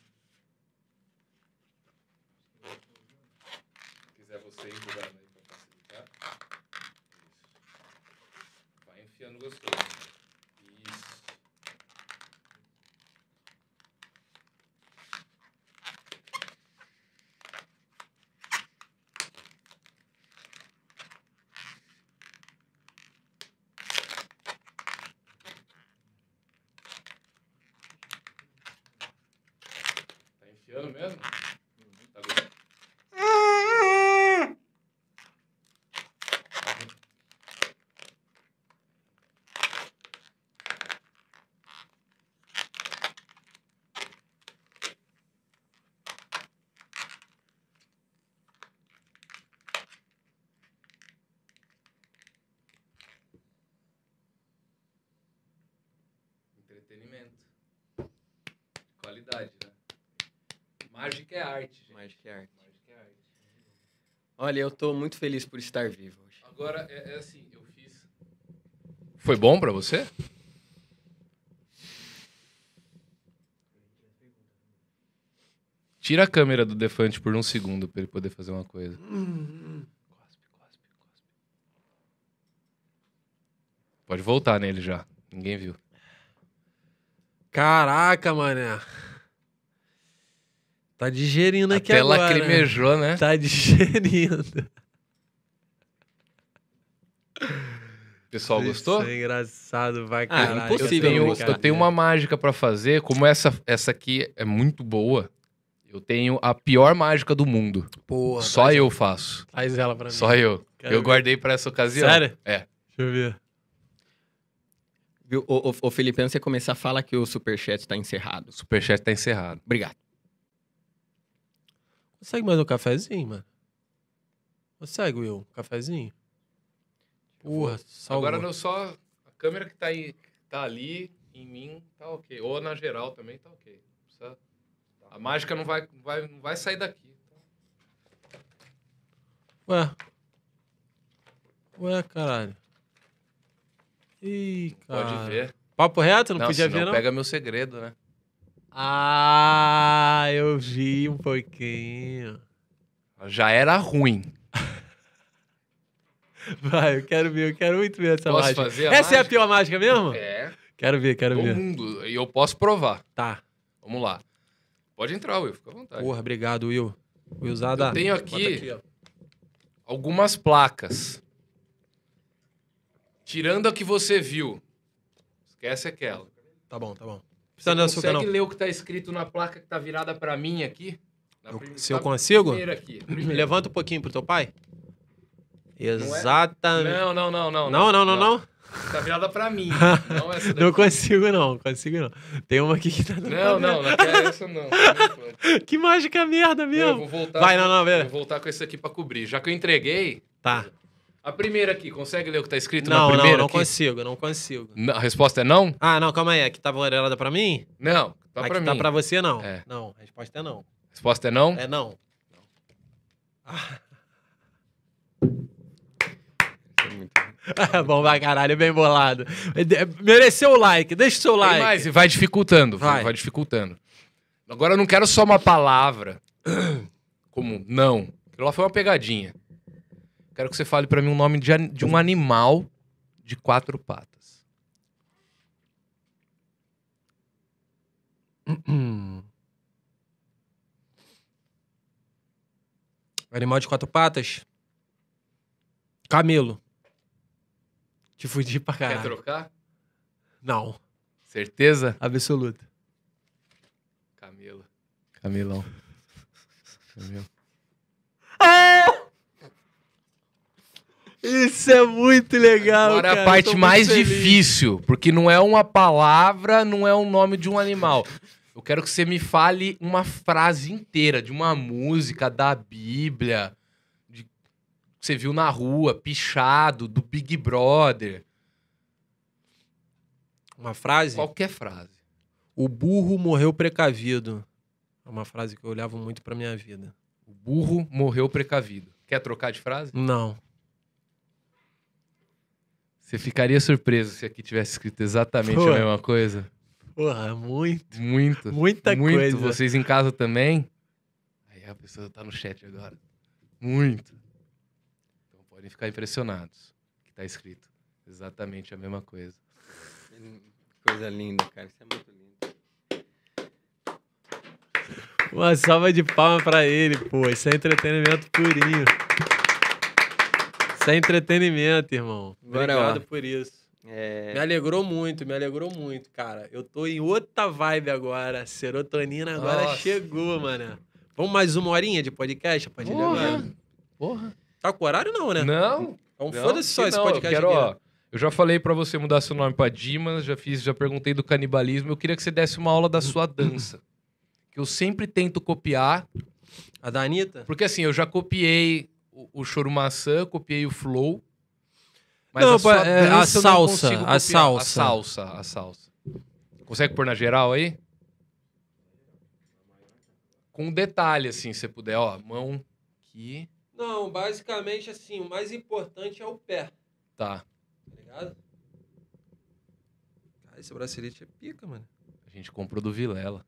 Se quiser você empurrar aí pra facilitar. Isso. Vai enfiando gostoso. Isso. Tá enfiando mesmo? Tá gostando? Entretenimento. De qualidade, né? Mágica é arte, gente. mais que arte. Mágica é arte. Olha, eu tô muito feliz por estar vivo hoje. Agora, é, é assim, eu fiz... Foi bom pra você? Tira a câmera do Defante por um segundo pra ele poder fazer uma coisa. Cospe, cospe, cospe. Pode voltar nele já. Ninguém viu. Caraca, mané. Tá digerindo aqui Até agora. lacrimejou, né? Tá digerindo. O pessoal gostou? Isso é engraçado, vai Ah, caralho. Eu impossível tenho, não Eu brincar. eu tenho, tenho uma mágica pra fazer, como essa, essa aqui é muito boa. Eu tenho a pior mágica do mundo. Porra, Só eu faço. Traz ela pra mim. Só eu. Quero eu ver. guardei pra essa ocasião. Sério? É. Deixa eu ver. Viu? Ô, ô, ô Felipe, antes de você começar, fala que o superchat tá encerrado. O superchat tá encerrado. Obrigado. Consegue mais um cafezinho, mano? Consegue, Will? Um cafezinho? Porra, salvou. Agora não só. A câmera que tá, aí, que tá ali, em mim, tá ok. Ou na geral também tá ok. Não precisa- A mágica não vai, não vai, não vai sair daqui. Ué. Ué, caralho. Ih, cara. Pode ver. Papo reto? Ah. Não, Não, podia senão ver, não? pega meu segredo, né? Ah, eu vi um pouquinho. Já era ruim. Vai, eu quero ver, eu quero muito ver essa Posso mágica. fazer a essa é a mágica? pior mágica mesmo? É. Quero ver, quero Do ver. mundo. E eu posso provar. Tá. Vamos lá. Pode entrar, Will, fica à vontade. Porra, obrigado, Will. Willzada. Eu tenho Bota aqui, ó. algumas placas. Tirando a que você viu. Esquece aquela. Tá bom, tá bom. Você Precisa de açúcar, não. consegue ler o que tá escrito na placa que tá virada pra mim aqui? Na Eu- prim- se eu na consigo? Primeira aqui. primeira. Levanta um pouquinho pro teu pai. Exatamente. Não, não, é? não, não. Não, não, não, não. Tá virada pra mim. Não essa Não daqui. consigo, não. Consigo, não. Tem uma aqui que tá... Não, não, não quero essa não. Não, Que mágica merda Eu mesmo. vou voltar. Vai, não, não, Eu pera. vou voltar com esse aqui pra cobrir. Já que eu entreguei, Tá. a primeira aqui, consegue ler o que tá escrito Não, na não, primeira não aqui? consigo, não consigo. Não, a resposta é não? Ah, não, calma aí. Aqui tá valorada pra mim? Não, tá aqui pra mim. tá pra você, não. É. Não, a resposta é não. Resposta é não? É não. Ah, Bom pra caralho, bem bolado. Mereceu o like, deixa o seu Tem like. mais, e vai dificultando. Vai. Vai. dificultando. Agora eu não quero só uma palavra como não. Aquilo lá foi uma pegadinha. Quero que você fale pra mim um nome de, an- de um animal de quatro patas. Hum. Animal de quatro patas? Camelo. Te fudi pra Quer caralho. trocar? Não, Certeza? absoluta. Camila. Camilão. Camilo. Isso é muito legal, Agora é a parte mais difícil, porque não é uma palavra, não é o nome de um animal. Eu quero que você me fale uma frase inteira de uma música, da Bíblia, de que você viu na rua, pichado, do Big Brother. Uma frase? Qualquer frase. O burro morreu precavido. É uma frase que eu olhava muito pra minha vida. O burro morreu precavido. Quer trocar de frase? Não. Você ficaria surpreso se aqui tivesse escrito exatamente Pô. a mesma coisa? Porra, muito. Muito. Muita muito. coisa. Vocês em casa também? Aí a pessoa tá no chat agora. Muito. Então podem ficar impressionados. Que tá escrito exatamente a mesma coisa. Coisa linda, cara. Isso é muito lindo. Uma salva de palmas pra ele, pô. Isso é entretenimento purinho. Isso é entretenimento, irmão. Bora lá. Obrigado por isso. É. Me alegrou muito, me alegrou muito, cara. Eu tô em outra vibe agora. Serotonina agora Nossa. chegou, mano. Vamos mais uma horinha de podcast, rapaz? Porra! Porra! Tá com horário não, né? Não! Então não, foda-se só que esse não, podcast Eu, quero, aqui. ó, né? eu já falei pra você mudar seu nome pra Dimas, já fiz, já perguntei do canibalismo. Eu queria que você desse uma aula da sua dança. Que eu sempre tento copiar A da Anitta? Porque assim, eu já copiei o, o Choro Maçã, copiei o Flow. Mas Não, a, sua pô, é, dança a eu não salsa, consigo a copiar. salsa. A salsa, a salsa. Consegue pôr na geral aí? Com um detalhe, assim, se você puder, ó. Mão aqui. Não, basicamente assim, o mais importante é o pé, Tá. tá ligado? Cara, esse bracelete é pica, mano. A gente comprou do Vilela.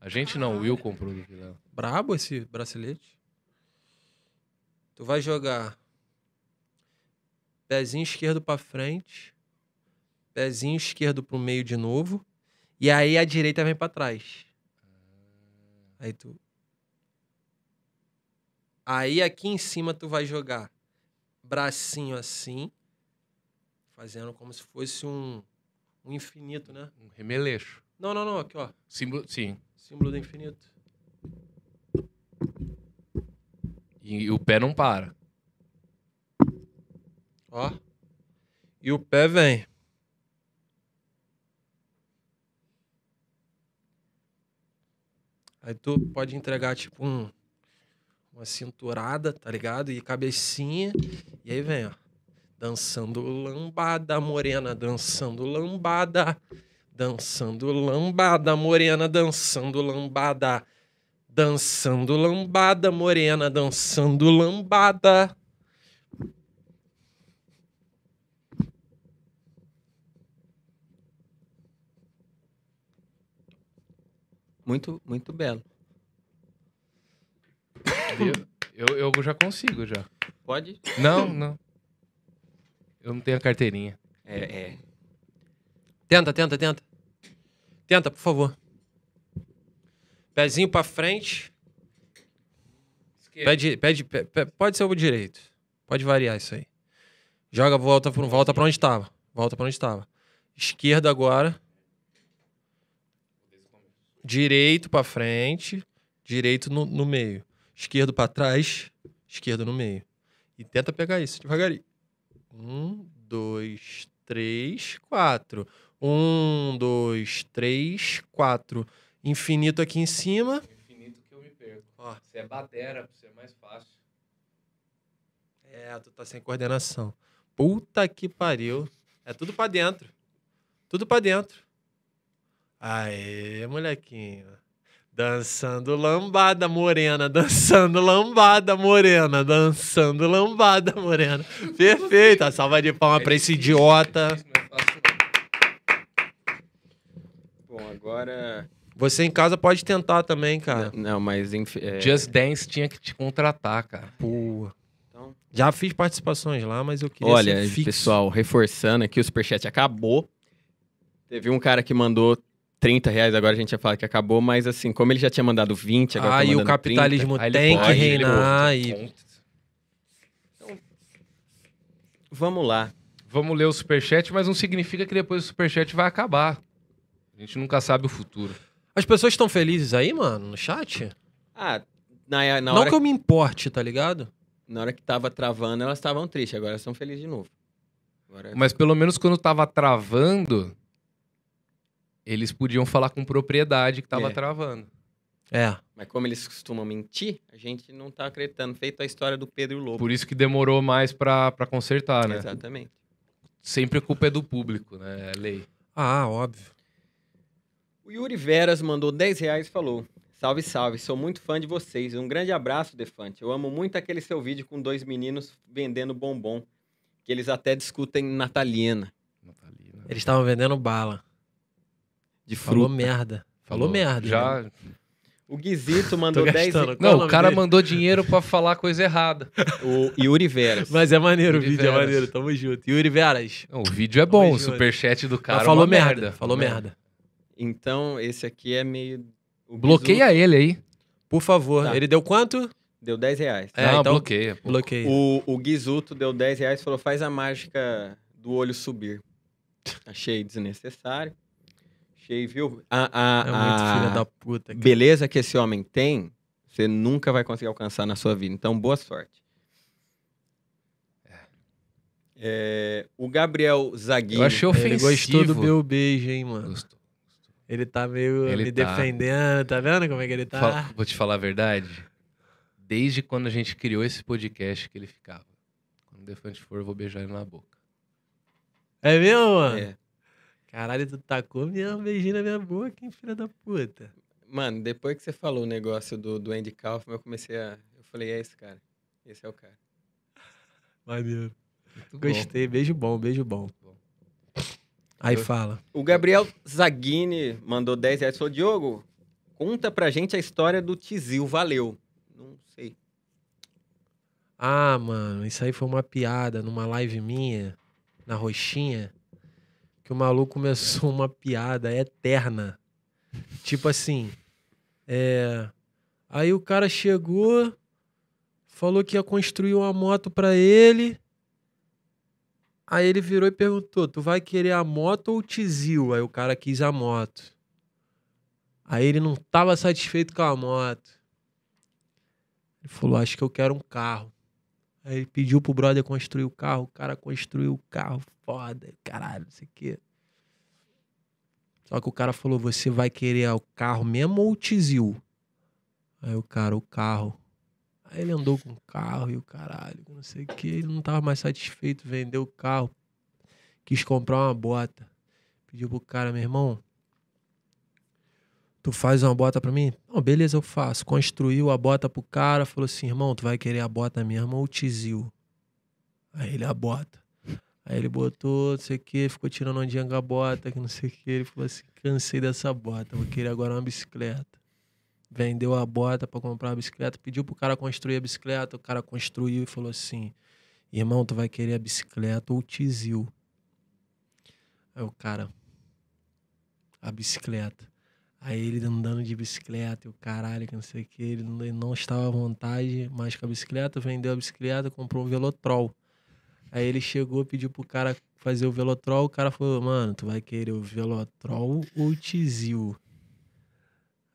A gente não, o Will comprou do Vilela. Brabo esse bracelete. Tu vai jogar pezinho esquerdo pra frente, pezinho esquerdo pro meio de novo, e aí a direita vem pra trás. Aí tu Aí aqui em cima tu vai jogar bracinho assim, fazendo como se fosse um um infinito, né? Um remeleixo. Não, não, não, aqui ó. Símbolo, sim. Símbolo do infinito. E, e o pé não para. Ó. E o pé vem. Aí tu pode entregar, tipo, um, uma cinturada, tá ligado? E cabecinha. E aí vem, ó. Dançando lambada, morena, dançando lambada. Dançando lambada, morena, dançando lambada. Dançando lambada, morena, dançando lambada. Muito, muito belo. Eu, eu, eu já consigo, já. Pode? Não, não. Eu não tenho a carteirinha. É, é. Tenta, tenta, tenta. Tenta, por favor. Pezinho pra frente. Pé di- pé di- pé- pé- pode ser o direito. Pode variar isso aí. Joga, volta, pro- volta pra onde estava. Volta pra onde estava. Esquerda agora. Direito pra frente. Direito no, no meio. Esquerdo pra trás. Esquerdo no meio. E tenta pegar isso devagarinho. Um, dois, três, quatro. Um, dois, três, quatro. Infinito aqui em cima. infinito que eu me perco. Ó. Você é batera, você é mais fácil. É, tu tá sem coordenação. Puta que pariu. É tudo pra dentro. Tudo pra dentro. Aê, molequinho. Dançando lambada morena, dançando lambada morena, dançando lambada morena. Perfeito. A salva de palmas pra esse idiota. é Bom, agora. Você em casa pode tentar também, cara. Não, Ah. mas enfim. é, Just Dance tinha que te contratar, cara. Pô. então, Já fiz participações lá, mas eu queria Olha, ser fixo. pessoal, reforçando aqui, o superchat acabou. Teve um cara que mandou 30 reais, agora a gente já fala que acabou, mas assim, como ele já tinha mandado 20, agora Ah, tá Aí o mandando 30. capitalismo Aí ele tem pode, que ele um reinar pode. e Vamos lá. Vamos ler o superchat, mas não significa que depois o superchat vai acabar. A gente nunca sabe o futuro. As pessoas estão felizes aí, mano, no chat? Ah, na, na, não hora, que eu me importe, tá ligado? na hora que tava travando, elas estavam tristes, agora elas estão felizes de novo. Agora- Mas pelo menos quando tava travando, eles podiam falar com propriedade que tava É. travando. É. Mas como eles costumam mentir, a gente não tá acreditando. Feito a história do Pedro e o Lobo. Por isso que demorou mais pra, pra É, consertar, né? Exatamente. Sempre a culpa é do público, né? É lei. Ah, óbvio. O Yuri Veras mandou 10 reais e falou: Salve, salve, sou muito fã de vocês. Um grande abraço, Defante. Eu amo muito aquele seu vídeo com dois meninos vendendo bombom, que eles até discutem natalina, Natalina. Eles estavam vendendo bala. de Falou fruta. merda. Falou merda. Já. O Guizito mandou Tô 10 gastando. Qual é o Não, o nome cara dele? mandou dinheiro pra falar coisa errada. O Yuri Veras. Mas é maneiro Yuri o vídeo, é Veras. maneiro. Tamo junto. Yuri Veras. Não, o vídeo é bom, o Mas, Júlio, superchat do cara. Mas é falou uma merda. Falou Uma merda. Então, esse aqui é meio. O Guizito Bloqueia ele aí. Por favor. Tá. Ele deu quanto? Deu 10 reais. É, não, então- bloqueia. pô. Bloqueio. O, o Guizuto deu 10 reais e falou: faz a mágica do olho subir. Achei desnecessário. Achei, viu? A, a, É muito Ah, a filha da puta. cara. beleza que esse homem tem, você nunca vai conseguir alcançar na sua vida. Então, boa sorte. É, o Gabriel Zaguinho. Eu achei ofensivo. Ele gostou do meu beijo, hein, mano. Gostou. Ele tá meio Ele me tá. defendendo, tá vendo como é que ele tá? Fala- vou te falar a verdade. Desde quando a gente criou esse podcast que ele ficava. Quando o Defante for, eu vou beijar ele na boca. É mesmo, mano? É. Caralho, tu tacou mesmo um beijinho na minha boca, hein, filha da puta. Mano, depois que você falou o negócio do, do Andy Kaufman, eu comecei a. Eu falei: é esse cara. Esse é o cara. Maneiro. Muito bom. Gostei, beijo bom, beijo bom. Aí fala. O Gabriel Zaghini mandou 10 reais. Falou, Diogo, conta pra gente a história do Tizil. Valeu. Não sei. Ah, mano, isso aí foi uma piada numa live minha, na Roxinha, que o maluco começou uma piada eterna. Tipo assim, é. Aí o cara chegou, falou que ia construir uma moto pra ele. Aí ele virou e perguntou: Tu vai querer a moto ou o Tizil? Aí o cara quis a moto. Aí ele não tava satisfeito com a moto. Ele falou: Acho que eu quero um carro. Aí ele pediu pro brother construir o carro, o cara construiu o carro, foda, caralho, não sei o quê. Só que o cara falou: Você vai querer o carro mesmo ou o Tizil? Aí o cara, o carro. Aí ele andou com o carro e o caralho, não sei o que. Ele não tava mais satisfeito, vendeu o carro. Quis comprar uma bota. Pediu pro cara, meu irmão, tu faz uma bota pra mim? Não, beleza, eu faço. Construiu a bota pro cara, falou assim, irmão, tu vai querer a bota mesmo ou o tizil? Aí ele, a bota. Aí ele botou, não sei o que, ficou tirando ondinha com a bota, que não sei o que. Ele falou assim, cansei dessa bota, vou querer agora uma bicicleta vendeu a bota pra comprar a bicicleta, pediu pro cara construir a bicicleta, o cara construiu e falou assim: "Irmão, tu vai querer a bicicleta ou o tizil?" Aí o cara a bicicleta. Aí ele andando de bicicleta e o caralho, que não sei o que, ele não, ele não estava à vontade mais com a bicicleta, vendeu a bicicleta, comprou um velotrol. Aí ele chegou, pediu pro cara fazer o velotrol, o cara falou, mano, tu vai querer o velotrol ou o tizil?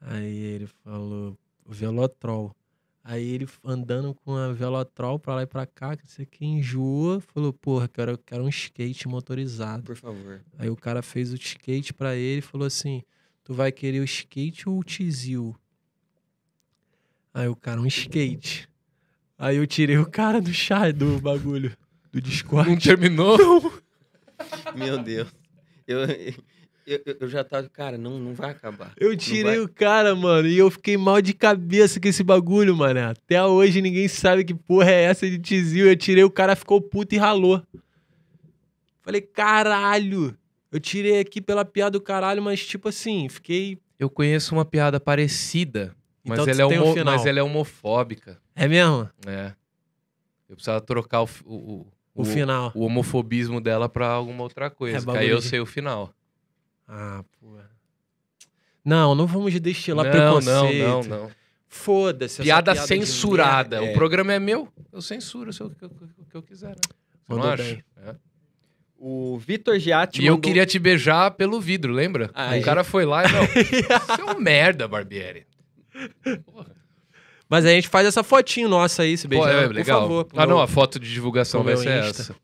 Aí ele falou, Velotrol. Aí ele f- andando com a Velotrol pra lá e pra cá, que não sei o que, enjoa, falou, porra, quero, quero um skate motorizado. Por favor. Aí o cara fez o skate pra ele e falou assim, tu vai querer o skate ou o tizil? Aí o cara, um skate. Aí eu tirei o cara do chá, do bagulho, do Discord. Não terminou? Meu Deus. Eu, eu, eu- eu já tava. Cara, não, não vai acabar. Eu tirei o cara, mano, e eu fiquei mal de cabeça com esse bagulho, mano. Até hoje ninguém sabe que porra é essa de tizil. Eu tirei o cara, ficou puto e ralou. Falei, caralho. Eu tirei aqui pela piada do caralho, mas tipo assim, fiquei. Eu conheço uma piada parecida, mas, Então tu ela, é tem um homo- final. mas ela é homofóbica. É mesmo? É. Eu precisava trocar o, f- o, o, O final. É, o homofobismo dela pra alguma outra coisa. que bagulho aí eu de- sei o final. Ah, porra. Não, não vamos destilar não, não, preconceito. não, não. Foda-se. essa Piada, piada de censurada. merda. O programa é meu, eu censuro se eu- o que eu, o que eu quiser. Né? Você não Mandou acha? bem. É. O Vitor Giatti E eu mandou- queria te beijar pelo vidro, lembra? Ah, o é. cara foi lá e não. Você é um merda, Barbieri. merda. Mas aí a gente faz essa fotinho nossa aí, se Pô, beijar. é, por legal. favor. pro ah, meu- não, a foto de divulgação pro vai meu ser Insta. essa.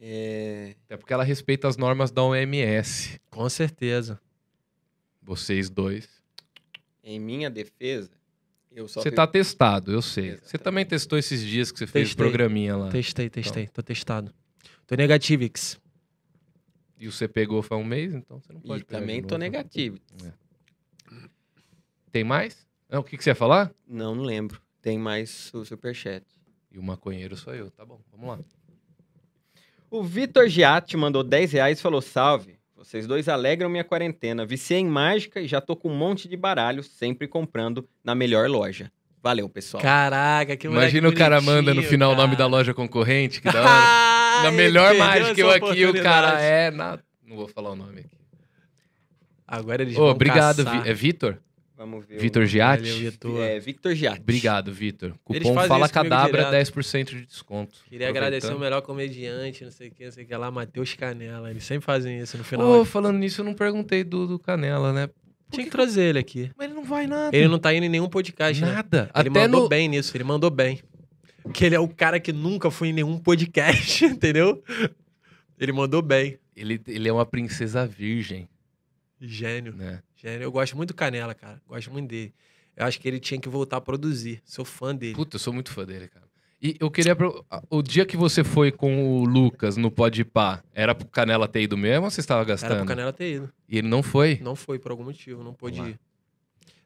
É, É porque ela respeita as normas da OMS. Com certeza. Vocês dois. Em minha defesa, eu só... Você tá testado, eu sei. Você Exatamente. também testou esses dias que você fez o Testei. programinha lá. Testei, testei. Tô testado. Tô negativix. E você pegou faz um mês, então você não pode E pegar também de tô novo. negativo. Tem mais? Não, o que, que você ia falar? Não lembro. Tem mais o superchat. E o maconheiro sou eu. Tá bom, vamos lá. O Vitor Giatti mandou 10 reais e falou: Salve, vocês dois alegram minha quarentena. Viciei em mágica e já tô com um monte de baralho, sempre comprando na melhor loja. Valeu, pessoal. Caraca, que um moleque Imagina o cara bonitinho, manda no final o nome da cara. loja concorrente, que da hora. Na Ele melhor perdeu mágica eu essa aqui, o cara oportunidade. é. na- Não vou falar o nome aqui. Agora eles Ô, vão obrigado, caçar. Vi- é Vitor? Vamos ver. o- Vitor Valeu, Giatti? Vitor. É, Victor Giatti. Obrigado, Vitor. Cupom fazem isso Fala comigo Cadabra, direto. 10% de desconto. Queria agradecer o melhor comediante, não sei o que, não sei o que lá, Matheus Canela. Eles sempre fazem isso no final. Ô, falando nisso, eu não perguntei do, do Canela, né? Tinha que trazer ele aqui. Mas ele não vai nada. Ele não tá indo em nenhum podcast, né? Nada. Ele Até mandou no... bem nisso, ele mandou bem. Porque ele é o cara que nunca foi em nenhum podcast, entendeu? Ele mandou bem. Ele, ele é uma princesa virgem, Gênio, né? gênio. Eu gosto muito do Canela, cara. Gosto muito dele. Eu acho que ele tinha que voltar a produzir. Sou fã dele. Puta, eu sou muito fã dele, cara. E eu queria... pro- ah, O dia que você foi com o Lucas no Podpah, era pro Canela ter ido mesmo ou você estava Era pro gastando? Canela ter ido. E ele não foi? Não foi, por algum motivo, não pôde Lá. ir.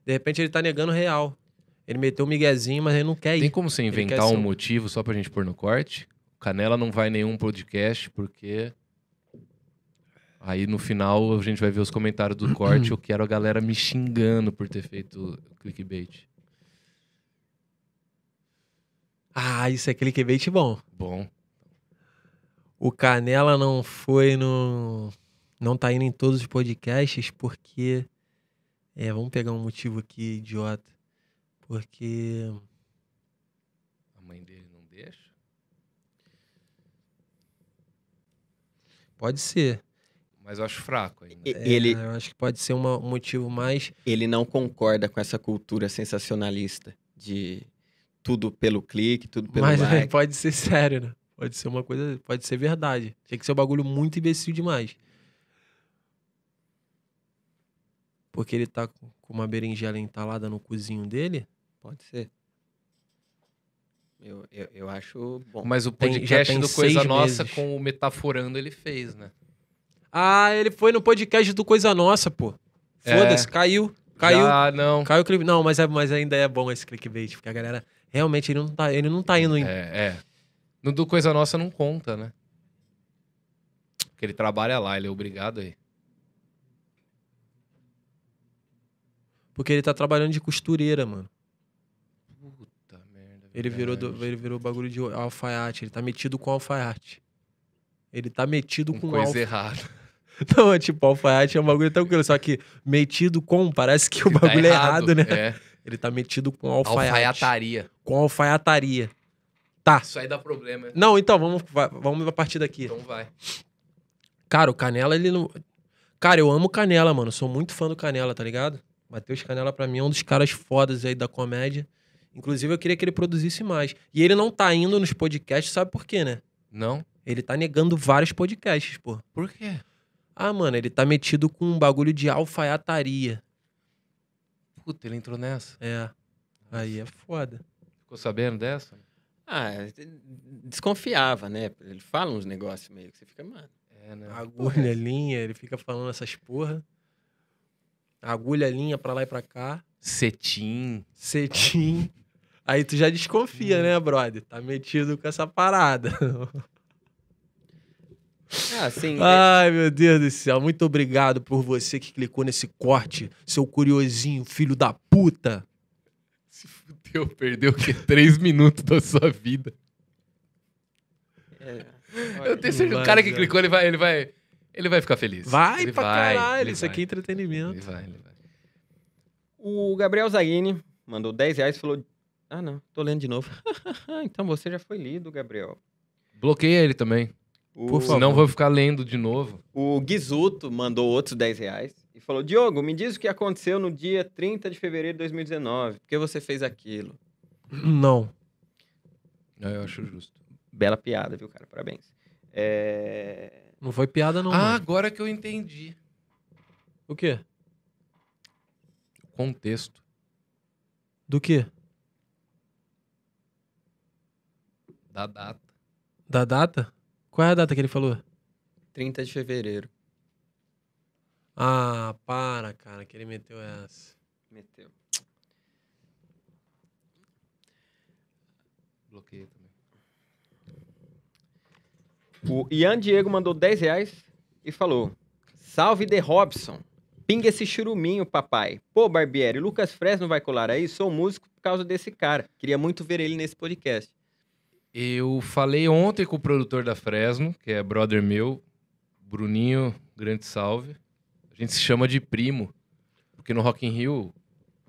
De repente ele tá negando real. Ele meteu o miguezinho, mas ele não quer Tem ir. como você quer inventar um ser um- motivo só pra gente pôr no corte? O Canela não vai em nenhum podcast, porque. Aí no final a gente vai ver os comentários do corte. Eu quero a galera me xingando por ter feito clickbait. Ah, isso é clickbait bom. Bom. O Canela não foi no. Não tá indo em todos os podcasts porque. É, vamos pegar um motivo aqui, idiota. Porque. A mãe dele não deixa? Pode ser. Mas eu acho fraco ainda. E- É, Ele, Eu acho que pode ser uma- um motivo mais. ele não concorda com essa cultura sensacionalista de tudo pelo clique, tudo pelo mas é like. pode ser sério, né? Pode ser uma coisa. Pode ser verdade. Tinha que ser um bagulho muito imbecil demais. Porque ele tá com com uma berinjela entalada no cozinho dele. Pode ser. Eu, eu, eu acho bom. Mas o Tem- já podcast tem do Coisa seis Nossa meses. com o Metaforando ele fez, né? Ah, ele foi no podcast do Coisa Nossa, pô. É. Foda-se, caiu. Caiu. Ah, não. Caiu o clipe. Não, mas, é- mas ainda é bom esse clickbait, porque a galera realmente ele não tá, ele não tá indo em. É, é. No do Coisa Nossa não conta, né? Porque ele trabalha lá, ele é obrigado aí. Porque ele tá trabalhando de costureira, mano. Puta Tá merda. Ele virou, do- É verdade. ele virou bagulho de alfaiate, ele tá metido com alfaiate. Ele tá metido Com com, um coisa alfa- errada. Não, é tipo, alfaiate é um bagulho tranquilo, só que metido com, parece que o Tá bagulho é errado, né? É. Ele tá metido com alfaiate. Alfaiataria. Com alfaiataria. Tá. Isso aí dá problema. né? Não, então, vamos, vai- vamos partir daqui. Então vai. Cara, o Canela, ele não. Cara, eu amo o Canela, mano. Sou muito fã do Canela, tá ligado? Matheus Canela, pra mim, é um dos caras fodas aí da comédia. Inclusive, eu queria que ele produzisse mais. E ele não tá indo nos podcasts, sabe por quê, né? Não? Ele tá negando vários podcasts, pô. Por quê? Ah, mano, ele tá metido com um bagulho de alfaiataria. Puta, ele entrou nessa. É. Aí é foda. Ficou sabendo dessa? Ah, desconfiava, né? Ele fala uns negócios meio que você fica, mano. É, né? Agulha, linha, ele fica falando essas porra. Agulha, linha, pra lá e pra cá. Cetim. Cetim. Aí tu já desconfia, né, brother? Tá metido com essa parada. Ah, sim. Ai, meu Deus do céu. Muito obrigado por você que clicou nesse corte, seu curiosinho, filho da puta. Se fudeu. Perdeu, perdeu o quê? Três minutos da sua vida. É. Eu tenho certeza, o Vai, cara que já. clicou, ele vai, ele vai, ele vai ficar feliz. é. Vai ele pra caralho, ele isso vai, aqui é entretenimento. Ele vai, ele vai. O Gabriel Zaini mandou 10 reais e falou. Ah, não, tô lendo de novo. então você já foi lido, Gabriel. Bloqueia ele também. O, Por favor. Senão eu vou ficar lendo de novo. o Guizuto mandou outros 10 reais e falou: Diogo, me diz o que aconteceu no dia 30 de fevereiro de 2019. Por que você fez aquilo? Não. É, Eu acho justo. Bela piada, viu, cara? Parabéns. É, Não foi piada, não. ah, mano. agora que eu entendi. O quê? O contexto. Do quê? Da data. Da data? Qual é a data que ele falou? 30 de fevereiro. Ah, para, cara, que ele meteu essa. Meteu. Bloqueia também. O Ian Diego mandou 10 reais e falou: Salve The Robson. Pinga esse churuminho, papai. Pô, Barbieri, Lucas Fres não vai colar aí? Sou músico por causa desse cara. Queria muito ver ele nesse podcast. Eu falei ontem com o produtor da Fresno, que é brother meu, Bruninho, grande salve. A gente se chama de primo, porque no Rock in Rio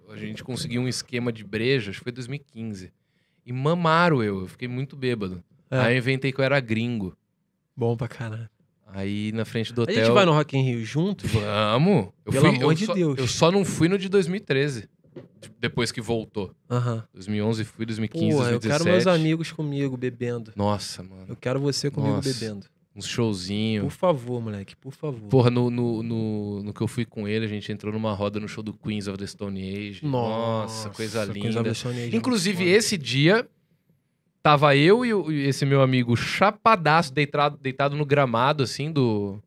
a gente conseguiu um esquema de breja, acho que foi 2015. E mamaram eu, eu fiquei muito bêbado. É. Aí eu inventei que eu era gringo. Bom pra caralho. Aí na frente do A hotel... gente vai no Rock in Rio juntos? Vamos! Eu Pelo fui- amor eu de só- Deus. Eu só não fui no de 2013, de- Tipo, depois que voltou. Aham. 2011 fui, 2015, Pô, eu 2017. quero meus amigos comigo bebendo. Nossa, mano. Eu quero você comigo Nossa. bebendo. Uns showzinhos. Por favor, moleque, por favor. Porra, no, no, no, no que eu fui com ele, a gente entrou numa roda no show do Queens of the Stone Age. Nossa, coisa linda. Inclusive, esse dia, tava eu e, o- e esse meu amigo chapadaço, deitado, deitado no gramado, assim, do,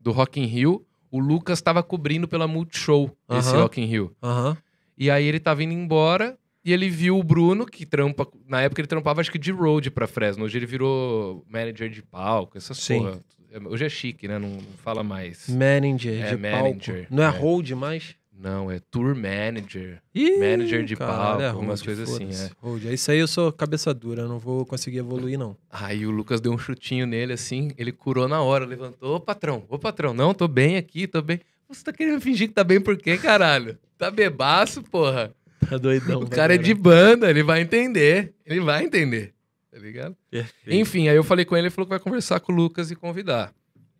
do Rock in Rio. O Lucas tava cobrindo pela Multishow esse Aham. Rock in Rio. Aham. E aí ele tava indo embora e ele viu o Bruno, que trampa. Na época ele trampava, acho que de road pra Fresno. Hoje ele virou manager de palco, essas Sim. Hum. porra. Hoje é chique, né? Não, não fala mais. Manager É, de manager, palco. Não é, é. hold mais? Não, é tour manager. Ih, Manager de caralho, palco, umas hold, coisas assim, foda-se, Hold. É isso aí, eu sou cabeça dura, eu não vou conseguir evoluir, não. Aí o Lucas deu um chutinho nele, assim, ele curou na hora, levantou, ô patrão, ô patrão, não, tô bem aqui, tô bem. Você tá querendo fingir que tá bem por quê, caralho? Tá bebaço, porra. Tá doidão. o cara é de banda, ele vai entender. Ele vai entender, tá ligado? Enfim, aí eu falei com ele, ele falou que vai conversar com o Lucas e convidar.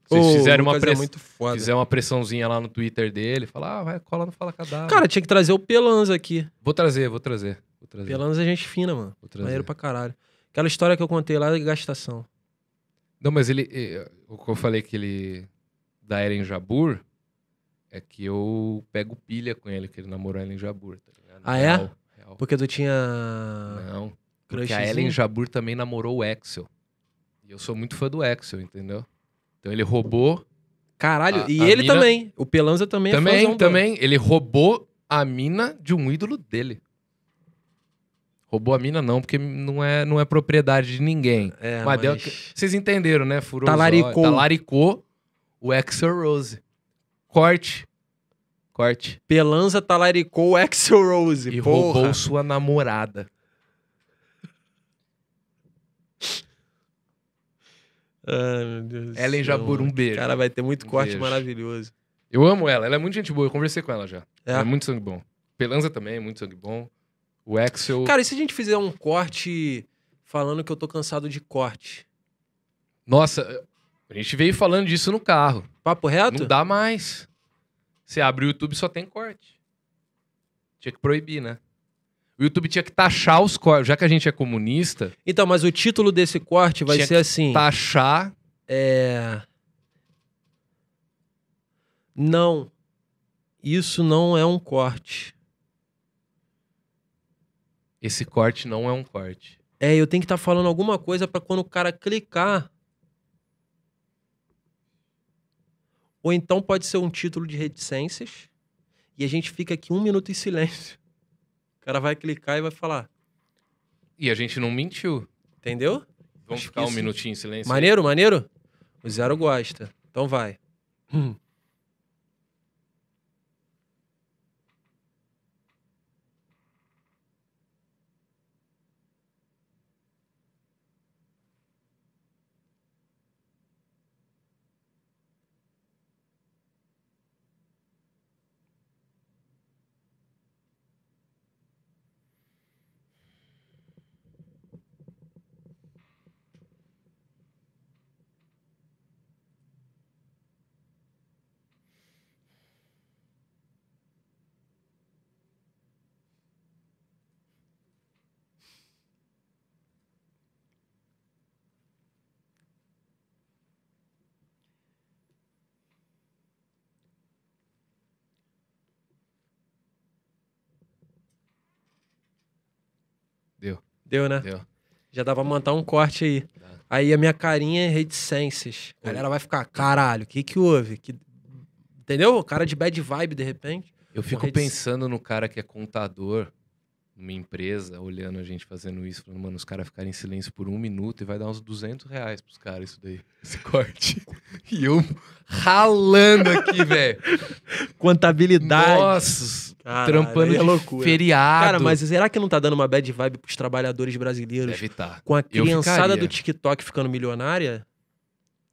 Vocês fizeram uma pressão. pressão. é muito foda. Fizeram uma pressãozinha lá no Twitter dele, falar, ah, vai, cola no Fala Cadáver. Cara, tinha que trazer o Pelanza aqui. vou trazer, vou trazer. Vou trazer. Pelanza é gente fina, mano. Vou trazer. Maneiro pra caralho. Aquela história que eu contei lá de gastação. Não, mas ele. eh, O que eu falei que ele. Da Eren Jabur. É que eu pego pilha com ele, que ele namorou a Ellen Jabur, tá ligado? Ah, é? Ah. Real, real. Porque tu tinha. Não. Porque a Crushzinho. Ellen Jabur também namorou o Axel. E eu sou muito fã do Axel, entendeu? Então ele roubou Caralho, A- e a ele mina- também. O Pelanza também, é Também, fãzão, brother. também. Ele roubou a mina de um ídolo dele. Roubou a mina não, porque não é, não é propriedade de ninguém. É, Mas mas... deu- Vocês entenderam, né? Furou Talaricou. Os olhos, talaricou o Axel Rose. Corte. Corte. Pelanza talaricou o Axel Rose. E porra. roubou sua namorada. Ai, meu Deus. do Ellen céu, Jabur, mano. um beijo. Cara, vai ter muito Um corte beijo. maravilhoso. Eu amo ela. Ela é muito gente boa. Eu conversei com ela já. É. Ela é muito sangue bom. Pelanza também, é muito sangue bom. O Axel... Cara, e se a gente fizer um corte falando que eu tô cansado de corte? Nossa, a gente veio falando disso no carro. Papo reto? Não dá mais. Você abre o YouTube só tem corte. Tinha que proibir, né? O YouTube tinha que taxar os cortes. Já que a gente é comunista, Então, mas o título desse corte vai Tinha tá. ser assim. taxar. É. Não. Isso não é um corte. Esse corte não é um corte. É, eu tenho que estar falando alguma coisa pra quando o cara clicar. Ou então pode ser um título de reticências e a gente fica aqui um minuto em silêncio. O cara vai clicar e vai falar, E a gente não mentiu. entendeu? Vamos Acho ficar que um isso- minutinho em silêncio. Maneiro, maneiro? O Zero gosta. Então vai. Deu, né? Deu. Já dá pra montar um corte aí. Aí a minha carinha é reticências. A galera vai ficar, caralho, o que que houve? Que... Entendeu? O cara de bad vibe, de repente. Eu fico redes- pensando no cara que é contador numa empresa, olhando a gente fazendo isso, falando, mano, os caras ficarem em silêncio por um minuto e vai dar uns 200 reais pros caras isso daí, esse corte. E eu ralando aqui, velho. Contabilidade. Nossa, Caralho, trampando aí de é loucura. feriado. Cara, mas será que não tá dando uma bad vibe pros trabalhadores brasileiros? Deve tá. Com a Eu criançada ficaria. do TikTok ficando milionária?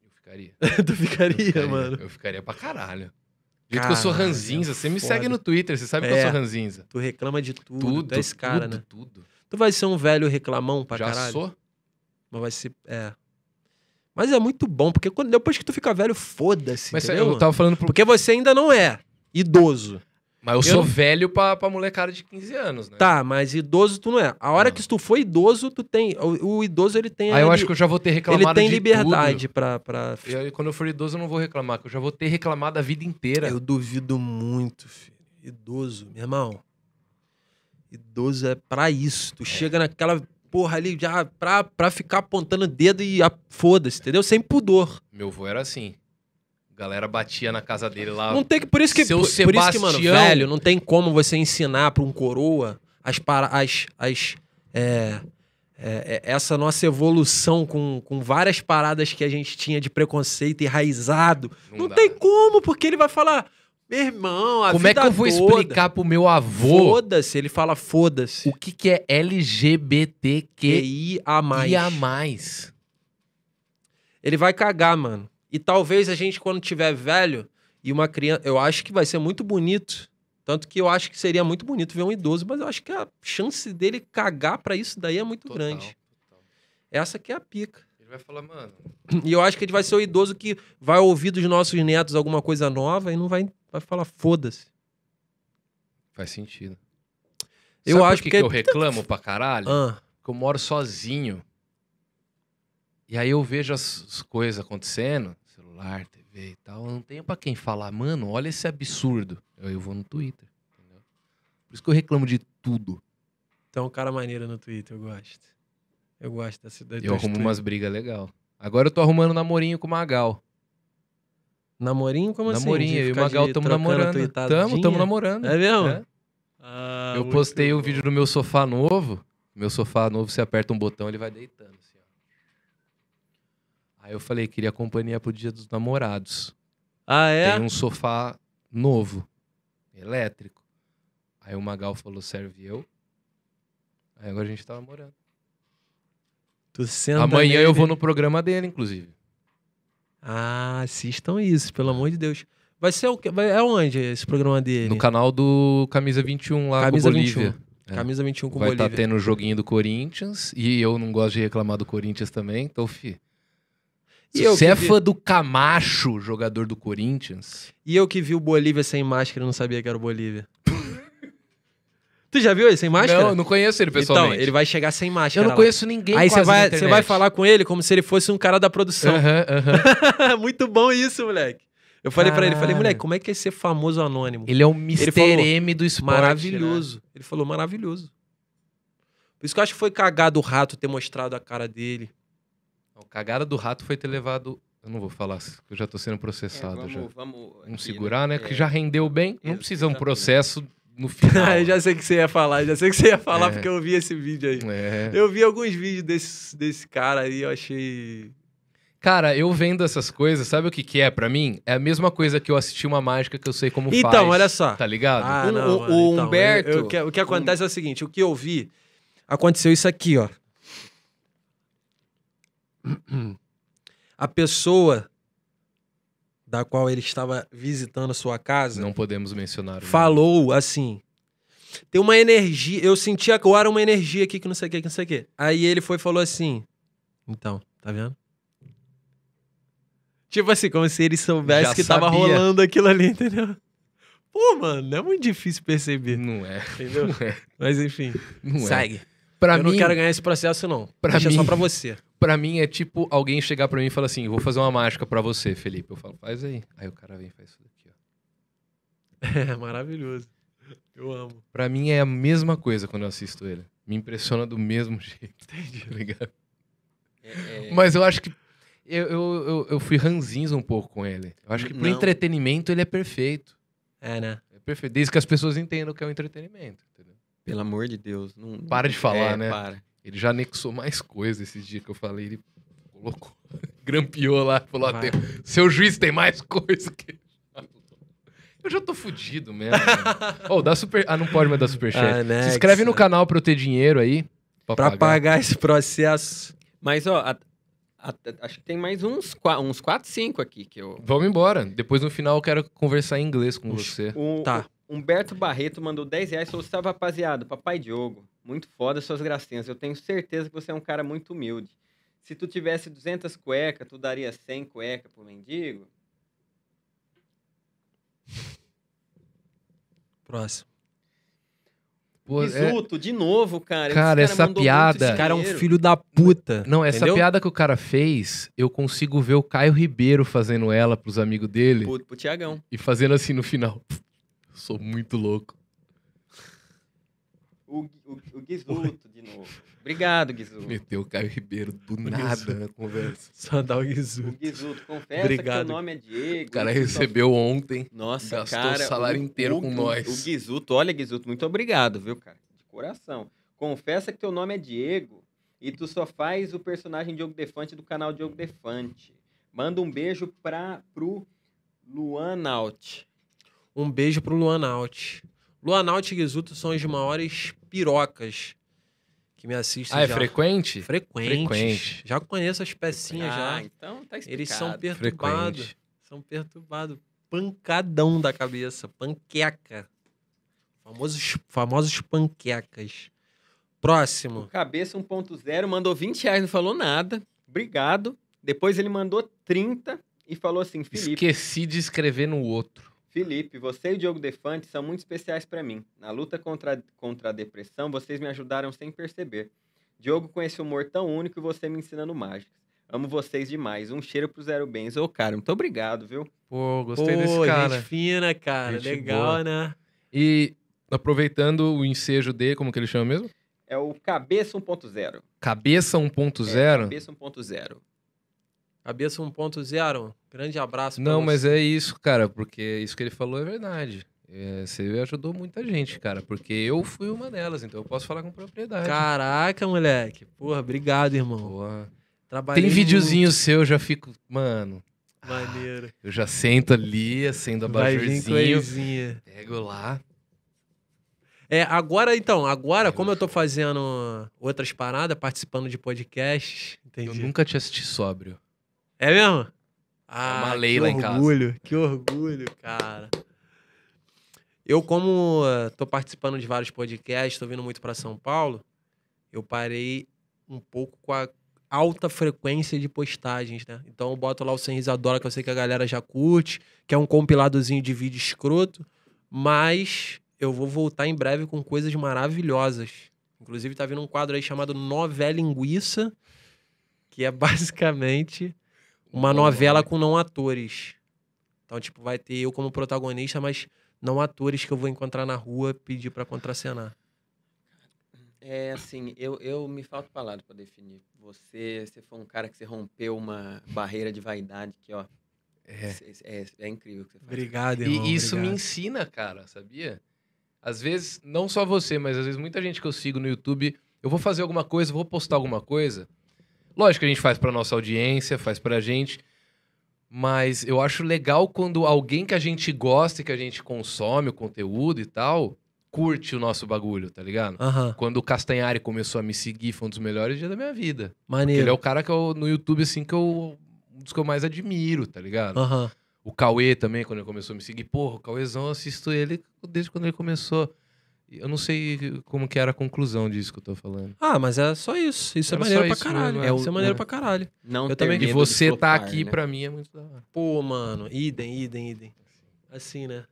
Eu ficaria. tu Eu ficaria, ficaria, mano. Eu ficaria pra caralho. Do jeito que eu sou Caralho, é ranzinza, você me foda. segue no Twitter, você sabe que eu É. sou ranzinza. Tu reclama de tudo. Tudo, tu é esse cara, tudo, né? tudo. Tu vai ser um velho reclamão pra Já caralho. sou? Mas vai ser. É. Mas é muito bom, porque quando- depois que tu fica velho, foda-se. Mas é, entendeu, eu mano? tava falando pro Porque você ainda não é idoso. Mas eu, sou não- velho pra, pra molecada de 15 anos, né? Tá, mas idoso tu não é. A hora Não. que tu for idoso, tu tem. O, o idoso ele tem. Aí eu ele- acho que eu já vou ter reclamado ele tem de liberdade pra. pra... tudo. E aí, quando eu for idoso, eu não vou reclamar, que eu já vou ter reclamado a vida inteira. Eu duvido muito, filho. Idoso, meu irmão. Idoso é pra isso. Tu chega naquela porra ali já pra, pra ficar apontando o dedo e a... foda-se, entendeu? Sem pudor. Meu avô era assim. A galera batia na casa dele lá. Não tem que. Por isso que, Ah, Seu por, por isso que mano, Sebastião. velho, não tem como você ensinar pra um coroa as. Para, as, as é, é, é, essa nossa evolução com, com várias paradas que a gente tinha de preconceito enraizado. Não, dá. tem como, porque ele vai falar. Meu irmão, a Como é que vida eu vou toda- explicar pro meu avô Foda-se, ele fala foda-se. o que, que é LGBTQIA+. QI a mais. mais? Ele vai cagar, mano. E talvez a gente, quando tiver velho e uma criança. Eu acho que vai ser muito bonito. Tanto que eu acho que seria muito bonito ver um idoso, mas eu acho que a chance dele cagar pra isso daí é muito Total, grande. total. Essa que é a pica. Ele vai falar, mano, E eu acho que ele vai ser o idoso que vai ouvir dos nossos netos alguma coisa nova e não vai, vai falar foda-se. faz sentido. Eu Sabe por acho que, que- é que eu reclamo pra caralho? Ah, que eu moro sozinho. E aí eu vejo as, as coisas acontecendo, celular, TV e tal. Eu não tenho pra quem falar, mano, olha esse absurdo. Eu, eu vou no Twitter, entendeu? Por isso que eu reclamo de tudo. então, cara maneiro no Twitter, eu gosto. Eu gosto dessa ideia. eu arrumo umas brigas legal. Agora eu tô arrumando um namorinho com o Magal. Namorinho? Como assim? namorinho, De eu e o ficar Magal de tamo trocando namorando. tuitadinha? Tamo, tamo namorando. É mesmo? Ah, É. eu postei um vídeo do meu sofá novo. Meu sofá novo, você aperta um botão, ele vai deitando. Assim, ó. Aí eu falei, queria companhia pro dia dos namorados. Ah, é? tem um sofá novo, elétrico. Aí o Magal falou, serve eu. Aí agora a gente tá namorando. Tu senta Amanhã nele. eu vou no programa dele, inclusive. Ah, assistam isso, pelo amor de Deus. Vai ser o quê? Vai... É onde esse programa dele? No canal do Camisa 21 lá Camisa com o Bolívia. 21. Camisa 21 com Vai Bolívia. tá tendo o joguinho do Corinthians. E eu não gosto de reclamar do Corinthians também, então, fi. E Se eu você é que vi- fã do Camacho, jogador do Corinthians, E eu que vi o Bolívia sem máscara, não sabia que era o Bolívia. tu já viu ele sem máscara? Não, eu não conheço ele pessoalmente. Então, ele vai chegar sem máscara. Eu não lá. conheço ninguém Aí quase você na vai, você internet. vai falar com ele como se ele fosse um cara da produção. Aham, aham. Muito bom isso, moleque. Eu falei pra ele, falei, É. Caralho. moleque, como é que é ser famoso anônimo? Ele é um Ele Mr. falou, M do esporte. né? Maravilhoso. Ele falou maravilhoso. Por isso que eu acho que foi cagado o rato ter mostrado a cara dele. Não, cagada do rato foi ter levado. Eu não vou falar, que eu já tô sendo processado É, vamos, já. vamos aqui, Vamos segurar, né? É. Que já rendeu bem. Não Isso, precisa um exatamente. processo no final. Ah, eu já sei o que você ia falar, eu já sei o que você ia falar, É. porque eu vi esse vídeo aí. É. Eu vi alguns vídeos desse, desse cara aí, eu achei. Cara, eu vendo essas coisas, sabe o que que é pra mim? É a mesma coisa que eu assisti uma mágica que eu sei como faz. Então, olha só. Tá ligado? Ah, O- não, o- mano, o então, Humberto- eu- eu que- o que acontece é o seguinte: o que eu vi, aconteceu isso aqui, ó. A pessoa da qual ele estava visitando sua casa Não podemos mencionar. o nome. falou assim. Tem uma energia. Eu senti agora uma energia aqui que não sei o que, que não sei o que. Aí ele foi e falou assim. Então, tá vendo? Tipo assim, como se ele soubesse Já que tava sabia. rolando aquilo ali, entendeu? Pô, mano, é muito difícil perceber, Não é. entendeu? Não é. Mas enfim. Não é. Segue. Pra, eu mim, não quero ganhar esse processo, não. Pra Deixa só mim- pra você. pra mim é tipo alguém chegar pra mim e falar assim: vou fazer uma mágica pra você, Felipe. Eu falo, faz aí. Aí o cara vem e faz isso daqui, ó. É maravilhoso. Eu amo. Pra mim é a mesma coisa quando eu assisto ele. me impressiona do mesmo jeito. Tá ligado? É, é, Mas eu acho que. Eu, eu, eu, eu fui ranzinza um pouco com ele. Eu acho que pro Não. entretenimento ele é perfeito. É, né? É perfeito. Desde que as pessoas entendam o que é o entretenimento. Entendeu? Pelo amor de Deus. Não, Para de falar, é, né? Para. Ele já anexou mais coisa esses dias que eu falei. Ele colocou, grampeou lá, falou: "Ah, Vai. tem- seu juiz tem mais coisa que. Eu já tô fudido mesmo. mano. Ô, dá super. Ah, não pode mais dar superchat. Anexa. Se inscreve no canal pra eu ter dinheiro aí. Pra, Pra pagar. pagar esse processo. Mas, ó, a- a- acho que tem mais uns, qua- uns 4, 5 aqui que eu. Vamos embora. Depois no final eu quero conversar em inglês com você. O, Tá. o Humberto Barreto mandou 10 reais e falou: Salve, rapaziada, papai Diogo. Muito foda suas gracinhas. Eu tenho certeza que você é um cara muito humilde. Se tu tivesse 200 cuecas, tu daria 100 cuecas pro mendigo? Próximo. Pô, é- Bisuto, de novo, cara. Cara, Esse essa mandou piada- muito Esse cara é um dinheiro. filho da puta. Não, essa entendeu? piada que o cara fez, eu consigo ver o Caio Ribeiro fazendo ela pros amigos dele Pro, pro Tiagão. e fazendo assim no final. Eu sou muito louco. O, o, o Guizuto, de novo. Obrigado, Guizuto. Meteu o Caio Ribeiro do nada na conversa. Só dá o O guizu. Guizuto, confessa Obrigado. que o nome é Diego. O cara isso, recebeu ontem. Nossa, Gastou cara. o salário inteiro com nós. O Guizuto, olha, Guizuto, muito obrigado, viu, cara? De coração. Confessa que teu nome é Diego e tu só faz o personagem Diogo Defante do canal Diogo Defante. Manda um beijo pra, pro Luan Alt. Um beijo pro Luan Alt. Luan Alt e Guizuto são as maiores pirocas que me assistem Ah, é já. frequente? Frequentes. Frequente. Já conheço as pecinhas ah, já. então tá explicado. Eles são perturbados. Frequente. São perturbados. Pancadão da cabeça. Panqueca. Famosos, famosos panquecas. O Próximo. Cabeça 1.0 mandou 20 reais, não falou nada. Obrigado. Depois ele mandou 30 e falou assim: Felipe, Esqueci de escrever no outro. Felipe, você e o Diogo Defante são muito especiais pra mim. Na luta contra, contra a depressão, vocês me ajudaram sem perceber. Diogo com esse humor tão único e você me ensinando mágicas. Amo vocês demais. Um cheiro pro Zero Bens. Ô, cara, muito obrigado, viu? Pô, gostei Pô, desse cara. Gente fina, cara. Gente Legal, boa. né? E aproveitando o ensejo dele, como que ele chama mesmo? É o Cabeça 1.0. Cabeça É, 1.0? Cabeça 1.0. Cabeça 1.0. Grande abraço. pra Não, você. mas é isso, cara, porque isso que ele falou é verdade. É, você ajudou muita gente, cara, porque eu fui uma delas, então eu posso falar com propriedade. Caraca, moleque. Porra, obrigado, irmão. Porra. Trabalhei Tem videozinho seu, eu já fico. Mano, muito Maneiro. eu já sento ali, acendo Vai vir abajurzinho, coisinha. pego lá. É, agora então, agora, como eu tô fazendo outras paradas, participando de podcasts, Eu entendi. nunca te assisti sóbrio. É mesmo? Ah, É uma lei que lá em casa. orgulho, que orgulho, cara. Eu, como eh, tô participando de vários podcasts, tô vindo muito pra São Paulo, eu parei um pouco com a alta frequência de postagens, né? Então eu boto lá o Sem Risadora, que eu sei que a galera já curte, que é um compiladozinho de vídeo escroto, mas eu vou voltar em breve com coisas maravilhosas. Inclusive tá vindo um quadro aí chamado Nové Linguiça, que é basicamente uma Bom novela nome. com não atores. Então, tipo, vai ter eu como protagonista, mas não atores que eu vou encontrar na rua pedir pra contracenar. É assim, eu, eu me falta palavra pra definir. Você, você foi um cara que você rompeu uma barreira de vaidade que, ó. É. É, é, é incrível o que você faz. Obrigado, E irmão. isso me obrigado. ensina, cara, sabia? Às vezes, não só você, mas às vezes muita gente que eu sigo no YouTube, eu vou fazer alguma coisa, vou postar alguma coisa. Lógico que a gente faz pra nossa audiência, faz pra gente. Mas eu acho legal quando alguém que a gente gosta e que a gente consome o conteúdo e tal, curte o nosso bagulho, tá ligado? Aham, Quando o Castanhari começou a me seguir, foi um dos melhores dias da minha vida. Porque Ele é maneiro. o cara que eu, no YouTube, assim, que eu. Um dos que eu mais admiro, tá ligado? Aham. O Cauê também, quando ele começou a me seguir, porra, o Cauêzão, eu assisto ele desde quando ele começou. E Eu não sei como que era a conclusão disso que eu tô falando. Ah, mas é só isso. Isso é Era só maneiro pra isso caralho. mesmo, é. Isso é maneiro É. pra caralho. Não Eu ter também- E medo de você tá flopar, aqui, né? pra mim, é muito da hora. Pô, mano, idem, idem, idem. Assim, né?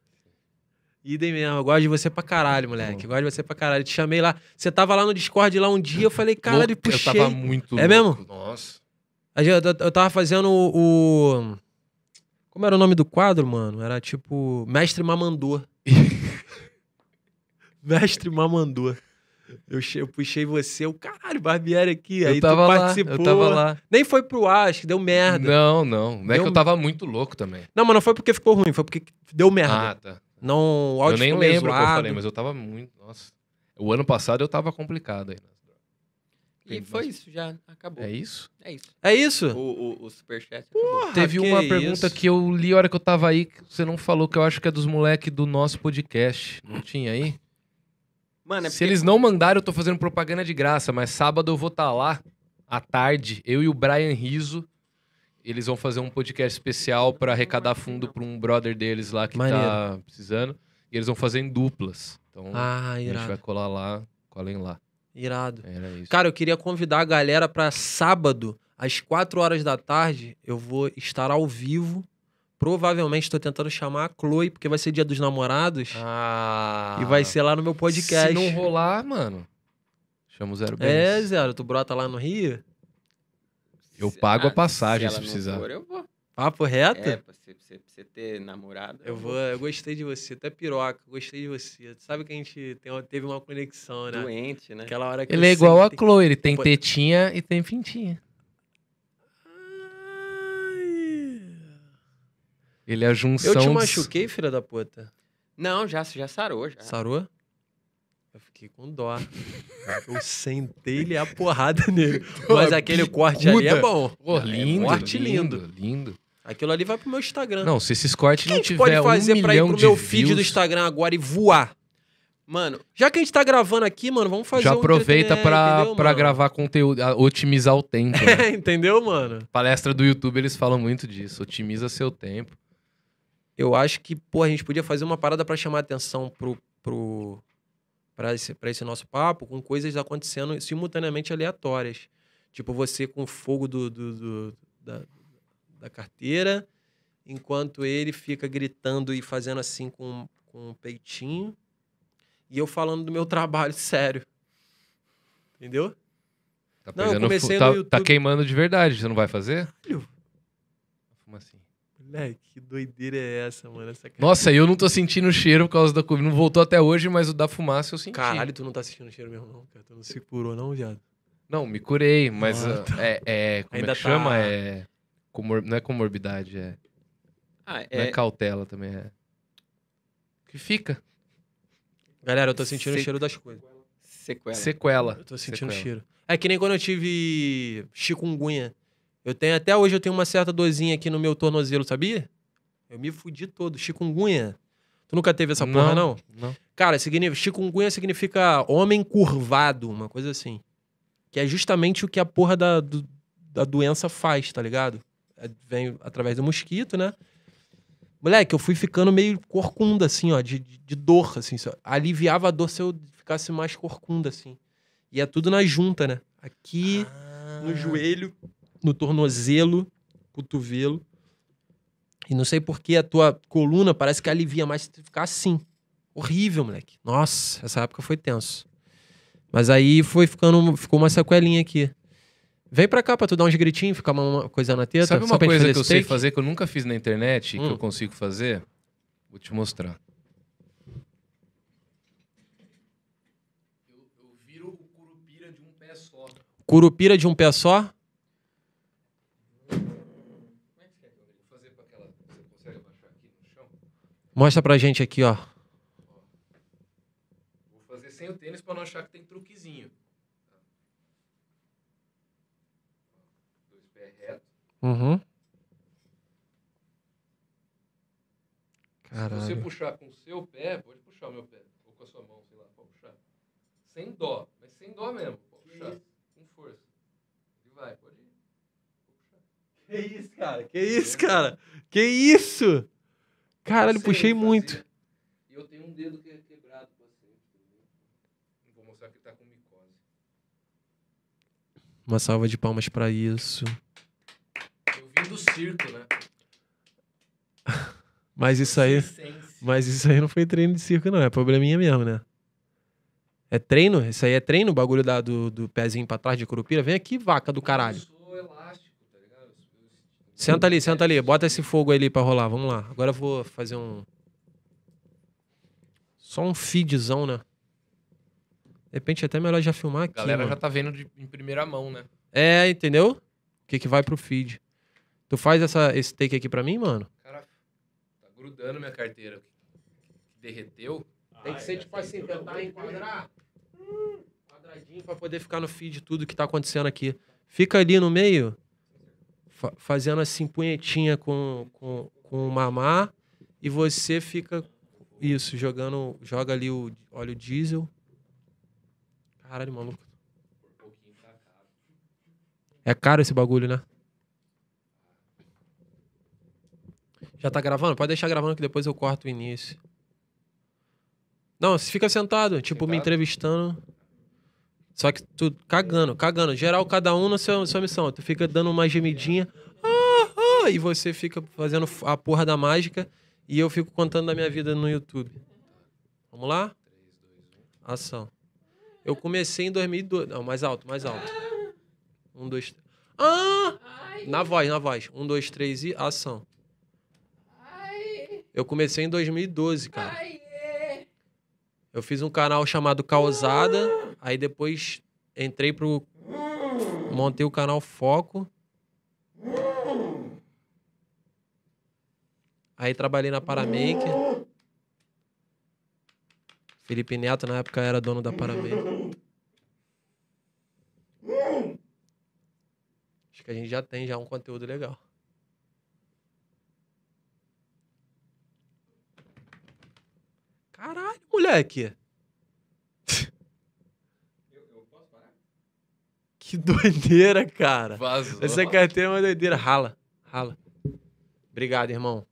Idem mesmo. Eu gosto de você pra caralho, moleque. Eu gosto de você pra caralho. Te chamei lá. Você tava lá no Discord lá um dia, eu falei, cara, ele Louco, puxei. Eu tava muito É louco. Nossa. A gente- Eu, eu tava fazendo o, o- Como era o nome do quadro, mano? Era tipo. Mestre Mamandô. Mestre Mamandô. Eu, che- eu puxei você, o caralho, Barbieri aqui. Eu aí tava tu lá, participou. eu tava lá. Nem foi pro ar, acho que deu merda. Não. Não, não. Não é Deu- que eu tava muito louco também. mas não foi porque ficou ruim, foi porque deu merda. Ah, tá. não, o áudio Eu nem ficou meio lembro o que eu zoado. falei, mas eu tava muito. Nossa. O ano passado eu tava complicado aí. E foi isso, já acabou. É isso? É isso. É isso? O, o, o superchat é Uh, acabou. Porra, Teve Ah, que uma pergunta isso. que eu li a hora que eu tava aí, que você não falou, que eu acho que é dos moleques do nosso podcast. Não tinha aí? Mano, é Se porque eles não mandaram, eu tô fazendo propaganda de graça, mas sábado eu vou estar lá à tarde, eu e o Brian Riso. Eles vão fazer um podcast especial pra arrecadar fundo pra um brother deles lá que tá Maneiro. precisando. E eles vão fazer em duplas. Então Ah, a gente vai irado. colar lá, colhem lá. Irado. Era isso. Cara, eu queria convidar a galera pra sábado, às 4 horas da tarde, eu vou estar ao vivo. Provavelmente tô tentando chamar a Chloe, porque vai ser dia dos namorados. Ah, E vai ser lá no meu podcast. Se não rolar, mano, chama o Zero É, Bens. Zero, tu brota lá no Rio? Eu se- pago a ah, passagem ela se não precisar. Ah, tá. for, eu vou. Papo reto? É, pra você, pra você- pra você ter namorado. Eu vou, eu gostei de você, até piroca, gostei de você. Tu sabe que a gente tem uma- teve uma conexão, né? Doente, né? Aquela hora que Ele é eu igual a sentei- Chloe, ele tem Pô- tetinha e tem pintinha. Ai. Ele é a junção. Eu te de- machuquei, filha da puta. Não, já, já sarou, já. Sarou? Eu fiquei com dó. Eu sentei ele a porrada nele. Mas aquele corte ali é bicuda. bom. Pô, É lindo, corte lindo, lindo. lindo, Aquilo ali vai pro meu Instagram. Não, se esses o cortes que a não gente tiver pode fazer um pra ir milhão pro de meu views, feed do Instagram agora e voar? Mano, Já que a gente tá gravando aqui, mano, vamos fazer já um aproveita entretener, pra, entendeu, pra mano? gravar conteúdo, a- otimizar o tempo. Né? entendeu, mano? Palestra do YouTube, eles falam muito disso, otimiza seu tempo. eu acho que, pô, a gente podia fazer uma parada pra chamar atenção pro, pro, pra, esse, pra esse nosso papo com coisas acontecendo simultaneamente aleatórias. Tipo, você com o fogo do, do- do- da, da carteira, enquanto ele fica gritando e fazendo assim com, com o peitinho, e eu falando do meu trabalho sério. Entendeu? Tá Não, eu pegando, fu- comecei tá, no tá YouTube. queimando de verdade, você não vai fazer? Caralho. Fuma assim. Moleque, que doideira é essa, mano? Essa cara- Nossa, eu não tô sentindo o cheiro por causa da Covid. Não voltou até hoje, mas o da fumaça eu senti. Caralho, tu não tá assistindo o cheiro mesmo, não, cara. Tu não se curou, não, viado. Não, me curei, mas Ah, ah, é, é- como Ainda é que chama? tá- É, comor- não é comorbidade, é, ah, não é é, cautela também, é. Que fica, Galera, eu tô sentindo Seca. o cheiro das coisas. sequela. sequela. Eu tô sentindo o Sequela. cheiro. É que nem quando eu tive chikungunya. Eu tenho até hoje eu tenho uma certa dorzinha aqui no meu tornozelo, sabia? Eu me fudi todo. Chikungunya. Tu nunca teve essa porra, não? Não. Cara, significa, chikungunya significa homem curvado, uma coisa assim. Que é justamente o que a porra da, do- da doença faz, tá ligado? É, vem através do mosquito, né? Moleque, eu fui ficando meio corcunda, assim, ó, de, de, de dor, assim. só- Aliviava a dor se eu ficasse mais corcunda, assim. E é tudo na junta, né? Aqui, no joelho, no tornozelo, cotovelo. E não sei por que a tua coluna parece que alivia mais se tu ficar assim. Horrível, moleque. Nossa, essa época foi tenso. Mas aí foi ficando, ficou uma sequelinha aqui. Vem pra cá pra tu dar uns gritinhos, ficar uma, uma coisa na teta. Sabe só uma pra coisa gente fazer que eu esse sei take? fazer que eu nunca fiz na internet, Hum. que eu consigo fazer? Vou te mostrar. Eu, viro o curupira de um pé só. Curupira de um pé só? Vou fazer pra aquela. Você consegue baixar aqui no chão? Mostra pra gente aqui, ó. Vou fazer sem o tênis pra não achar que tem truquezinho. Dois pés reto. Uhum. Se você Caralho. puxar com o seu pé, pode puxar o meu pé. Ou com a sua mão, sei lá, pode puxar. Sem dó, mas sem dó mesmo. Pode puxar. Com força. E vai, pode ir. Pode puxar. Que isso, cara? Que isso, cara? Que isso? Caralho, Sei puxei fazer. muito. E eu tenho um dedo que é quebrado pra sempre. entendeu? Não vou mostrar que tá com micose. Uma salva de palmas pra isso. Eu vim do circo, né? Mas isso aí. Circense. Mas isso aí não foi treino de circo, não. É probleminha mesmo, né? É treino? Isso aí é treino? O bagulho da- do, do pezinho pra trás de curupira? Vem aqui, vaca do caralho. Eu sou elástico, tá ligado? Eu sou- eu- Senta ali, senta ali. Bota esse fogo ali pra rolar. Vamos lá. Agora eu vou fazer um. Só um feedzão, né? De repente, é até melhor já filmar aqui. A galera mano. já tá vendo de- em primeira mão, né? É, entendeu? O que, que vai pro feed. Tu faz essa, esse take aqui pra mim, mano? Cara, tá grudando minha carteira. Derreteu? Tem que ser tipo assim, tentar enquadrar. Quadradinho pra poder ficar no feed tudo que tá acontecendo aqui. Fica ali no meio, fa- fazendo assim, punhetinha com, com, com o mamá. E você fica, isso, jogando, joga ali o óleo diesel. Caralho, maluco. É caro esse bagulho, né? Já tá gravando? Pode deixar gravando que depois eu corto o início. Não, você fica sentado, tipo, me Sentado? entrevistando. Só que tu cagando, cagando. Geral, cada um na sua, sua missão. Tu fica dando uma gemidinha. Ah, ah, e você fica fazendo a porra da mágica. E eu fico contando da minha vida no YouTube. Vamos lá? Ação. Eu comecei em 2012. Não, mais alto, mais alto. Um, dois. três. Ah! Na voz, na voz. Um, dois, três e ação. Eu comecei em 2012, cara. Eu fiz um canal chamado Causada. Aí depois entrei pro. Montei o canal Foco. Aí trabalhei na Paramaker. Felipe Neto, na época, era dono da Paramaker. Acho que a gente já tem já um conteúdo legal. Caralho, moleque! Que doideira, cara! Vazou. Essa carteira é uma doideira. Rala, rala. Obrigado, irmão.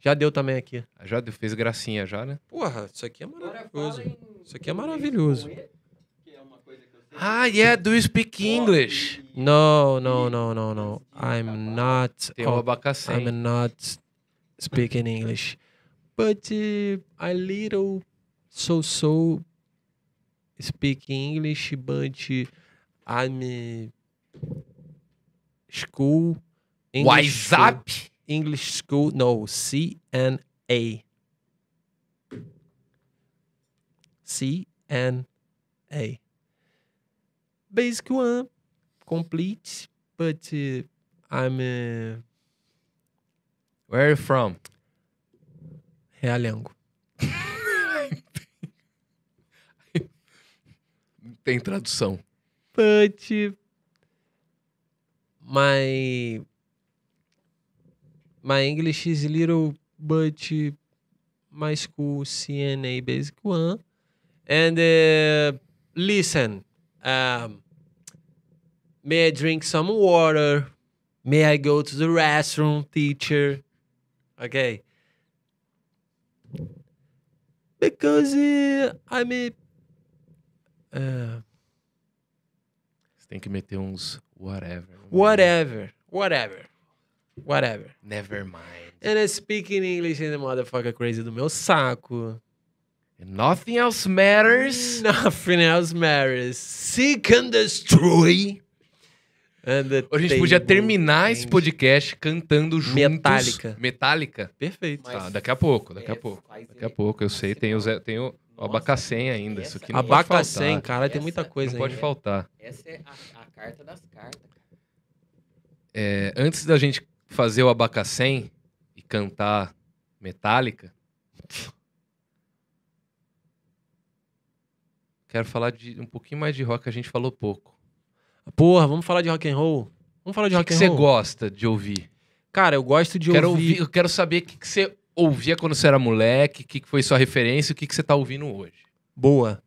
Já deu também aqui. Ah, Já deu- fez gracinha já, né? Porra, isso aqui é maravilhoso. Isso Isso aqui é maravilhoso. Que é uma coisa que eu sei. Ah, yeah, do you speak English? No, no, no, no, no. I'm not. Tem o I'm abacacém. not speaking English. But uh, a little so so speak English, but uh, I'm uh, school. English school- WhatsApp? English school, no, CNA. CNA. Basic one, complete, but uh, I'm uh, Where are you from? realengo. Tem tradução. But uh, my my English is little, but uh, my school CNA basic one. And uh, listen, um, may I drink some water? May I go to the restroom, teacher? Okay. Because uh, I'm a. Uh, Você tem que meter uns whatever. Whatever. Whatever. Whatever. Never mind. And I speak in English in the motherfucker crazy do meu saco. Nothing else matters. Nothing else matters. Seek and destroy. And the A gente podia table terminar esse ends. podcast cantando juntos. Metallica. Metallica? Perfeito. Tá, daqui a pouco, daqui É, a pouco. Daqui a pouco, eu sei. Tem o, Zé, tem o o abacacém ainda. Isso aqui não Abacacém, pode faltar. cara, tem muita Essa coisa né? Não pode ainda. faltar. Essa é a, a carta das cartas, cara. É, antes da gente fazer o abacacém e cantar Metallica, quero falar de um pouquinho mais de rock, a gente falou pouco. Porra, vamos falar de rock and roll? Vamos falar de O rock que and você roll? gosta de ouvir? Cara, eu gosto de quero ouvir... ouvir- eu quero saber o que, que você ouvia quando você era moleque, o que, que foi sua referência, o que, que você tá ouvindo hoje. Boa.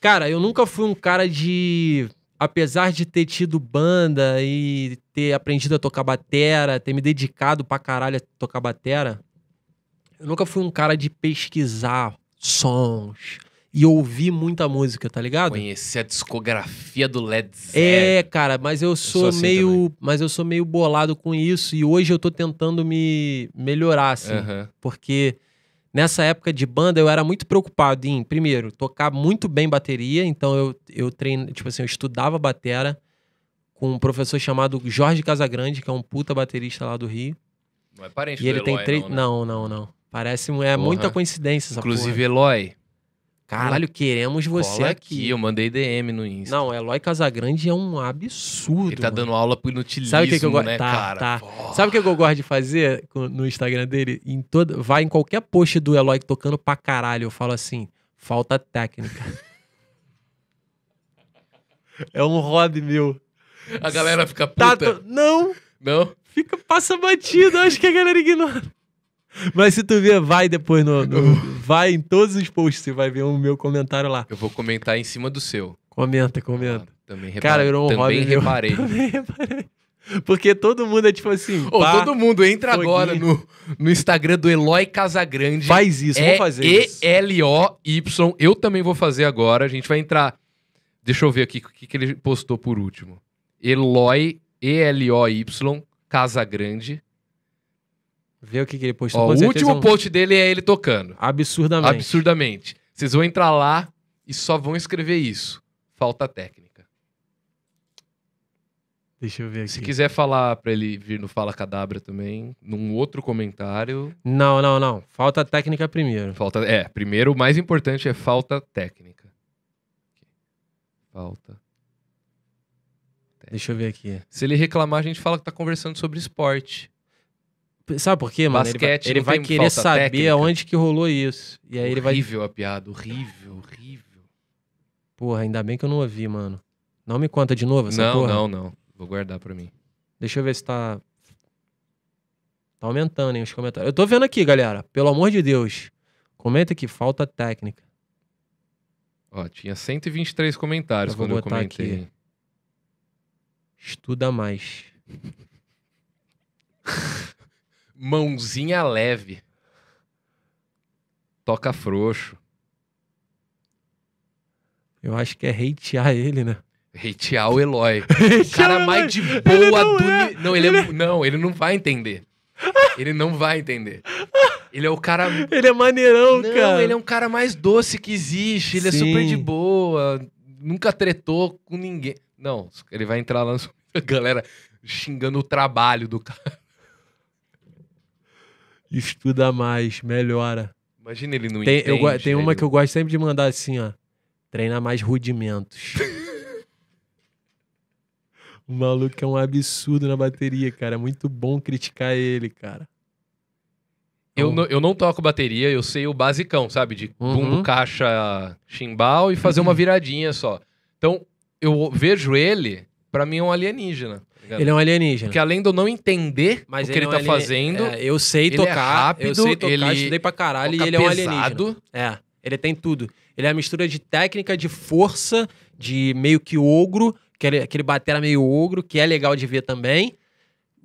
Cara, eu nunca fui um cara de. Apesar de ter tido banda e ter aprendido a tocar batera, ter me dedicado pra caralho a tocar batera, eu nunca fui um cara de pesquisar sons e ouvir muita música, tá ligado? Conhecer a discografia do Led Zeppelin. É, cara, mas eu sou, sou assim meio, mas eu sou meio bolado com isso e hoje eu tô tentando me melhorar assim Aham. porque nessa época de banda eu era muito preocupado em, primeiro, tocar muito bem bateria, então eu, eu treino, tipo assim, eu estudava batera com um professor chamado Jorge Casagrande, que é um puta baterista lá do Rio. Não é parente e do ele tem Eloy, três. não, né? Não, não, não. Parece um- é Porra. muita coincidência essa Inclusive, porra. Eloy, Caralho, queremos você Cola aqui. Eu mandei DM no Insta. Não, Eloy Casagrande é um absurdo. Ele tá mano. dando aula pro inutilismo, Sabe o que, que eu gosto? né, tá, cara? tá. Pô. Sabe o que, que eu gosto de fazer com- no Instagram dele? Em toda, vai em qualquer post do Eloy tocando pra caralho. Eu falo assim: falta técnica. é um hobby meu. A galera fica Tá, puta. to- não! Não? Fica, passa batido, acho que a galera ignora. Uh. Mas se tu ver, vai depois no. no- vai em todos os posts, você vai ver o meu comentário lá. Eu vou comentar em cima do seu. Comenta, comenta. Ah, também Cara, reparei. virou um também hobby meu. reparei. Também reparei. Porque todo mundo é tipo assim. Ô, pá, todo mundo entra Foguinho. agora no, no Instagram do Eloy Casagrande. Faz isso, vamos fazer isso. E-L-O-Y. Eu também vou fazer agora. A gente vai entrar. Deixa eu ver aqui o que, que ele postou por último. Eloy, E-L-O-Y, Casagrande. Vê o que, que ele postou. Ó, com o certeza último é um- post dele é ele tocando. Absurdamente. Absurdamente. Vocês vão entrar lá e só vão escrever isso. Falta técnica. Deixa eu ver aqui. Se quiser falar pra ele vir no Fala Cadabra também, num outro comentário. Não, não, não. Falta técnica primeiro. Falta. É, primeiro, o mais importante é falta técnica. Falta. Deixa eu ver aqui. Se ele reclamar, a gente fala que tá conversando sobre esporte. P- Sabe por quê, mano? Ele vai- Basquete ele não vai, tem querer falta saber técnica. onde que rolou isso. E aí ele vai. horrível a piada, horrível, horrível. Porra, ainda bem que eu não ouvi, mano. Não me conta de novo essa Não, porra. não, não. Vou guardar pra mim. Deixa eu ver se tá. Tá aumentando, hein, os comentários. Eu tô vendo aqui, galera. Pelo amor de Deus. Comenta aqui, falta técnica. Ó, tinha 123 comentários Eu vou quando eu botar aqui. comentei. Estuda mais. Mãozinha leve. Toca frouxo. Eu acho que é hatear ele, né? Hatear o Eloy. O cara mais de boa não do. é. ni- Não, ele, é- não, ele não vai entender. Ele não vai entender. Ele é o cara. Ele é maneirão, Não, cara. ele é um cara mais doce que existe. Ele é super Sim. de boa. Nunca tretou com ninguém. Não, ele vai entrar lá. no- A galera xingando o trabalho do cara. um Estuda mais, melhora. Imagina ele não Tem, entende. eu, go- tem uma ele que eu gosto sempre de mandar assim, ó. Treina mais rudimentos. o maluco é um absurdo na bateria, cara. É muito bom criticar ele, cara. Eu, não, eu não toco bateria, eu sei o basicão, sabe? De Hum. Uhum. bumbo, caixa, chimbal e fazer uma viradinha só. Então, eu vejo ele, pra mim é um alienígena. tá ligado? Ele é um alienígena. Porque além de eu não entender o que ele, é um tá alien- fazendo, é, eu sei ele é tocar, eu rápido, sei tocar, ele estudei pra caralho e toca ele é um alienígena. pesado, É, ele tem tudo. Ele é a mistura de técnica, de força, de meio que ogro, que ele, aquele batera meio ogro, que é legal de ver também.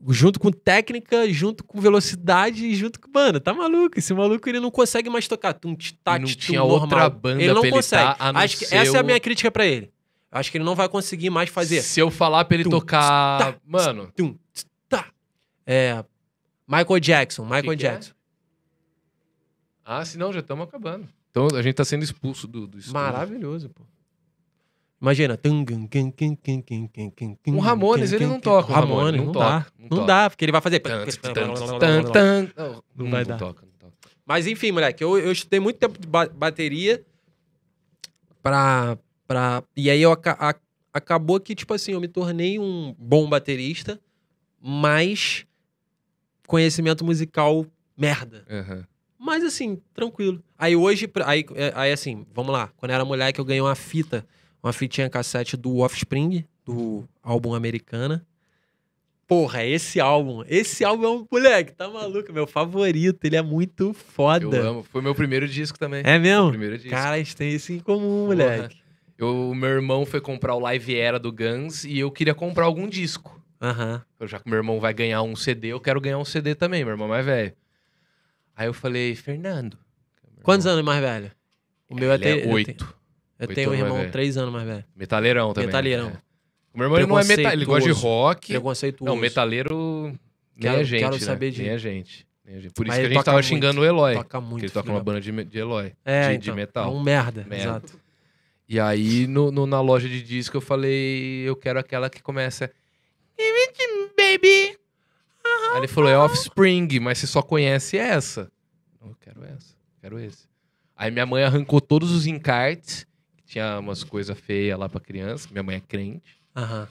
Junto com técnica, junto com velocidade, e junto com. Mano, tá maluco? Esse maluco ele não consegue mais tocar. Tum, tit, tá, E não tit, tum, tinha normal. outra banda Ele não pra ele consegue. tá, a não Acho que ser essa é a o- minha crítica pra ele. Acho que ele não vai conseguir mais fazer. se eu falar pra ele Tum, tocar... tá, mano, Tum, tss, tá. É. Michael Jackson, Michael que é? Jackson. ah, senão já estamos acabando. Então a gente tá sendo expulso do, do estúdio. Maravilhoso, pô. Imagina. tum, tum, tum, tum, tum, tum, tum, tum, tum, O Um Ramones, tum, ele tum, não tum. toca, o Ramones, Ramones, não não toca, dá. não Não toca. dá, porque ele vai fazer. Tan, tan, tan, tan. Não, não vai dar. toca, não toca. Mas enfim, moleque, eu, eu estudei muito tempo de ba- bateria pra, pra... E aí eu aca- a- acabou que, tipo assim, eu me tornei um bom baterista, mas conhecimento musical merda. Aham. Mas assim, tranquilo. Aí hoje, pra- aí, é- aí assim, vamos lá. Quando eu era moleque, eu ganhei uma fita, uma fitinha cassete do Offspring, do álbum Americana. Porra, esse álbum, esse álbum é um moleque, tá maluco? Meu favorito, ele é muito Eu foda. amo. Foi meu primeiro disco também. É Meu mesmo? primeiro disco. Cara, a gente tem isso em comum, Porra. moleque. Eu, o meu irmão foi comprar o Live Era do Guns e eu queria comprar algum disco. Aham. Eu, já que meu irmão vai ganhar um CD, eu quero ganhar um CD também, meu irmão é mais velho. Aí eu falei, Fernando. Quantos anos mais velho? O meu Ele te- é oito. Eu Oito tenho um anos mais irmão velho. três anos mais velho. Metaleirão também. Metaleirão. É. O meu irmão ele não é metal, ele gosta de Preconceituoso. rock. Preconceituoso. Não, metaleiro nem Quero- a gente, quero né? saber de- Nem a gente. Nem a gente. Por Mas isso que a gente ele toca tava muito. xingando o Eloy. Toca muito. porque ele toca filho uma da- banda de, de Eloy. É, de, de então, metal. É um merda, Merda. exato. E aí, no, no- na loja de disco, eu falei, eu quero aquela que começa. "Give it to me, Baby! Aí ele falou, é Offspring, mas você só conhece essa. Eu quero essa, quero esse. Aí minha mãe arrancou todos os encartes, que tinha umas coisas feias lá pra criança, minha mãe é crente. Aham.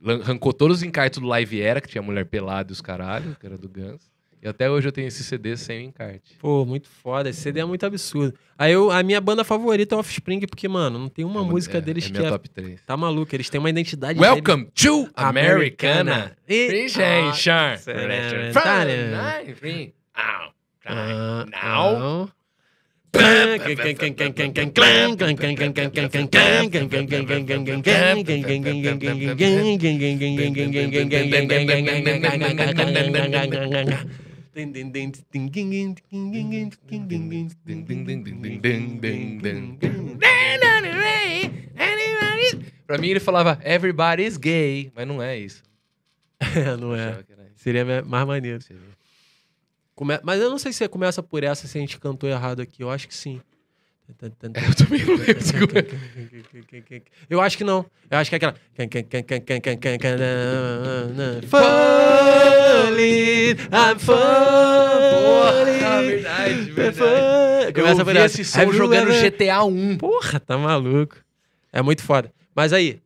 Lan- Arrancou todos os encartes do Live Era, que tinha mulher pelada e os caralho, que era do Guns. E até hoje eu tenho esse CD sem o encarte. Pô, muito foda. Esse CD é muito absurdo. Aí eu, a minha banda favorita é Offspring, porque, mano, não tem uma É música é- deles é que minha é. top 3. Tá maluco, eles têm uma identidade. deles- Welcome to Americana. E- Presença. Será- Au. Ah, Now. não. Pra mim ele falava everybody's gay, mas não é isso. É, não é. Achava que era isso. Seria mais maneiro. Come- Mas eu não sei se você começa por essa se a gente cantou errado aqui. Eu acho que sim. É, Eu também não lembro se eu- Eu acho que não. Eu acho que é aquela. Falling, I'm Porra, falling. É verdade, é verdade. falling. Começa Eu por vi essa. esse som jogando GTA 1. Porra, tá maluco. É muito foda. Mas aí,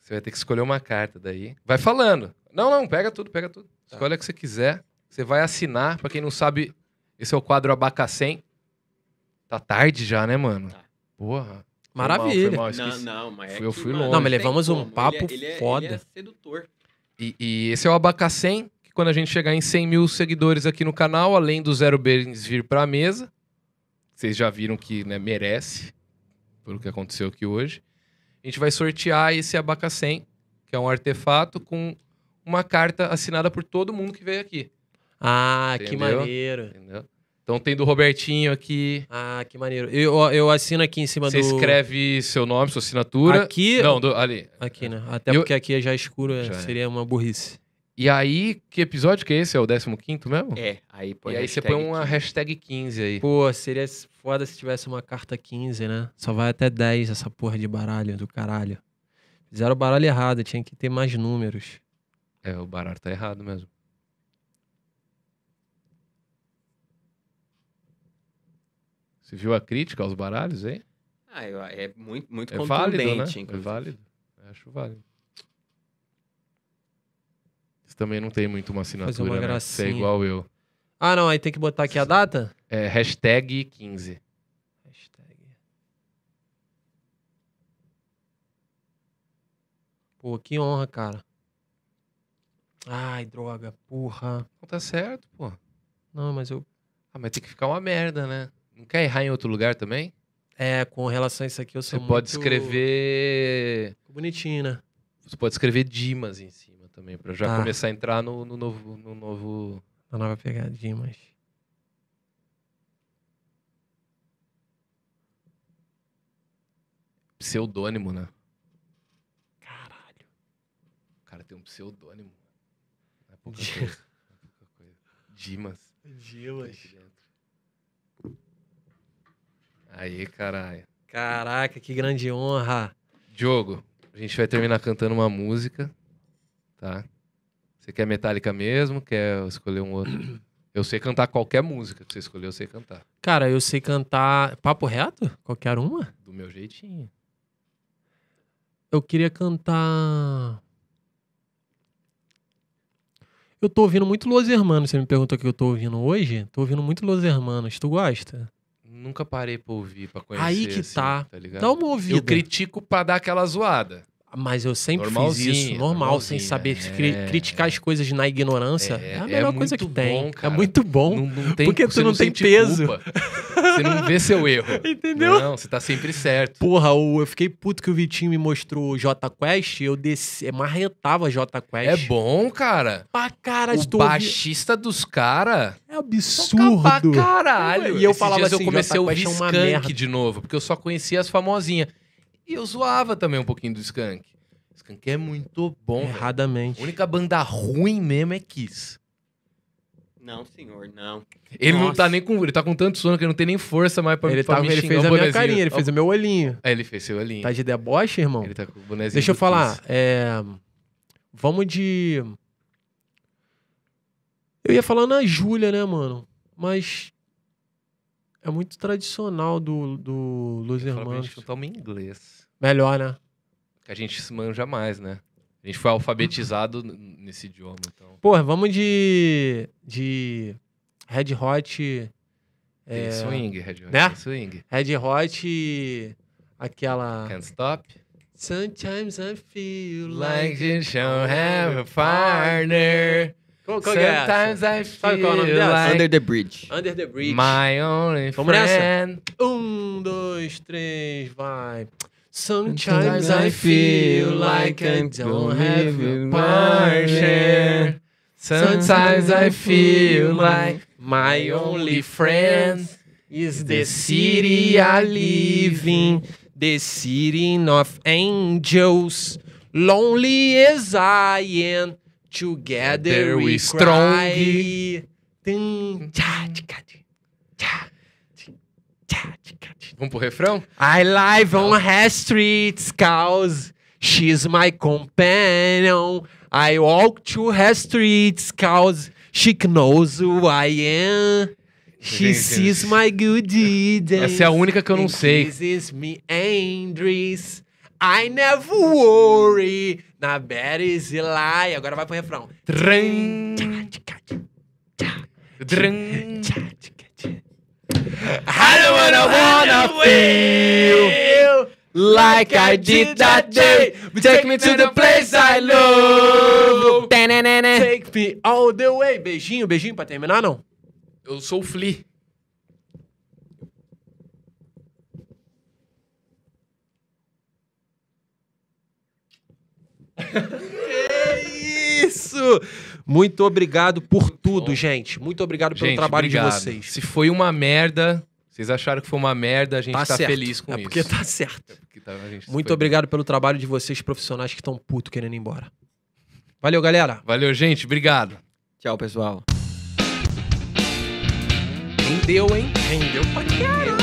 Você vai ter que escolher uma carta daí. Vai falando. Não, não, pega tudo, pega tudo. Escolhe a que você quiser. Você vai assinar. Pra quem não sabe, esse é o quadro Abacacém. Tá tarde já, né, mano? Porra. Foi mal, maravilha. foi mal, Não, esqueci. não, mas é Fui- eu que, fui mano, longe. Não, mas tem levamos um como. papo Ele é- ele é- foda. Ele é sedutor. E, e esse é o Abacacém, que quando a gente chegar em 100 mil seguidores aqui no canal, além do Zero Bens vir pra mesa, vocês já viram que né, merece, pelo que aconteceu aqui hoje, a gente vai sortear esse Abacacém, que é um artefato com uma carta assinada por todo mundo que veio aqui, Ah, que Entendeu? maneiro. entendeu? Então tem do Robertinho aqui, Ah, que maneiro. Eu, eu assino aqui em cima você do. escreve seu nome, sua assinatura. Aqui. Não, do- ali. Aqui, né? Até Eu- porque aqui já é escuro, é, Já é. seria uma burrice. E aí, que episódio que é esse? É o 15 mesmo? É, aí põe e aí você hashtag põe uma que- hashtag 15 aí. Pô, seria foda se tivesse uma carta 15, né? Só vai até 10 essa porra de baralho do caralho. Fizeram o baralho errado, tinha que ter mais números. É, o baralho tá errado mesmo. Você viu a crítica aos baralhos aí? Ah, eu- é muito, muito É contundente. válido, né? É inclusive. válido. Eu acho válido. Você também não tem muito uma assinatura, uma né? Você é gracinha. igual eu. Ah, não, aí tem que botar aqui a data? É, hashtag 15. Hashtag. Pô, que honra, cara. Ai, droga, porra. Não tá certo, pô. Não, mas eu. Ah, mas tem que ficar uma merda, né? Não quer errar em outro lugar também? É, com relação a isso aqui, eu Você sou pode muito- escrever... Bonitinho, né? Você pode escrever Dimas em cima também, pra já Ah. começar a entrar no- no novo... No novo... A nova pegadinha, mas. pseudônimo, né? Caralho. O cara tem um pseudônimo. Não é pouca coisa. Não é pouca coisa. Dimas. tá aqui dentro. Aí, caralho. Caraca, que grande honra. Diogo, a gente vai terminar cantando uma música, tá? Você quer Metallica mesmo? Quer eu escolher um outro? Eu sei cantar qualquer música que você escolher, eu sei cantar. Cara, eu sei cantar papo reto? Qualquer uma? Do meu jeitinho. Eu queria cantar. Eu tô ouvindo muito Los Hermanos. Você me perguntou o que eu tô ouvindo hoje? Tô ouvindo muito Los Hermanos. Tu gosta? Nunca parei pra ouvir, pra conhecer. Aí que assim, tá. ligado? Dá uma ouvida. eu critico pra dar aquela zoada. Mas eu sempre fiz Normalzinho, isso, normal, sem normalzinho, saber é. cri- criticar as coisas na ignorância. É, É, a é melhor coisa que muito tem. bom, é cara. muito bom. Não, não tem, Porque tu você não tem sente peso. culpa. Você não vê seu erro. Entendeu? Não, você tá sempre certo. Porra, o- eu fiquei puto que o Vitinho me mostrou o Jota Quest, eu desci, marretava Jota Quest. É bom, cara. pra cara de O baixista dos caras É toca pra absurdo. caralho. E eu Esses falava dias assim, eu comecei a Jota ouvir Quest é uma Skunk merda. de novo, porque eu só conhecia as famosinhas. E eu zoava também um pouquinho do Skunk. Skunk é muito bom, velho. Erradamente. A única banda ruim mesmo é Kiss. Não, senhor, não. Ele não Nossa. tá nem com... Ele tá com tanto sono que ele não tem nem força mais pra, ele pra tava- tá me ele xingar, fez o a minha bonezinho. carinha, ele fez o meu olhinho. Ah, ele fez seu olhinho. Tá de deboche, irmão? Ele tá com o bonezinho Deixa eu do falar, Kiss. é, vamos de... Eu ia falar na Júlia, né, mano? Mas É muito tradicional do, do Los Fala pra Hermanos. gente cantar uma em inglês. Melhor, né? Que a gente se manja mais, né? A gente foi alfabetizado n- nesse idioma, então. Porra, vamos de. de. Red Hot. Tem swing, Red Hot, É. Né? tem swing. Red Hot. e Aquela. Can't stop. Sometimes I feel Like like. you don't have a partner. Qual, qual que é essa? Sometimes I Sabe qual é o nome feel dela? like Under the Bridge. Under the Bridge. my only Vamos nessa? friend. Um, dois, três, vai. Sometimes I feel like I don't have a partner. Sometimes I feel like my only friend is the city I live in, the city of angels. Lonely as I am, together There we we strong. cry. Tum, tchá, tchá, tchá, tchá, tchá, tchá. Vamos pro refrão? I live on her streets cause she's my companion. I walk to her streets cause she knows who I am. She Gente, sees my good deeds. Essa é a única que eu não and sei. Kisses me angries. I never worry. Na bad is a lie. Agora vai pro refrão. Tran. Tran. I don't wanna wanna feel like I did that day. Take me to the place I love. Take me all the way. Beijinho, beijinho pra terminar, não? Eu sou o Flea. Isso! Muito obrigado por tudo, gente. Muito obrigado pelo Gente, trabalho obrigado. de vocês. Se foi uma merda, vocês acharam que foi uma merda, a gente tá, certo. feliz com é isso. porque tá certo. Porque tá- a gente Muito foi- obrigado pelo trabalho de vocês, profissionais que estão puto querendo ir embora. Valeu, galera. Valeu, gente. Obrigado. Tchau, pessoal. Rendeu, hein? Rendeu pra caralho.